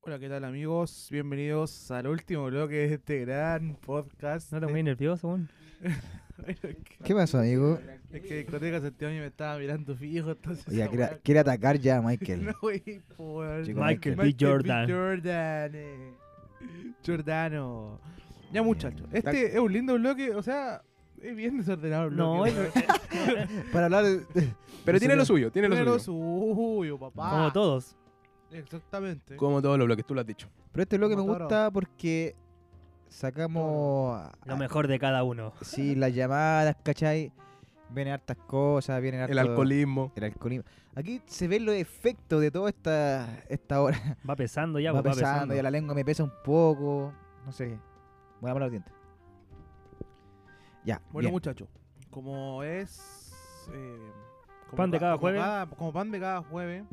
Speaker 5: Hola, ¿qué tal amigos? Bienvenidos al último bloque de este gran podcast.
Speaker 4: no te muy nervioso, weón.
Speaker 3: ¿Qué pasó, amigo?
Speaker 5: Es que discoteca Santiago me estaba mirando fijo, entonces.
Speaker 3: Oye,
Speaker 5: esa
Speaker 3: quiere,
Speaker 5: weá-
Speaker 3: quiere atacar ya a Michael.
Speaker 5: No, wey, por-
Speaker 3: Chico,
Speaker 4: Michael
Speaker 5: Michael
Speaker 4: B. Jordan.
Speaker 5: Jordan, eh. Jordano. Ya, muchachos. Este es un lindo bloque, o sea, es bien desordenado el
Speaker 4: No,
Speaker 5: bloque.
Speaker 4: es-
Speaker 3: Para hablar de...
Speaker 2: Pero tiene lo suyo, tiene lo
Speaker 5: Tiene
Speaker 2: suyo.
Speaker 5: lo suyo, papá.
Speaker 4: como todos.
Speaker 5: Exactamente.
Speaker 2: Como todos los bloques, tú lo has dicho.
Speaker 3: Pero este bloque me
Speaker 5: Como toro.
Speaker 3: gusta porque sacamos a-
Speaker 4: Lo mejor de cada uno.
Speaker 3: sí, las llamadas, ¿cachai? Vienen hartas cosas, vienen hartos,
Speaker 2: El alcoholismo.
Speaker 3: el alcoholismo. Aquí se ven los efectos de toda esta, esta hora.
Speaker 4: Va pesando ya,
Speaker 3: va
Speaker 4: pues, va
Speaker 3: pesando,
Speaker 4: pesando.
Speaker 3: ya la lengua me pesa un poco. No sé. Voy a hablar los dientes. Ya.
Speaker 5: Bueno,
Speaker 3: bien.
Speaker 5: muchachos, como es. eh, como
Speaker 4: Pan de
Speaker 5: pa-
Speaker 4: cada
Speaker 5: como
Speaker 4: jueves.
Speaker 5: cada- como pan de cada jueves,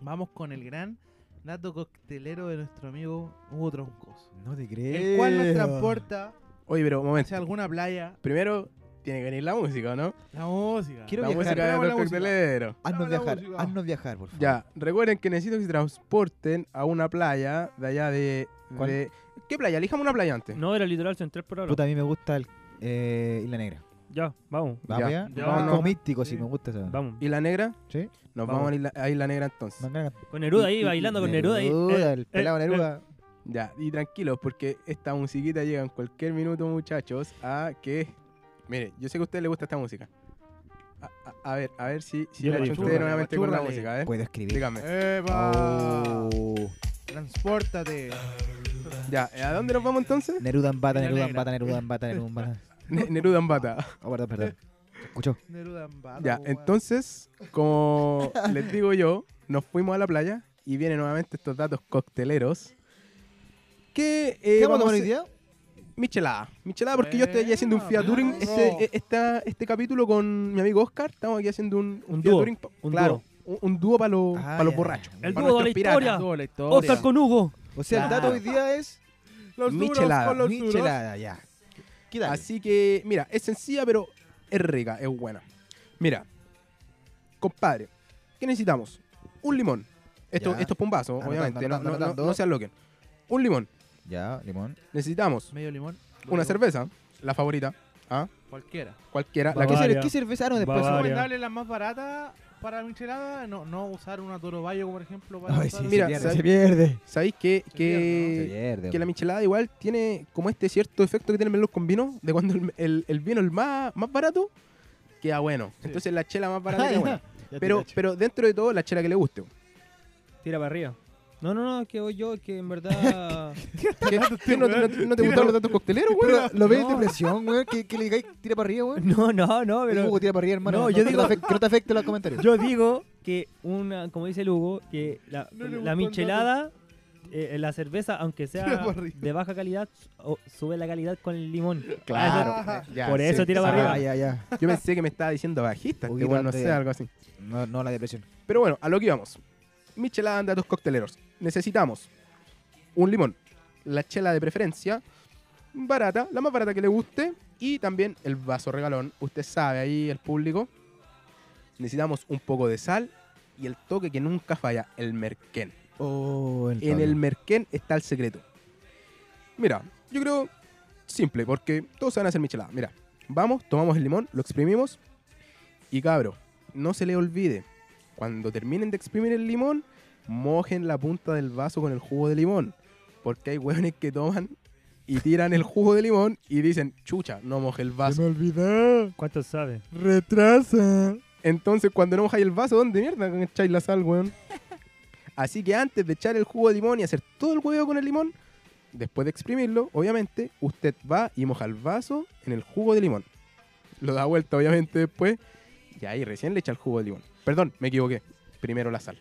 Speaker 5: vamos con el gran dato coctelero de nuestro amigo Hugo Troncos.
Speaker 3: No te creo.
Speaker 5: El cual
Speaker 4: Eh.
Speaker 5: nos transporta
Speaker 2: Oye, pero un
Speaker 5: hacia
Speaker 2: momento.
Speaker 5: alguna playa.
Speaker 2: Primero tiene que venir la música, ¿o ¿no?
Speaker 5: La música.
Speaker 3: Quiero
Speaker 2: la
Speaker 3: viajar,
Speaker 2: música de
Speaker 5: hagamos la
Speaker 2: los
Speaker 5: música.
Speaker 2: cocteleros.
Speaker 3: Haznos
Speaker 5: Dame la
Speaker 3: viajar,
Speaker 5: música.
Speaker 3: haznos viajar, por favor.
Speaker 2: Ya, recuerden que necesito que se transporten a una playa de allá de...
Speaker 3: ¿Cuál?
Speaker 2: de- ¿Qué playa? Elijamos una playa antes.
Speaker 4: No, era literal central por ahora.
Speaker 3: Puta, a mí me gusta el, eh, Isla Negra.
Speaker 4: Ya, vamos,
Speaker 3: ¿Vamos
Speaker 2: Ya.
Speaker 3: allá?
Speaker 5: Ya.
Speaker 3: Vamos
Speaker 2: Vámonos.
Speaker 3: con místico, sí,
Speaker 5: Sí.
Speaker 3: me gusta esa.
Speaker 4: vamos.
Speaker 2: ¿Y la negra?
Speaker 3: Sí.
Speaker 2: Nos vamos,
Speaker 3: Vamos.
Speaker 2: a, Isla, a Isla Negra entonces.
Speaker 3: Manga-
Speaker 4: Con Neruda
Speaker 3: Y-
Speaker 4: ahí,
Speaker 3: y-
Speaker 4: bailando
Speaker 3: y
Speaker 4: con Neruda ahí.
Speaker 3: Neruda,
Speaker 4: Eh,
Speaker 3: el pelado
Speaker 4: eh,
Speaker 3: Neruda.
Speaker 2: Ya, y tranquilos, porque esta musiquita llega en cualquier minuto, muchachos, a que... Mire, yo sé que a ustedes les gusta esta música. A, a- a ver, a ver si, si
Speaker 4: Yo la
Speaker 2: la
Speaker 4: disfruto,
Speaker 2: ustedes
Speaker 5: la
Speaker 2: nuevamente con la
Speaker 5: chúrrale.
Speaker 2: música, ¿eh? a
Speaker 4: eh.
Speaker 2: ver.
Speaker 3: Puedo escribir.
Speaker 5: Eh.
Speaker 3: Oh,
Speaker 2: Díganme.
Speaker 4: Oh.
Speaker 5: ¡Epa! Transpórtate.
Speaker 3: Ah.
Speaker 2: Ya, ¿a dónde nos vamos entonces?
Speaker 3: Neruda en bata,
Speaker 5: Isla
Speaker 3: Neruda en
Speaker 5: Negra.
Speaker 3: bata, Neruda en bata, Neruda en bata.
Speaker 2: Ne- Neruda en bata.
Speaker 3: Oh, perdón, perdón. ¿Se escuchó?
Speaker 5: Neruda en bata,
Speaker 2: Ya,
Speaker 5: po, weón.
Speaker 2: entonces, como les digo yo, nos fuimos a la playa y vienen nuevamente estos datos cocteleros. Que, eh,
Speaker 3: ¿Qué vamos
Speaker 2: vamos
Speaker 3: a
Speaker 2: a
Speaker 3: tomar hoy
Speaker 2: hacer-
Speaker 3: día?
Speaker 2: Michelada. Michelada, porque yo estoy aquí haciendo un
Speaker 5: Buena,
Speaker 2: featuring
Speaker 5: bravo.
Speaker 2: este, e- esta- este capítulo con mi amigo Oscar. Estamos aquí haciendo un,
Speaker 4: Un dúo,
Speaker 2: featuring. pa-
Speaker 4: un
Speaker 2: claro, un- un dúo para los,
Speaker 3: Ah,
Speaker 2: pa' los
Speaker 3: ya.
Speaker 2: borrachos.
Speaker 4: El
Speaker 2: pa'
Speaker 4: dúo de la
Speaker 2: nuestros piratas.
Speaker 4: historia.
Speaker 5: Todo la historia.
Speaker 4: Oscar con Hugo.
Speaker 3: O sea, el dato hoy día es
Speaker 5: Los duros
Speaker 2: Michelada,
Speaker 5: con los duros.
Speaker 3: michelada, ya. ¿Qué tal?
Speaker 2: Así que, mira, es sencilla, pero es rica, es buena. Mira, compadre, ¿qué necesitamos? Un limón. Esto,
Speaker 3: Ya.
Speaker 2: esto es pa' un vaso,
Speaker 3: Anotando,
Speaker 2: obviamente. no-
Speaker 3: anotando,
Speaker 2: no, no-
Speaker 3: anotando.
Speaker 2: no se aloquen. Un limón.
Speaker 3: Ya, limón.
Speaker 2: Necesitamos
Speaker 5: Medio limón.
Speaker 2: una
Speaker 5: Medio-
Speaker 2: cerveza, la favorita, ¿ah?
Speaker 5: Cualquiera.
Speaker 2: cualquiera, la
Speaker 3: ¿Qué,
Speaker 2: que sea.
Speaker 4: Bavaria.
Speaker 3: cer- ¿Qué cerveza? Ah, no, después.
Speaker 5: Es
Speaker 4: Bavaria.
Speaker 5: recomendable la más barata para michelada. No, no usar una Toro Bayo, por ejemplo. Para
Speaker 3: Ay,
Speaker 5: usar-
Speaker 3: sí,
Speaker 2: Mira,
Speaker 3: se pierde.
Speaker 2: ¿sabes?
Speaker 3: Se pierde.
Speaker 2: ¿Sabéis que,
Speaker 5: Se
Speaker 3: Se
Speaker 2: que,
Speaker 3: pierde.
Speaker 2: que la
Speaker 3: bro.
Speaker 2: michelada igual tiene como este cierto efecto que tiene el melón con vino? De cuando el, el- el vino el más, más barato queda bueno. Entonces la chela más barata
Speaker 5: Ah,
Speaker 2: queda
Speaker 5: ya.
Speaker 2: buena.
Speaker 5: Ya te
Speaker 2: Pero,
Speaker 5: cacho.
Speaker 2: pero dentro de todo, la chela que le guste.
Speaker 4: Tira para arriba. No, no, no, que voy yo, que en verdad.
Speaker 2: ¿Qué, qué no, no- no te gustaron los datos cocteleros, güey?
Speaker 3: Pero, ¿Lo veis
Speaker 4: No.
Speaker 3: de presión, weón? ¿Que, que le digáis tira para arriba, weón?
Speaker 4: no, no, no,
Speaker 3: Pero,
Speaker 4: pero.
Speaker 3: Hugo, tira para arriba, hermano.
Speaker 4: No, yo
Speaker 3: que
Speaker 4: digo-
Speaker 3: te afecte- que no te afecte los comentarios.
Speaker 4: Yo digo que una, como dice el Hugo, que la,
Speaker 5: No le
Speaker 4: la
Speaker 5: gustó el
Speaker 4: michelada, eh, la cerveza, aunque
Speaker 5: Tira
Speaker 4: sea
Speaker 5: pa' arriba.
Speaker 4: de baja calidad, su- o- sube la calidad con el limón. Ah,
Speaker 2: Claro. ya,
Speaker 4: Por eso tira para
Speaker 3: Ah,
Speaker 4: arriba.
Speaker 3: ya, ya.
Speaker 2: Yo pensé que me estaba diciendo bajista, este
Speaker 3: Poquito
Speaker 2: güey, no
Speaker 3: antes.
Speaker 2: sé, algo así.
Speaker 3: No, no la depresión.
Speaker 2: Pero bueno, a lo que íbamos. Michelada en datos cocteleros. Necesitamos un limón, la chela de preferencia, barata, la más barata que le guste, y también el vaso regalón. Usted sabe ahí, el público. Necesitamos un poco de sal y el toque que nunca falla, el merquén.
Speaker 3: Oh, el
Speaker 2: En el merquén está el secreto. Mira, yo creo simple, porque todos saben hacer michelada. Mira, vamos, tomamos el limón, lo exprimimos y cabro, no se le olvide, cuando terminen de exprimir el limón, mojen la punta del vaso con el jugo de limón. Porque hay hueones que toman y tiran el jugo de limón y dicen, chucha, no moje el vaso.
Speaker 3: olvidé.
Speaker 4: ¿Cuánto sabe?
Speaker 3: Retrasa.
Speaker 2: Entonces, cuando no mojáis el vaso, ¿dónde mierda echáis la sal, weón? Así que antes de echar el jugo de limón y hacer todo el huevo con el limón, después de exprimirlo, obviamente, usted va y moja el vaso en el jugo de limón. Lo da vuelta, obviamente, después. Y ahí recién le echa el jugo de limón. Perdón, me equivoqué. Primero la sal.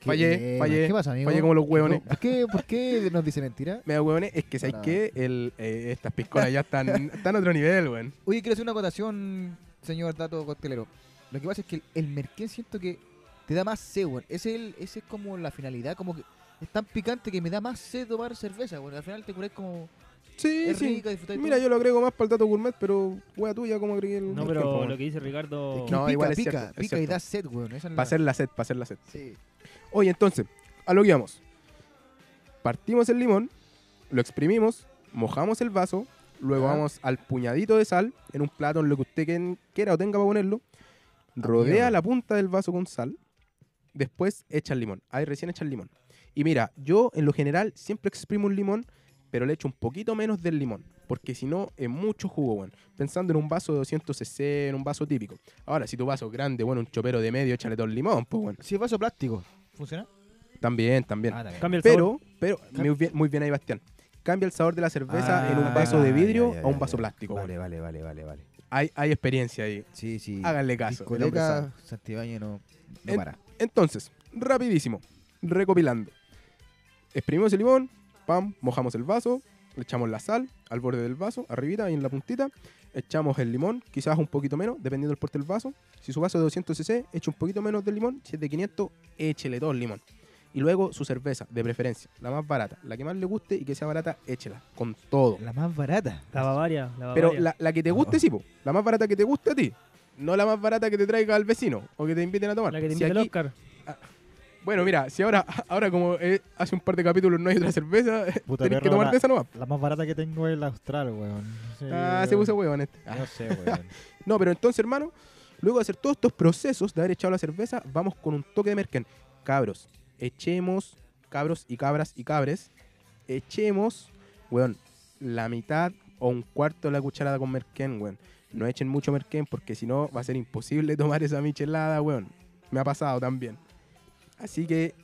Speaker 2: Fallé, fallé,
Speaker 3: ¿Qué pasa, amigo?
Speaker 2: Fallé como los hueones.
Speaker 3: ¿Por qué, ¿Por qué nos dice mentira?
Speaker 2: Me da hueones, es que sabéis
Speaker 3: Para-
Speaker 2: que el, eh, estas piscolas ya están, están a otro nivel, weón.
Speaker 3: Oye, quiero hacer una acotación, señor Dato Costelero. Lo que pasa es que el, el merquén siento que te da más sed, weón. Ese es, el- ese es como la finalidad, como que es tan picante que me da más sed tomar cerveza, weón. Al final te curás como...
Speaker 2: Sí,
Speaker 3: es
Speaker 2: sí.
Speaker 3: rica, disfrutáis
Speaker 2: Mira,
Speaker 3: todo.
Speaker 2: yo lo agrego más para el dato gourmet, pero wea tuya, como agregué el.
Speaker 4: No,
Speaker 2: el
Speaker 4: pero
Speaker 2: tiempo, weón.
Speaker 4: lo que dice Ricardo.
Speaker 3: que
Speaker 2: No,
Speaker 3: pica,
Speaker 2: igual es
Speaker 3: pica,
Speaker 2: cierto, es
Speaker 3: pica y
Speaker 2: cierto.
Speaker 3: da sed, weón. Esa es la...
Speaker 2: Para hacer la set, para hacer la set.
Speaker 3: Sí.
Speaker 2: Oye, entonces, a lo que íbamos. Partimos el limón, lo exprimimos, mojamos el vaso, luego
Speaker 3: Ya.
Speaker 2: vamos al puñadito de sal, en un plato, en lo que usted quen- quiera o tenga para ponerlo. Rodea
Speaker 3: mierda.
Speaker 2: la punta del vaso con sal, después echa el limón. Ahí recién echa el limón. Y mira, yo en lo general siempre exprimo un limón, pero le echo un poquito menos del limón, porque si no es mucho jugo, bueno. Pensando en un vaso de 200 cc, en un vaso típico. Ahora, si tu vaso es grande, bueno, un chopero de medio, échale todo el limón, pues bueno.
Speaker 3: Si es vaso plástico, ¿funciona?
Speaker 2: También, también.
Speaker 3: Ah, también.
Speaker 4: Cambia el sabor.
Speaker 2: Pero, pero, muy bien, muy bien ahí, Bastián. Cambia el sabor de la cerveza
Speaker 3: Ah,
Speaker 2: en un vaso de vidrio a un vaso plástico.
Speaker 3: Vale, vale, vale, vale, vale.
Speaker 2: Hay, hay experiencia ahí.
Speaker 3: Sí, sí.
Speaker 2: Háganle caso.
Speaker 3: El colega Santibáñez no, no
Speaker 2: En-
Speaker 3: para.
Speaker 2: Entonces, rapidísimo, recopilando. Exprimimos el limón, pam, mojamos el vaso, le echamos la sal al borde del vaso, arribita y en la puntita. Echamos el limón, quizás un poquito menos, dependiendo del porte del vaso. Si su vaso es de 200 cc, eche un poquito menos del limón. Si es de 500, échele todo el limón. Y luego su cerveza, de preferencia, la más barata, la que más le guste y que sea barata, échela, con todo.
Speaker 3: La más barata.
Speaker 4: La Bavaria. La
Speaker 2: Pero
Speaker 4: Bavaria.
Speaker 2: la, la que te guste, sí, po. la más barata que te guste a ti. No la más barata que te traiga al vecino o que te inviten a tomar.
Speaker 4: La que te
Speaker 2: Si
Speaker 4: invita el
Speaker 2: aquí-
Speaker 4: Oscar.
Speaker 2: bueno, mira, si ahora, ahora como eh, hace un par de capítulos no hay otra cerveza,
Speaker 8: Puta
Speaker 2: tenés que
Speaker 8: perro, Eh,
Speaker 2: tomarte
Speaker 8: la-
Speaker 2: esa nomás.
Speaker 8: La más barata que tengo es la austral, weón. Sí,
Speaker 2: Ah,
Speaker 8: weón.
Speaker 2: se puso huevón este. Ah,
Speaker 8: No sé, weón.
Speaker 2: No, pero entonces, hermano, luego de hacer todos estos procesos de haber echado la cerveza, vamos con un toque de merken. Cabros, echemos, cabros y cabras y cabres, echemos, weón, la mitad o un cuarto de la cucharada con merken, weón. No echen mucho merken porque si no va a ser imposible tomar esa michelada, weón. Me ha pasado también. Así que,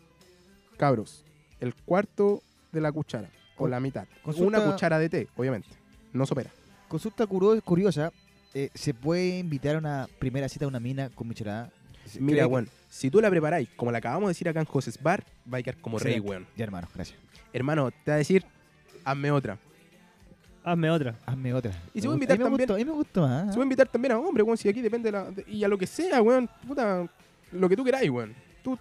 Speaker 2: cabros, el cuarto de la cuchara o la mitad.
Speaker 3: Consulta-
Speaker 2: Una cuchara de té, obviamente. No sopera.
Speaker 3: Consulta curo- curiosa. eh, ¿Se puede invitar a una primera cita a una mina con michelada? ¿Se- cree
Speaker 2: Mira,
Speaker 3: que-
Speaker 2: weón, si tú la preparáis, como la acabamos de decir acá en José's Bar, va a quedar como rey,
Speaker 3: Excelente.
Speaker 2: weón.
Speaker 3: Ya, hermano, gracias.
Speaker 2: Hermano, te va a decir, hazme otra.
Speaker 4: Hazme otra.
Speaker 3: Hazme otra.
Speaker 2: Y se
Speaker 3: Me
Speaker 2: va a
Speaker 3: gusta-
Speaker 2: invitar
Speaker 3: a mí me
Speaker 2: también-
Speaker 3: gustó, a mí me gustó más. ¿ah?
Speaker 2: Se va a invitar también a hombre, weón, si aquí depende de la. de- y a lo que sea, weón, puta, lo que tú queráis, weón. Tú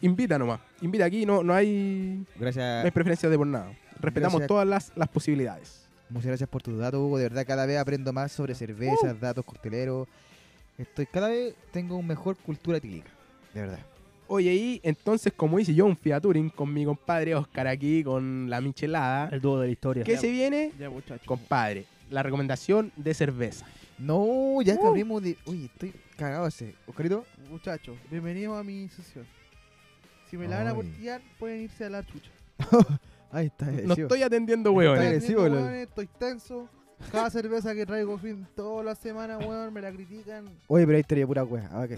Speaker 2: invita nomás. Invita aquí, no, no hay, no
Speaker 3: Gracias.
Speaker 2: hay preferencia de por nada. Respetamos
Speaker 3: Gracias.
Speaker 2: todas las, las posibilidades.
Speaker 3: Muchas gracias por tus datos, Hugo. De verdad, cada vez aprendo más
Speaker 2: Uh.
Speaker 3: sobre cervezas, datos cocteleros. Estoy cada vez tengo un mejor cultura tílica. De verdad.
Speaker 2: Oye, y entonces, como hice yo un featuring con mi compadre Oscar aquí, con la michelada,
Speaker 4: El dúo de la historia.
Speaker 2: ¿qué se viene?
Speaker 5: Ya, muchachos.
Speaker 2: Compadre, la recomendación de cerveza.
Speaker 3: No,
Speaker 2: Uh.
Speaker 3: ya que abrimos de. Uy, estoy cagado ese. Oscarito,
Speaker 5: Muchachos, bienvenidos a mi sesión. Si me la van a
Speaker 3: Ay.
Speaker 5: voltear, pueden irse a la chucha.
Speaker 3: ahí está.
Speaker 2: No
Speaker 3: sí,
Speaker 2: estoy atendiendo,
Speaker 5: Estoy
Speaker 2: weón.
Speaker 5: haciendo,
Speaker 3: agresivo, lo-
Speaker 5: weón, Estoy tenso. Cada cerveza que traigo fin toda la semana, weón, me la critican.
Speaker 3: Oye, pero ahí estaría pura wea. Ah, ok.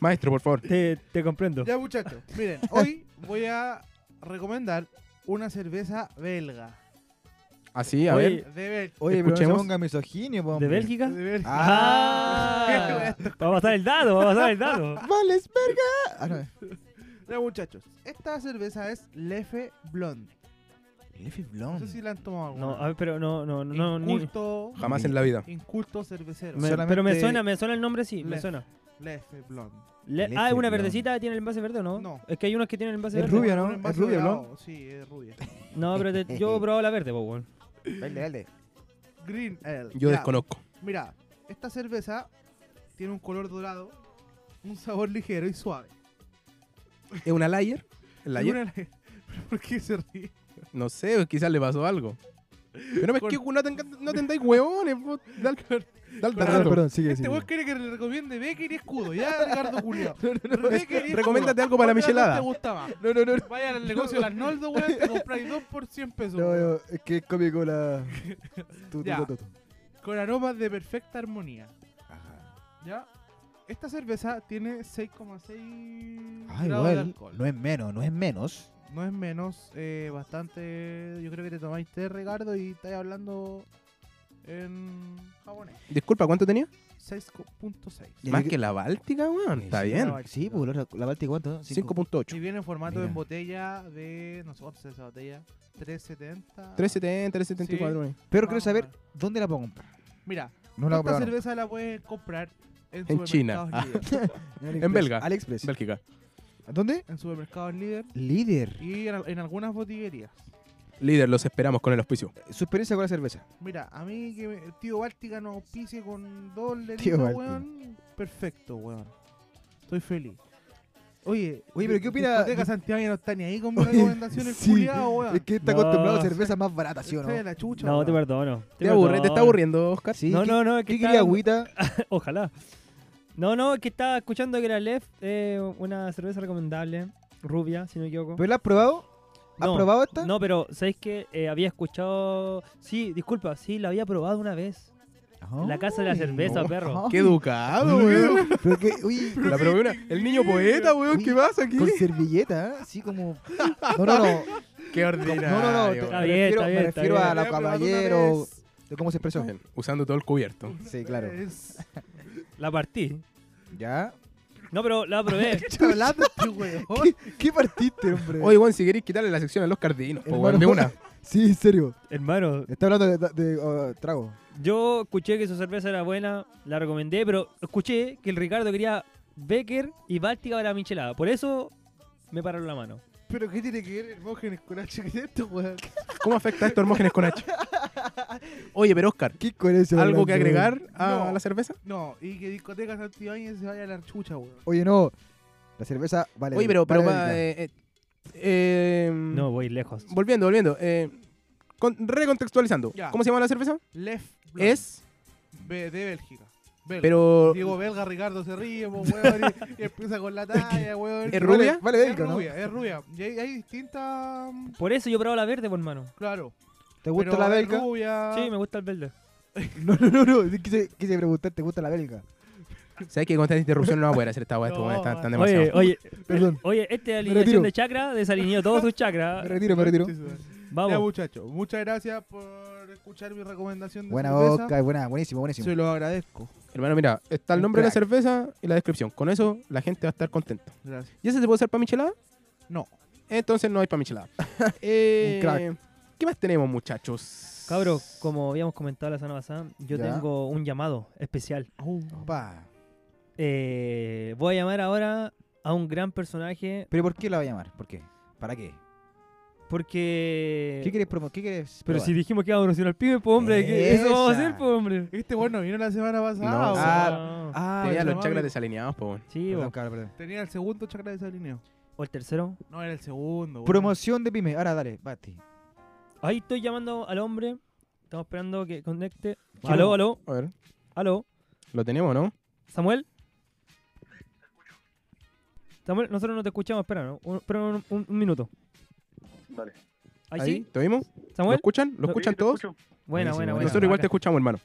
Speaker 2: Maestro, por favor.
Speaker 4: Te, te comprendo.
Speaker 5: Ya muchachos, miren, hoy voy a recomendar una cerveza belga.
Speaker 2: Así, a
Speaker 4: Oye,
Speaker 2: ver.
Speaker 5: De Bélgica.
Speaker 3: Oye, pero no
Speaker 2: Escuchemos.
Speaker 3: se ponga misoginio, po,
Speaker 4: ¿De
Speaker 3: hombre.
Speaker 4: Bélgica?
Speaker 5: De Bélgica.
Speaker 4: ¡Ah! va a pasar el dado, va a pasar el dado.
Speaker 3: ¡Vales, verga! Ah, no.
Speaker 5: Ya muchachos, esta cerveza es Lefe Blonde.
Speaker 3: Lefe
Speaker 5: No
Speaker 3: Blonde.
Speaker 5: sé si la han tomado alguna.
Speaker 4: No, a ver, pero no, no, no, ni-
Speaker 5: Inculto,
Speaker 2: Jamás en la vida.
Speaker 5: inculto cervecero.
Speaker 4: me-
Speaker 3: solamente-
Speaker 4: pero me suena, me suena el nombre, sí, me
Speaker 5: Left.
Speaker 4: suena.
Speaker 5: Lefe Blonde.
Speaker 4: Le-
Speaker 3: Leche
Speaker 4: ah, es una
Speaker 3: blonde.
Speaker 4: verdecita, tiene el envase verde, o ¿no?
Speaker 5: No.
Speaker 4: Es que hay unos que tienen el envase
Speaker 3: Es
Speaker 4: verde.
Speaker 3: rubia, ¿no?
Speaker 5: Un
Speaker 3: Es
Speaker 5: envase
Speaker 3: rubia,
Speaker 5: dorado,
Speaker 3: ¿no?
Speaker 5: Sí, es rubia.
Speaker 4: No, pero te- yo he probado la verde, po, weón.
Speaker 3: Dale, dale.
Speaker 5: Green Ale.
Speaker 2: Yo
Speaker 5: Ya,
Speaker 2: desconozco.
Speaker 5: Mira, esta cerveza tiene un color dorado, un sabor ligero y suave.
Speaker 2: ¿Es una layer?
Speaker 5: Es una lager. ¿Por qué se ríe?
Speaker 2: No sé, quizás le pasó algo. Pero no me es
Speaker 5: Con-
Speaker 2: que no, tenga- no tendáis hueones, vos. Dale.
Speaker 3: Dale,
Speaker 5: Claro.
Speaker 3: perdón, perdón, sigue,
Speaker 5: Este
Speaker 3: sigue.
Speaker 5: weón quiere que le recomiende Becker y escudo. Ya, Ricardo Julio. Recomiéndate
Speaker 2: Recomiéndate algo para la michelada.
Speaker 5: Te gusta más.
Speaker 3: No, no, no, no.
Speaker 5: Vaya al negocio del Arnoldo, weón, te compráis dos por 100 pesos.
Speaker 3: No,
Speaker 5: weón.
Speaker 3: no, es que es cómico la. Tu, tu,
Speaker 5: Ya.
Speaker 3: tu, tu, tu.
Speaker 5: Con aromas de perfecta armonía. ¿Ya? Esta cerveza tiene 6,6
Speaker 3: Ah,
Speaker 5: grados de
Speaker 3: igual.
Speaker 5: alcohol.
Speaker 3: No es menos, no es menos.
Speaker 5: No es menos, eh, bastante. Yo creo que te tomáis té, Ricardo, y estáis hablando en japonés.
Speaker 2: Disculpa, ¿cuánto tenía?
Speaker 5: 6,6.
Speaker 3: Ya.
Speaker 2: Más que la Báltica, weón. Está
Speaker 5: sí,
Speaker 2: bien.
Speaker 5: la Báltica.
Speaker 3: Sí, pues la, la Báltica, ¿cuánto? Cinco.
Speaker 2: 5.8.
Speaker 5: Y viene en formato
Speaker 3: Mira.
Speaker 5: en botella de. No sé cuánto es esa botella.
Speaker 2: 370,
Speaker 5: 370.
Speaker 2: 374. weón.
Speaker 3: Pero quiero
Speaker 5: Vamos
Speaker 3: saber
Speaker 5: a ver.
Speaker 3: dónde la puedo comprar.
Speaker 5: Mira,
Speaker 3: Ah, No la
Speaker 5: esta
Speaker 3: puedo
Speaker 5: cerveza la puedes comprar en,
Speaker 2: En China.
Speaker 3: Ah.
Speaker 5: supermercados Líder.
Speaker 2: En belga.
Speaker 3: AliExpress.
Speaker 2: Bélgica.
Speaker 3: ¿Dónde?
Speaker 5: En supermercados líder
Speaker 3: Líder.
Speaker 5: y en, al- en algunas botillerías.
Speaker 2: Líder, los esperamos con el auspicio.
Speaker 3: Su experiencia con la cerveza.
Speaker 5: Mira, a mí que me- el tío Báltica nos pise con dos
Speaker 3: Tío
Speaker 5: letritas,
Speaker 3: Báltica.
Speaker 5: weón. Perfecto, weón. Estoy feliz. Oye,
Speaker 3: Oye, pero ¿qué opina-
Speaker 5: Discoteca Santiago ya no está ni ahí con mis
Speaker 3: Oye,
Speaker 5: recomendaciones,
Speaker 3: sí.
Speaker 5: culiado, weón.
Speaker 3: Es que está
Speaker 4: Ah, No.
Speaker 3: acostumbrado a cerveza más barata, ¿sí o
Speaker 5: Está de
Speaker 3: no?
Speaker 5: la chucha,
Speaker 4: No,
Speaker 5: weón.
Speaker 4: te perdono.
Speaker 2: ¿Te aburre? ¿Te está
Speaker 4: perdono.
Speaker 2: aburriendo, Oscar?
Speaker 3: Sí,
Speaker 4: No,
Speaker 3: ¿qué-
Speaker 4: no, no, es que
Speaker 3: ¿Qué
Speaker 4: está-
Speaker 3: quería agüita?
Speaker 4: Ojalá. No, no, es que estaba escuchando que la Lef es una cerveza recomendable, rubia, si no me equivoco.
Speaker 3: ¿Pero la has probado? ¿Has
Speaker 4: No,
Speaker 3: probado esta?
Speaker 4: No, pero ¿sabéis que había escuchado... Sí, disculpa, sí, la había probado una vez.
Speaker 3: Ah.
Speaker 4: En la casa de la
Speaker 3: Ay,
Speaker 4: cerveza, perro.
Speaker 2: Qué educado, weón.
Speaker 3: Ay, Ah, Pero que, uy,
Speaker 2: La probé una. El niño poeta, weón. ¿Qué
Speaker 3: Uy,
Speaker 2: pasa aquí?
Speaker 3: con servilleta, ¿eh? así como. No, no, no.
Speaker 2: Qué
Speaker 3: No, no, no. te-
Speaker 4: Está
Speaker 3: me
Speaker 4: bien,
Speaker 3: refiero,
Speaker 4: está bien,
Speaker 3: me
Speaker 4: está
Speaker 3: refiero
Speaker 4: bien.
Speaker 3: a la
Speaker 5: Había probado una
Speaker 3: caballero.
Speaker 5: vez.
Speaker 3: de ¿Cómo se expresó?
Speaker 2: Usando todo el cubierto.
Speaker 3: Sí, claro.
Speaker 5: Es-
Speaker 4: La partí.
Speaker 3: ¿Ya?
Speaker 4: No, pero la probé.
Speaker 5: ¿Qué está hablando este weón?
Speaker 3: ¿Qué partiste, hombre?
Speaker 2: Oye, weón, si queréis quitarle la sección a los cardinos, po,
Speaker 3: Hermano.
Speaker 2: weón, de una.
Speaker 3: Sí, en serio.
Speaker 4: Hermano,
Speaker 3: Está hablando de, de, uh, trago.
Speaker 4: yo escuché que su cerveza era buena, la recomendé, pero escuché que el Ricardo quería Becker y Báltica para michelada. Por eso me pararon la mano.
Speaker 5: ¿Pero qué tiene que ver Hermógenes con H que esto, weón?
Speaker 2: ¿Cómo afecta esto Hermógenes con H? Oye, pero Oscar,
Speaker 3: ¿Qué con eso?
Speaker 2: ¿algo que
Speaker 3: hablando?
Speaker 2: agregar a
Speaker 5: No.
Speaker 2: la cerveza?
Speaker 5: No, y que discoteca Santibáñez se vaya a la chucha, weón.
Speaker 3: Oye, no. La cerveza vale.
Speaker 2: Oye, pero, pero
Speaker 3: vale
Speaker 2: va,
Speaker 3: la-
Speaker 2: eh, eh, eh,
Speaker 4: No, voy lejos.
Speaker 2: volviendo, volviendo. eh, con- recontextualizando.
Speaker 5: Ya.
Speaker 2: ¿Cómo se llama la cerveza?
Speaker 5: Left Blonde,
Speaker 2: Es,
Speaker 5: be- de Bélgica. Belga.
Speaker 2: pero
Speaker 5: Diego Belga, Ricardo se ríe, po, weón, y, y empieza con la talla, weón.
Speaker 2: ¿Es rubia?
Speaker 3: Vale,
Speaker 5: Es
Speaker 3: belga, ¿no?
Speaker 5: rubia, es rubia. Y hay, hay distintas. mm,
Speaker 4: Por eso yo probaba la verde, por hermano.
Speaker 5: Claro.
Speaker 3: ¿Te gusta
Speaker 5: pero
Speaker 3: la
Speaker 5: hay
Speaker 3: belga?
Speaker 5: Rubia.
Speaker 4: Sí, me gusta el verde.
Speaker 3: No, no, no, no. sí Quise, quise preguntar, ¿te gusta la belga?
Speaker 2: sabes que con esta interrupción no va a poder hacer esta weá, estos
Speaker 5: No,
Speaker 2: weones están, están demasiado.
Speaker 4: Oye, oye,
Speaker 3: Perdón.
Speaker 4: oye, este de
Speaker 3: retiro.
Speaker 4: alineación de chakra desalineó todos sus
Speaker 3: Me
Speaker 4: chakras.
Speaker 3: retiro, me retiro.
Speaker 5: Sí, sí, sí. Ya,
Speaker 4: Vamos.
Speaker 5: muchachos, muchas gracias por escuchar mi recomendación de
Speaker 3: Buena
Speaker 5: cerveza.
Speaker 3: boca, buena, buenísimo, buenísimo.
Speaker 5: Se lo agradezco.
Speaker 2: Hermano, mira, está el
Speaker 3: Un
Speaker 2: nombre de la
Speaker 3: crack.
Speaker 2: cerveza y la descripción. Con eso la gente va a estar contenta.
Speaker 5: Gracias.
Speaker 2: ¿Y ese se puede usar para michelada?
Speaker 5: No.
Speaker 2: Entonces no hay para michelada. Eh,
Speaker 3: crack.
Speaker 2: ¿Qué más tenemos, muchachos?
Speaker 4: Cabro, como habíamos comentado la semana pasada, yo
Speaker 3: Ya.
Speaker 4: tengo un llamado especial.
Speaker 3: Opa.
Speaker 4: Eh, voy a llamar ahora a un gran personaje
Speaker 3: ¿Pero por qué la voy a llamar? ¿Por qué? ¿Para qué?
Speaker 4: porque...
Speaker 2: Eh,
Speaker 3: ¿Qué quieres promo? ¿Qué quieres?
Speaker 4: Pero
Speaker 3: probar?
Speaker 4: si dijimos que íbamos a conocer al pibe, pues hombre, ¿qué- eso vamos a
Speaker 3: Esa.
Speaker 4: hacer, pues hombre.
Speaker 5: Este bueno vino la semana pasada.
Speaker 2: No.
Speaker 5: weón.
Speaker 3: Ah,
Speaker 4: No.
Speaker 3: Ah,
Speaker 2: Tenía los
Speaker 3: perdón,
Speaker 2: chakras
Speaker 5: amigo.
Speaker 2: desalineados, po. weón.
Speaker 4: sí,
Speaker 3: perdón,
Speaker 4: o,
Speaker 3: cabrón, perdón.
Speaker 5: Tenía el segundo chakra desalineado.
Speaker 4: o el tercero.
Speaker 5: No, era el segundo. weón.
Speaker 3: Promoción de pyme. Ahora dale, Bati.
Speaker 4: Ahí estoy llamando al hombre. Estamos esperando que conecte.
Speaker 2: Sí,
Speaker 4: Aló,
Speaker 2: vamos. A
Speaker 4: aló,
Speaker 2: ver,
Speaker 4: aló.
Speaker 2: lo tenemos, ¿no?
Speaker 4: Samuel. Samuel, nosotros no te escuchamos, espera, ¿no? Un- espera un, un- un minuto.
Speaker 10: Vale.
Speaker 4: Ahí,
Speaker 2: Ahí,
Speaker 4: sí,
Speaker 2: ¿te oímos? ¿Lo
Speaker 4: Samuel.
Speaker 2: escuchan? ¿Lo
Speaker 4: Sí,
Speaker 2: escuchan
Speaker 10: te
Speaker 2: todos?
Speaker 10: escucho.
Speaker 4: Buena, buena, buena.
Speaker 2: Nosotros igual te escuchamos, hermano.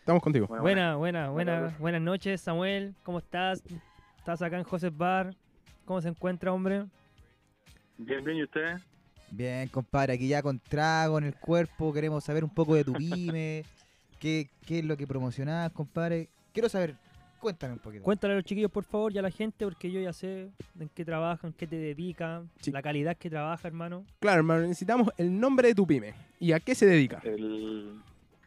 Speaker 2: Estamos contigo.
Speaker 10: Bueno, bueno.
Speaker 4: Buena, buena, buena.
Speaker 10: Buena,
Speaker 4: Buenas noches, Samuel. ¿Cómo estás? Estás acá en José Bar. ¿Cómo se encuentra, hombre?
Speaker 10: Bien, bien, ¿y usted?
Speaker 3: Bien, compadre, aquí ya con trago en el cuerpo, queremos saber un poco de tu pyme, qué, qué es lo que promocionás, compadre. Quiero saber, cuéntame un poquito.
Speaker 4: Cuéntale a los chiquillos, por favor, y a la gente, porque yo ya sé en qué trabajan, qué te dedican,
Speaker 2: Sí.
Speaker 4: la calidad que trabaja, hermano.
Speaker 2: Claro, hermano, necesitamos el nombre de tu pyme. ¿Y a qué se dedica?
Speaker 10: El-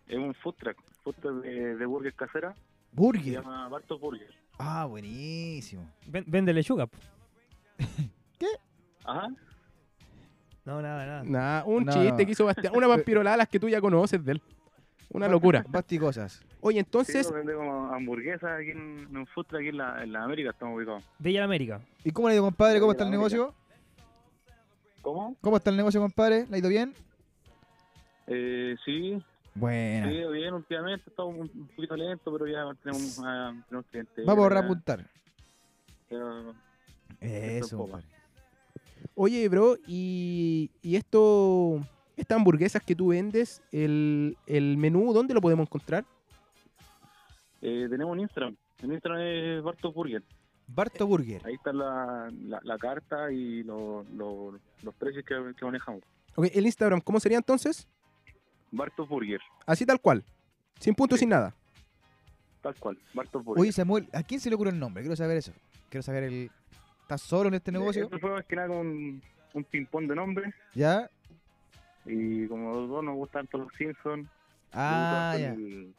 Speaker 10: es un food truck, food truck de, de burger casera, se
Speaker 3: Burger.
Speaker 10: llama Bartos Burger.
Speaker 3: Ah, buenísimo.
Speaker 4: Ven- Vende lechuga. po.
Speaker 10: Ajá,
Speaker 4: No, nada, nada.
Speaker 2: Nah, un
Speaker 3: No,
Speaker 2: chiste
Speaker 3: no.
Speaker 2: que hizo Bastián. Una vampirolada, las que tú ya conoces de él. Una locura.
Speaker 3: Basti cosas.
Speaker 2: Oye,
Speaker 10: sí,
Speaker 2: entonces,
Speaker 10: vendemos hamburguesas aquí en, en un food truck aquí en la, en la América, estamos ubicados.
Speaker 4: Bella la América.
Speaker 3: ¿Y cómo le ha ido, compadre? ¿Cómo está el
Speaker 10: Mira, mira.
Speaker 3: negocio?
Speaker 10: ¿Cómo?
Speaker 3: ¿Cómo está el negocio, compadre? ¿Le ha ido bien?
Speaker 10: Eh, sí,
Speaker 3: Buena.
Speaker 10: Sí, bien, últimamente estamos un un poquito lento, pero ya tenemos, ah, tenemos clientes.
Speaker 3: Vamos a
Speaker 10: Ya,
Speaker 3: repuntar.
Speaker 10: pero-
Speaker 3: Eso,
Speaker 10: poco.
Speaker 3: compadre.
Speaker 2: Oye, bro, y, y esto, estas hamburguesas que tú vendes, el, el menú, ¿dónde lo podemos encontrar?
Speaker 10: Eh, tenemos un Instagram. El Instagram es Barto Burger.
Speaker 3: Barto Burger.
Speaker 10: Ahí está la, la, la carta y lo- lo- los precios que, que manejamos.
Speaker 2: Ok, el Instagram, ¿cómo sería entonces?
Speaker 10: Barto Burger,
Speaker 2: Así tal cual. Sin punto, sin nada.
Speaker 10: tal cual. Barto Burger.
Speaker 3: Oye, Samuel, ¿a quién se le ocurrió el nombre? Quiero saber eso. Quiero saber el. ¿Estás solo en este negocio?
Speaker 10: Eh, Esto fue más que nada como un, un ping-pong de nombres.
Speaker 3: ¿Ya?
Speaker 10: Y como a los dos nos gustan todos los Simpsons.
Speaker 3: Ah,
Speaker 10: le
Speaker 3: ya.
Speaker 10: gustó el-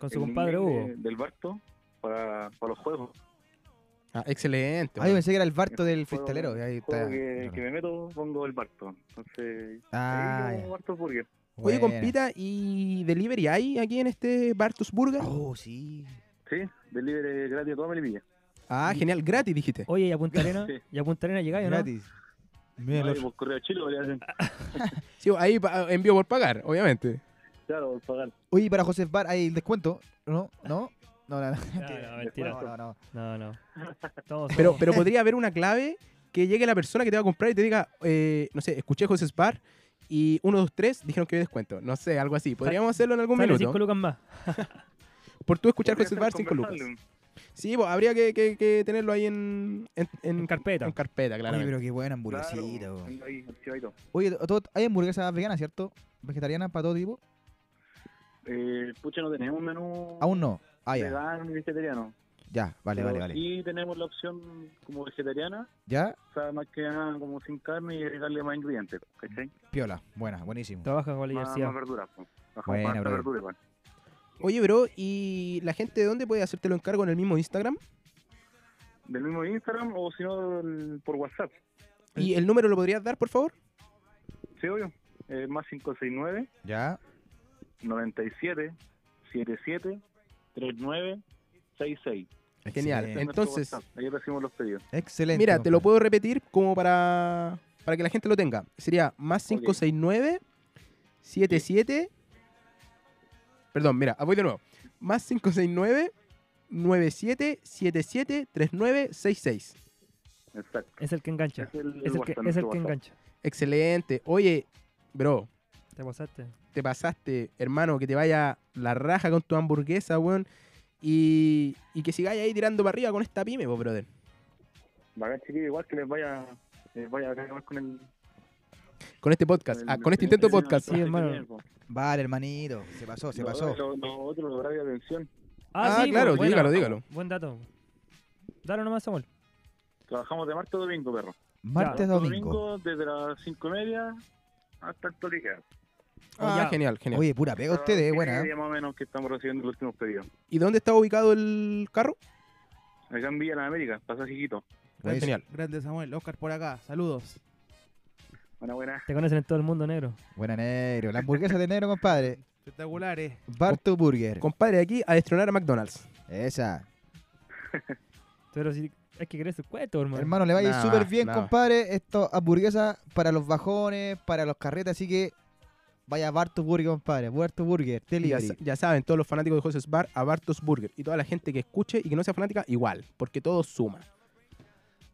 Speaker 4: Con su
Speaker 10: el
Speaker 4: compadre
Speaker 10: nickname
Speaker 4: Hugo.
Speaker 10: de- Del Barto para, para los juegos.
Speaker 2: Ah, excelente.
Speaker 3: Ah, yo
Speaker 2: bro.
Speaker 3: pensé que era el Barto del
Speaker 10: Juego-
Speaker 3: freestalero. y Ahí está.
Speaker 10: juego que, que me meto, pongo el Barto. Entonces,
Speaker 3: Ah,
Speaker 10: ahí
Speaker 3: ya.
Speaker 10: como Barto Burger.
Speaker 2: Oye,
Speaker 3: Buena.
Speaker 2: compita, ¿y delivery hay aquí en este Bartos Burger?
Speaker 3: Oh, sí.
Speaker 10: Sí, delivery gratis a toda Melipilla.
Speaker 2: Ah, genial, gratis, dijiste.
Speaker 4: Oye, ¿y a Punta Arena?
Speaker 10: Sí.
Speaker 4: ¿Y a Punta Arena llegáis o no?
Speaker 3: Gratis.
Speaker 8: Mira, el
Speaker 10: No, y
Speaker 8: otro.
Speaker 10: por pues, correo chile, le hacen.
Speaker 2: Sí, ahí pa- envío por pagar, obviamente.
Speaker 10: Claro, por pagar.
Speaker 3: Oye, ¿y para José Bar hay el descuento. ¿No? ¿No? No, no, no.
Speaker 4: Ah, No, no,
Speaker 3: No,
Speaker 4: mentira.
Speaker 3: no, no.
Speaker 4: No, no. Todos
Speaker 2: Pero,
Speaker 4: somos-
Speaker 2: pero podría haber una clave que llegue la persona que te va a comprar y te diga, eh, no sé, escuché José Spar y 1, 2, 3 dijeron que había descuento. No sé, algo así. Podríamos hacerlo en algún
Speaker 4: Sale
Speaker 2: minuto.
Speaker 4: cinco lucas más.
Speaker 2: Por tú escuchar José
Speaker 10: Podría
Speaker 2: Spar,
Speaker 10: ser
Speaker 2: 5 lucas.
Speaker 10: conversable.
Speaker 2: Sí, pues, habría que, que- que tenerlo ahí en, en, en-
Speaker 4: En carpeta.
Speaker 2: En carpeta,
Speaker 3: Oye,
Speaker 2: claramente.
Speaker 3: pero qué buena
Speaker 10: Claro,
Speaker 3: hamburguesita. po.
Speaker 10: ahí, archivadito.
Speaker 3: Oye, todo- hay hamburguesas veganas, ¿cierto? Vegetarianas para todo tipo.
Speaker 10: Eh, pucha, no tenemos un menú
Speaker 3: Aún no. Ah, ya.
Speaker 10: vegano ni vegetariano.
Speaker 3: Ya, vale, vale,
Speaker 10: Pero
Speaker 3: vale.
Speaker 10: Sí tenemos la opción como vegetariana,
Speaker 3: ¿Ya?
Speaker 10: o sea, más que nada como sin carne y agregarle más ingredientes, ¿cachai?
Speaker 3: Piola. Buena, buenísimo.
Speaker 4: Trabaja con la
Speaker 10: Más, más
Speaker 4: diversidad.
Speaker 10: verduras, pues. Bajamos
Speaker 3: Buena,
Speaker 10: harta
Speaker 3: brother.
Speaker 10: verdura, igual.
Speaker 2: Oye, bro, ¿y la gente de dónde puede hacértelo encargo en el mismo Instagram?
Speaker 10: Del mismo Instagram o si no el- por WhatsApp.
Speaker 2: ¿Y el número lo podrías dar, por favor?
Speaker 10: Sí, obvio. Eh, más 569
Speaker 3: ¿Ya?
Speaker 10: 97 77 39 66.
Speaker 2: Genial.
Speaker 3: Excelente.
Speaker 2: Entonces,
Speaker 10: Ahí recibimos los pedidos.
Speaker 3: Excelente.
Speaker 2: mira, te lo
Speaker 3: compadre.
Speaker 2: puedo repetir como para, para que la gente lo tenga. Sería más 569 77 Perdón, mira, ah, voy de nuevo. Más 569 97 77 3966.
Speaker 10: Exacto.
Speaker 4: Es el que engancha.
Speaker 10: Es el,
Speaker 4: Es el que,
Speaker 10: WhatsApp,
Speaker 4: es el
Speaker 10: nuestro
Speaker 4: que
Speaker 10: WhatsApp.
Speaker 4: engancha.
Speaker 2: Excelente. Oye, bro,
Speaker 4: Te pasaste.
Speaker 2: te pasaste, hermano, que te vaya la raja con tu hamburguesa, weón. Y, y que sigáis ahí tirando para arriba con esta pyme, vos, brother.
Speaker 10: Bacán, chiquillo, igual que les vaya, les vaya a acabar con el.
Speaker 2: Con este podcast,
Speaker 10: el-
Speaker 2: ah, con este intento
Speaker 10: el-
Speaker 2: podcast.
Speaker 4: Sí, hermano.
Speaker 10: el-
Speaker 3: Vale, hermanito. Se pasó, Pues se
Speaker 10: pues. lo-
Speaker 3: pasó.
Speaker 10: Lo, lo otro, lo horario de atención.
Speaker 2: Ah,
Speaker 4: pues,
Speaker 2: claro,
Speaker 4: buena.
Speaker 2: dígalo, dígalo.
Speaker 4: Buen dato. Dale nomás, Samuel.
Speaker 10: Trabajamos de martes a domingo, perro.
Speaker 3: Martes,
Speaker 10: Martes a
Speaker 3: Ah, domingo.
Speaker 10: domingo desde las 5 y media hasta el toque.
Speaker 2: Ah,
Speaker 4: ya.
Speaker 2: genial, genial.
Speaker 3: Oye, pura pega ustedes, eh, buena. ¿eh?
Speaker 10: Más o menos que estamos recibiendo los últimos pedidos.
Speaker 2: ¿Y dónde está ubicado el carro?
Speaker 10: Acá en Villa La América, pasajiquito.
Speaker 3: Pues,
Speaker 2: genial.
Speaker 5: Grande Samuel, Oscar por acá, saludos.
Speaker 10: Buena, buena.
Speaker 4: Te conocen en todo el mundo negro.
Speaker 3: Buena, negro. La hamburguesa de negro, compadre.
Speaker 5: Espectaculares.
Speaker 3: Barto Burger.
Speaker 2: Compadre, aquí a destronar a McDonald's.
Speaker 3: Esa.
Speaker 4: Pero si hay que creer su cuento, hermano.
Speaker 3: Hermano, le va a ir
Speaker 2: Nada
Speaker 3: súper
Speaker 2: más,
Speaker 3: bien,
Speaker 2: nada más.
Speaker 3: compadre. Esto hamburguesa para los bajones, para los carretes, así que vaya a Barto Burger, compadre. Barto Burger,
Speaker 2: Ya,
Speaker 3: delivery.
Speaker 2: sa- ya saben, todos los fanáticos de Jose's Bar a Bartos Burger. Y toda la gente que escuche y que no sea fanática, igual. Porque todo suma.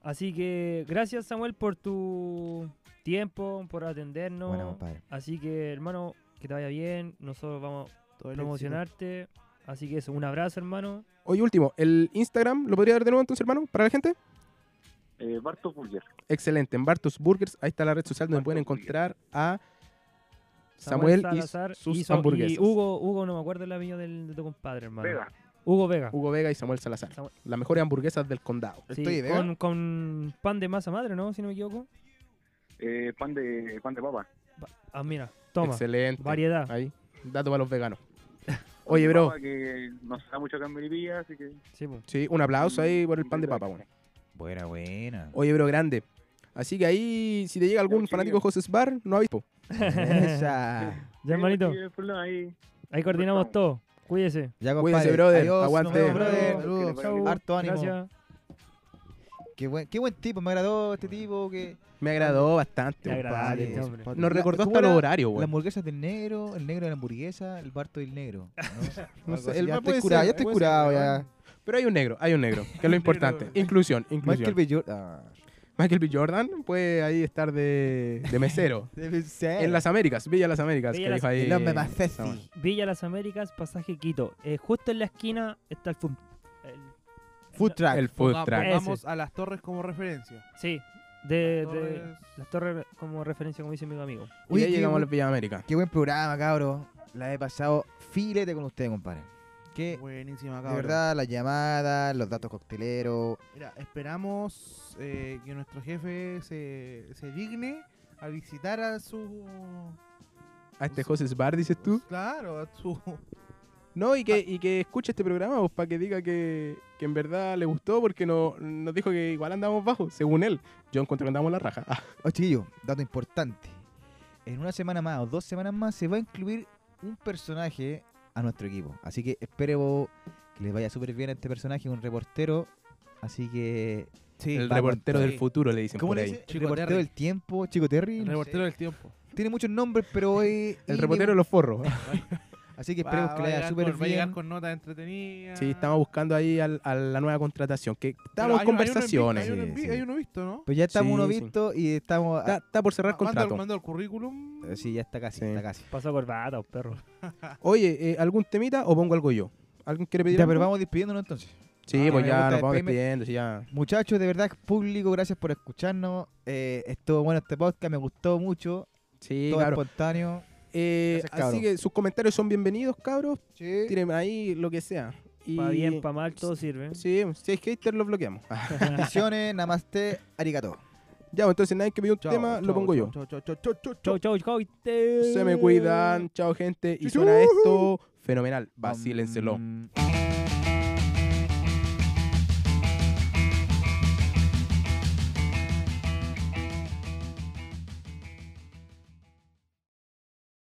Speaker 4: Así que gracias, Samuel, por tu tiempo, por atendernos.
Speaker 3: Bueno, compadre.
Speaker 4: Así que, hermano, que te vaya bien. Nosotros vamos
Speaker 5: Todo
Speaker 4: a
Speaker 5: el
Speaker 4: promocionarte. Así que eso, un abrazo, hermano.
Speaker 2: Oye, último, ¿el Instagram lo podría dar de nuevo entonces, hermano? ¿Para la gente?
Speaker 10: Eh, Barto Burger.
Speaker 2: Excelente, en Bartos Burgers, ahí está la red social donde
Speaker 10: Bartos
Speaker 2: pueden
Speaker 10: Burgers.
Speaker 2: encontrar a Samuel,
Speaker 4: Salazar
Speaker 2: y sus
Speaker 4: hizo-
Speaker 2: hamburguesas.
Speaker 4: Y Hugo, Hugo, no me acuerdo el apellido del, de tu compadre, hermano.
Speaker 10: Pega.
Speaker 4: Hugo Vega.
Speaker 2: Hugo Vega y Samuel Salazar.
Speaker 4: Samuel.
Speaker 2: Las mejores hamburguesas del condado.
Speaker 4: Sí,
Speaker 3: Estoy Vega.
Speaker 4: con, con pan de masa madre, ¿no? Si no me equivoco.
Speaker 10: Eh, pan, de, pan de papa.
Speaker 4: Va- Ah, mira, toma.
Speaker 2: Excelente.
Speaker 3: Ah.
Speaker 4: Variedad.
Speaker 2: Ahí, dato para los veganos. Oye, bro,
Speaker 10: Papa que no se da mucho acá en Melipilla, así que.
Speaker 4: Sí, pues. po.
Speaker 2: sí, un aplauso ahí por el pan de papa, bueno.
Speaker 3: Buena, buena.
Speaker 2: Oye, bro, grande. Así que ahí, si te llega algún
Speaker 10: Chao,
Speaker 2: fanático de Jose's Bar, no aviso.
Speaker 3: Esa.
Speaker 4: Ya,
Speaker 10: Sí,
Speaker 4: hermanito,
Speaker 10: sí, el problema ahí.
Speaker 4: ahí coordinamos todo. Cuídese.
Speaker 3: Ya, compadre.
Speaker 2: Cuídense, brother.
Speaker 3: Adiós, nos
Speaker 2: Aguante.
Speaker 3: vemos, brother.
Speaker 10: Saludos.
Speaker 3: Harto ánimo.
Speaker 4: Gracias.
Speaker 3: Qué buen, qué buen tipo, me agradó este tipo que...
Speaker 2: Me agradó bastante,
Speaker 3: Me agradó
Speaker 2: compadre.
Speaker 3: este hombre.
Speaker 2: Nos
Speaker 3: La-
Speaker 2: recordó
Speaker 3: ¿cómo
Speaker 2: hasta
Speaker 3: era?
Speaker 2: los horarios,
Speaker 3: La
Speaker 2: weón.
Speaker 3: hamburguesa del negro, el negro de la hamburguesa, el barto del negro.
Speaker 2: No
Speaker 3: No, Algo
Speaker 2: sé,
Speaker 3: así.
Speaker 2: el
Speaker 3: ya
Speaker 2: más
Speaker 3: estoy
Speaker 2: puede
Speaker 3: curado,
Speaker 2: ser,
Speaker 3: ya estoy
Speaker 2: puede
Speaker 3: curado
Speaker 2: ser,
Speaker 3: ya.
Speaker 2: weón. Pero hay un negro, hay un negro, que es lo importante. inclusión, inclusión. Ah.
Speaker 3: Michael B. Jordan.
Speaker 2: Michael B. Jordan puede ahí estar de, de mesero. en las Américas, Villa Las Américas,
Speaker 4: Villa
Speaker 2: que
Speaker 4: Las-
Speaker 2: dijo ahí.
Speaker 4: El hombre
Speaker 3: más sexy.
Speaker 2: Samuel.
Speaker 4: Villa Las Américas, pasaje Quito. Eh, justo en la esquina está el fun. el-
Speaker 3: Food track.
Speaker 2: El food
Speaker 5: Ponga-
Speaker 2: track.
Speaker 5: Pongamos a las torres como referencia.
Speaker 4: sí, de, Eh,
Speaker 5: Las
Speaker 4: de-
Speaker 5: torres.
Speaker 4: las torres como referencia, como dice mi amigo.
Speaker 2: Y
Speaker 3: Oye,
Speaker 2: ahí
Speaker 3: qué
Speaker 2: llegamos a
Speaker 3: buen-
Speaker 2: las Villa América.
Speaker 3: Qué buen programa, cabro. La he pasado filete con ustedes, compadre. Que
Speaker 5: Buenísima,
Speaker 3: de
Speaker 5: cabrón.
Speaker 3: verdad, las llamadas, los datos cocteleros.
Speaker 5: Mira, esperamos eh, que nuestro jefe se, se digne a visitar a su...
Speaker 2: A este José Bar, dices tú.
Speaker 5: Claro, a su...
Speaker 2: No, y que, y que escuche este programa, pues, para que diga que, que en verdad le gustó, porque no, nos dijo que igual andamos bajos, según él. Yo encontré que andamos la raja. Ah,
Speaker 3: Oye, Oh, chiquillo, dato importante. En una semana más o dos semanas más se va a incluir un personaje a nuestro equipo. Así que espero que les vaya súper bien a este personaje, un reportero. Así que.
Speaker 5: Sí,
Speaker 2: el
Speaker 3: va
Speaker 2: reportero
Speaker 3: con
Speaker 2: del
Speaker 3: todo.
Speaker 2: futuro, le dicen
Speaker 3: ¿Cómo
Speaker 2: por
Speaker 3: le
Speaker 2: ahí.
Speaker 3: dice? El
Speaker 5: Chico
Speaker 3: reportero
Speaker 5: Terry.
Speaker 3: del tiempo, Chico Terry.
Speaker 5: el
Speaker 3: no
Speaker 5: reportero
Speaker 3: sé.
Speaker 5: del tiempo.
Speaker 3: Tiene muchos nombres, pero hoy.
Speaker 2: El reportero de los forros.
Speaker 3: Así que esperemos
Speaker 5: Va-
Speaker 3: que
Speaker 5: va
Speaker 3: le
Speaker 5: a
Speaker 3: vaya
Speaker 5: llegar
Speaker 3: súper
Speaker 5: con- Va a llegar
Speaker 3: bien.
Speaker 5: con notas entretenidas.
Speaker 2: Sí, estamos buscando ahí al- a la nueva contratación, que
Speaker 5: Pero
Speaker 2: estamos
Speaker 5: hay-
Speaker 2: en
Speaker 5: hay uno en visto,
Speaker 2: conversaciones.
Speaker 5: Hay uno, en
Speaker 3: Sí,
Speaker 5: vi-
Speaker 3: sí.
Speaker 5: hay uno visto, ¿no?
Speaker 3: Pues ya estamos
Speaker 2: Sí,
Speaker 3: uno
Speaker 2: sí.
Speaker 3: visto y estamos.
Speaker 2: Está, está por cerrar
Speaker 5: Ah,
Speaker 2: contrato.
Speaker 5: Mando el currículum.
Speaker 3: Eh, Sí, ya está casi,
Speaker 2: Sí.
Speaker 3: está casi.
Speaker 4: Pasó corbata, oh, perro.
Speaker 2: Oye, eh, ¿algún temita o pongo algo yo? ¿Alguien quiere pedir
Speaker 3: Ya,
Speaker 2: algo?
Speaker 3: pero vamos despidiéndonos entonces.
Speaker 2: Sí,
Speaker 3: Ah,
Speaker 2: pues
Speaker 3: me
Speaker 2: ya
Speaker 3: gusta
Speaker 2: nos vamos
Speaker 3: despedirme.
Speaker 2: despidiendo, sí, ya.
Speaker 3: Muchachos, de verdad, público, gracias por escucharnos. Eh, estuvo bueno este podcast, me gustó mucho.
Speaker 2: Sí,
Speaker 3: todo
Speaker 2: claro.
Speaker 3: espontáneo.
Speaker 2: Eh,
Speaker 3: Gracias, cabro.
Speaker 2: así que sus comentarios son bienvenidos, cabros.
Speaker 3: Sí.
Speaker 2: Tiren ahí lo que sea. Y...
Speaker 4: Pa' bien, pa' mal, todo sirve.
Speaker 2: Sí, si hay hater, lo bloqueamos. Ah,
Speaker 3: Bendiciones, namaste, arigato.
Speaker 2: ya, pues, entonces nadie que pidió un
Speaker 5: Chao,
Speaker 2: tema, lo
Speaker 5: chao,
Speaker 2: pongo yo.
Speaker 5: chao, chao, chao, chao, chao,
Speaker 4: Chau,
Speaker 5: chao.
Speaker 4: chau, chau. y te-
Speaker 2: Se me cuidan, chao gente. Y suena esto fenomenal. Vacílenselo.
Speaker 3: Mm.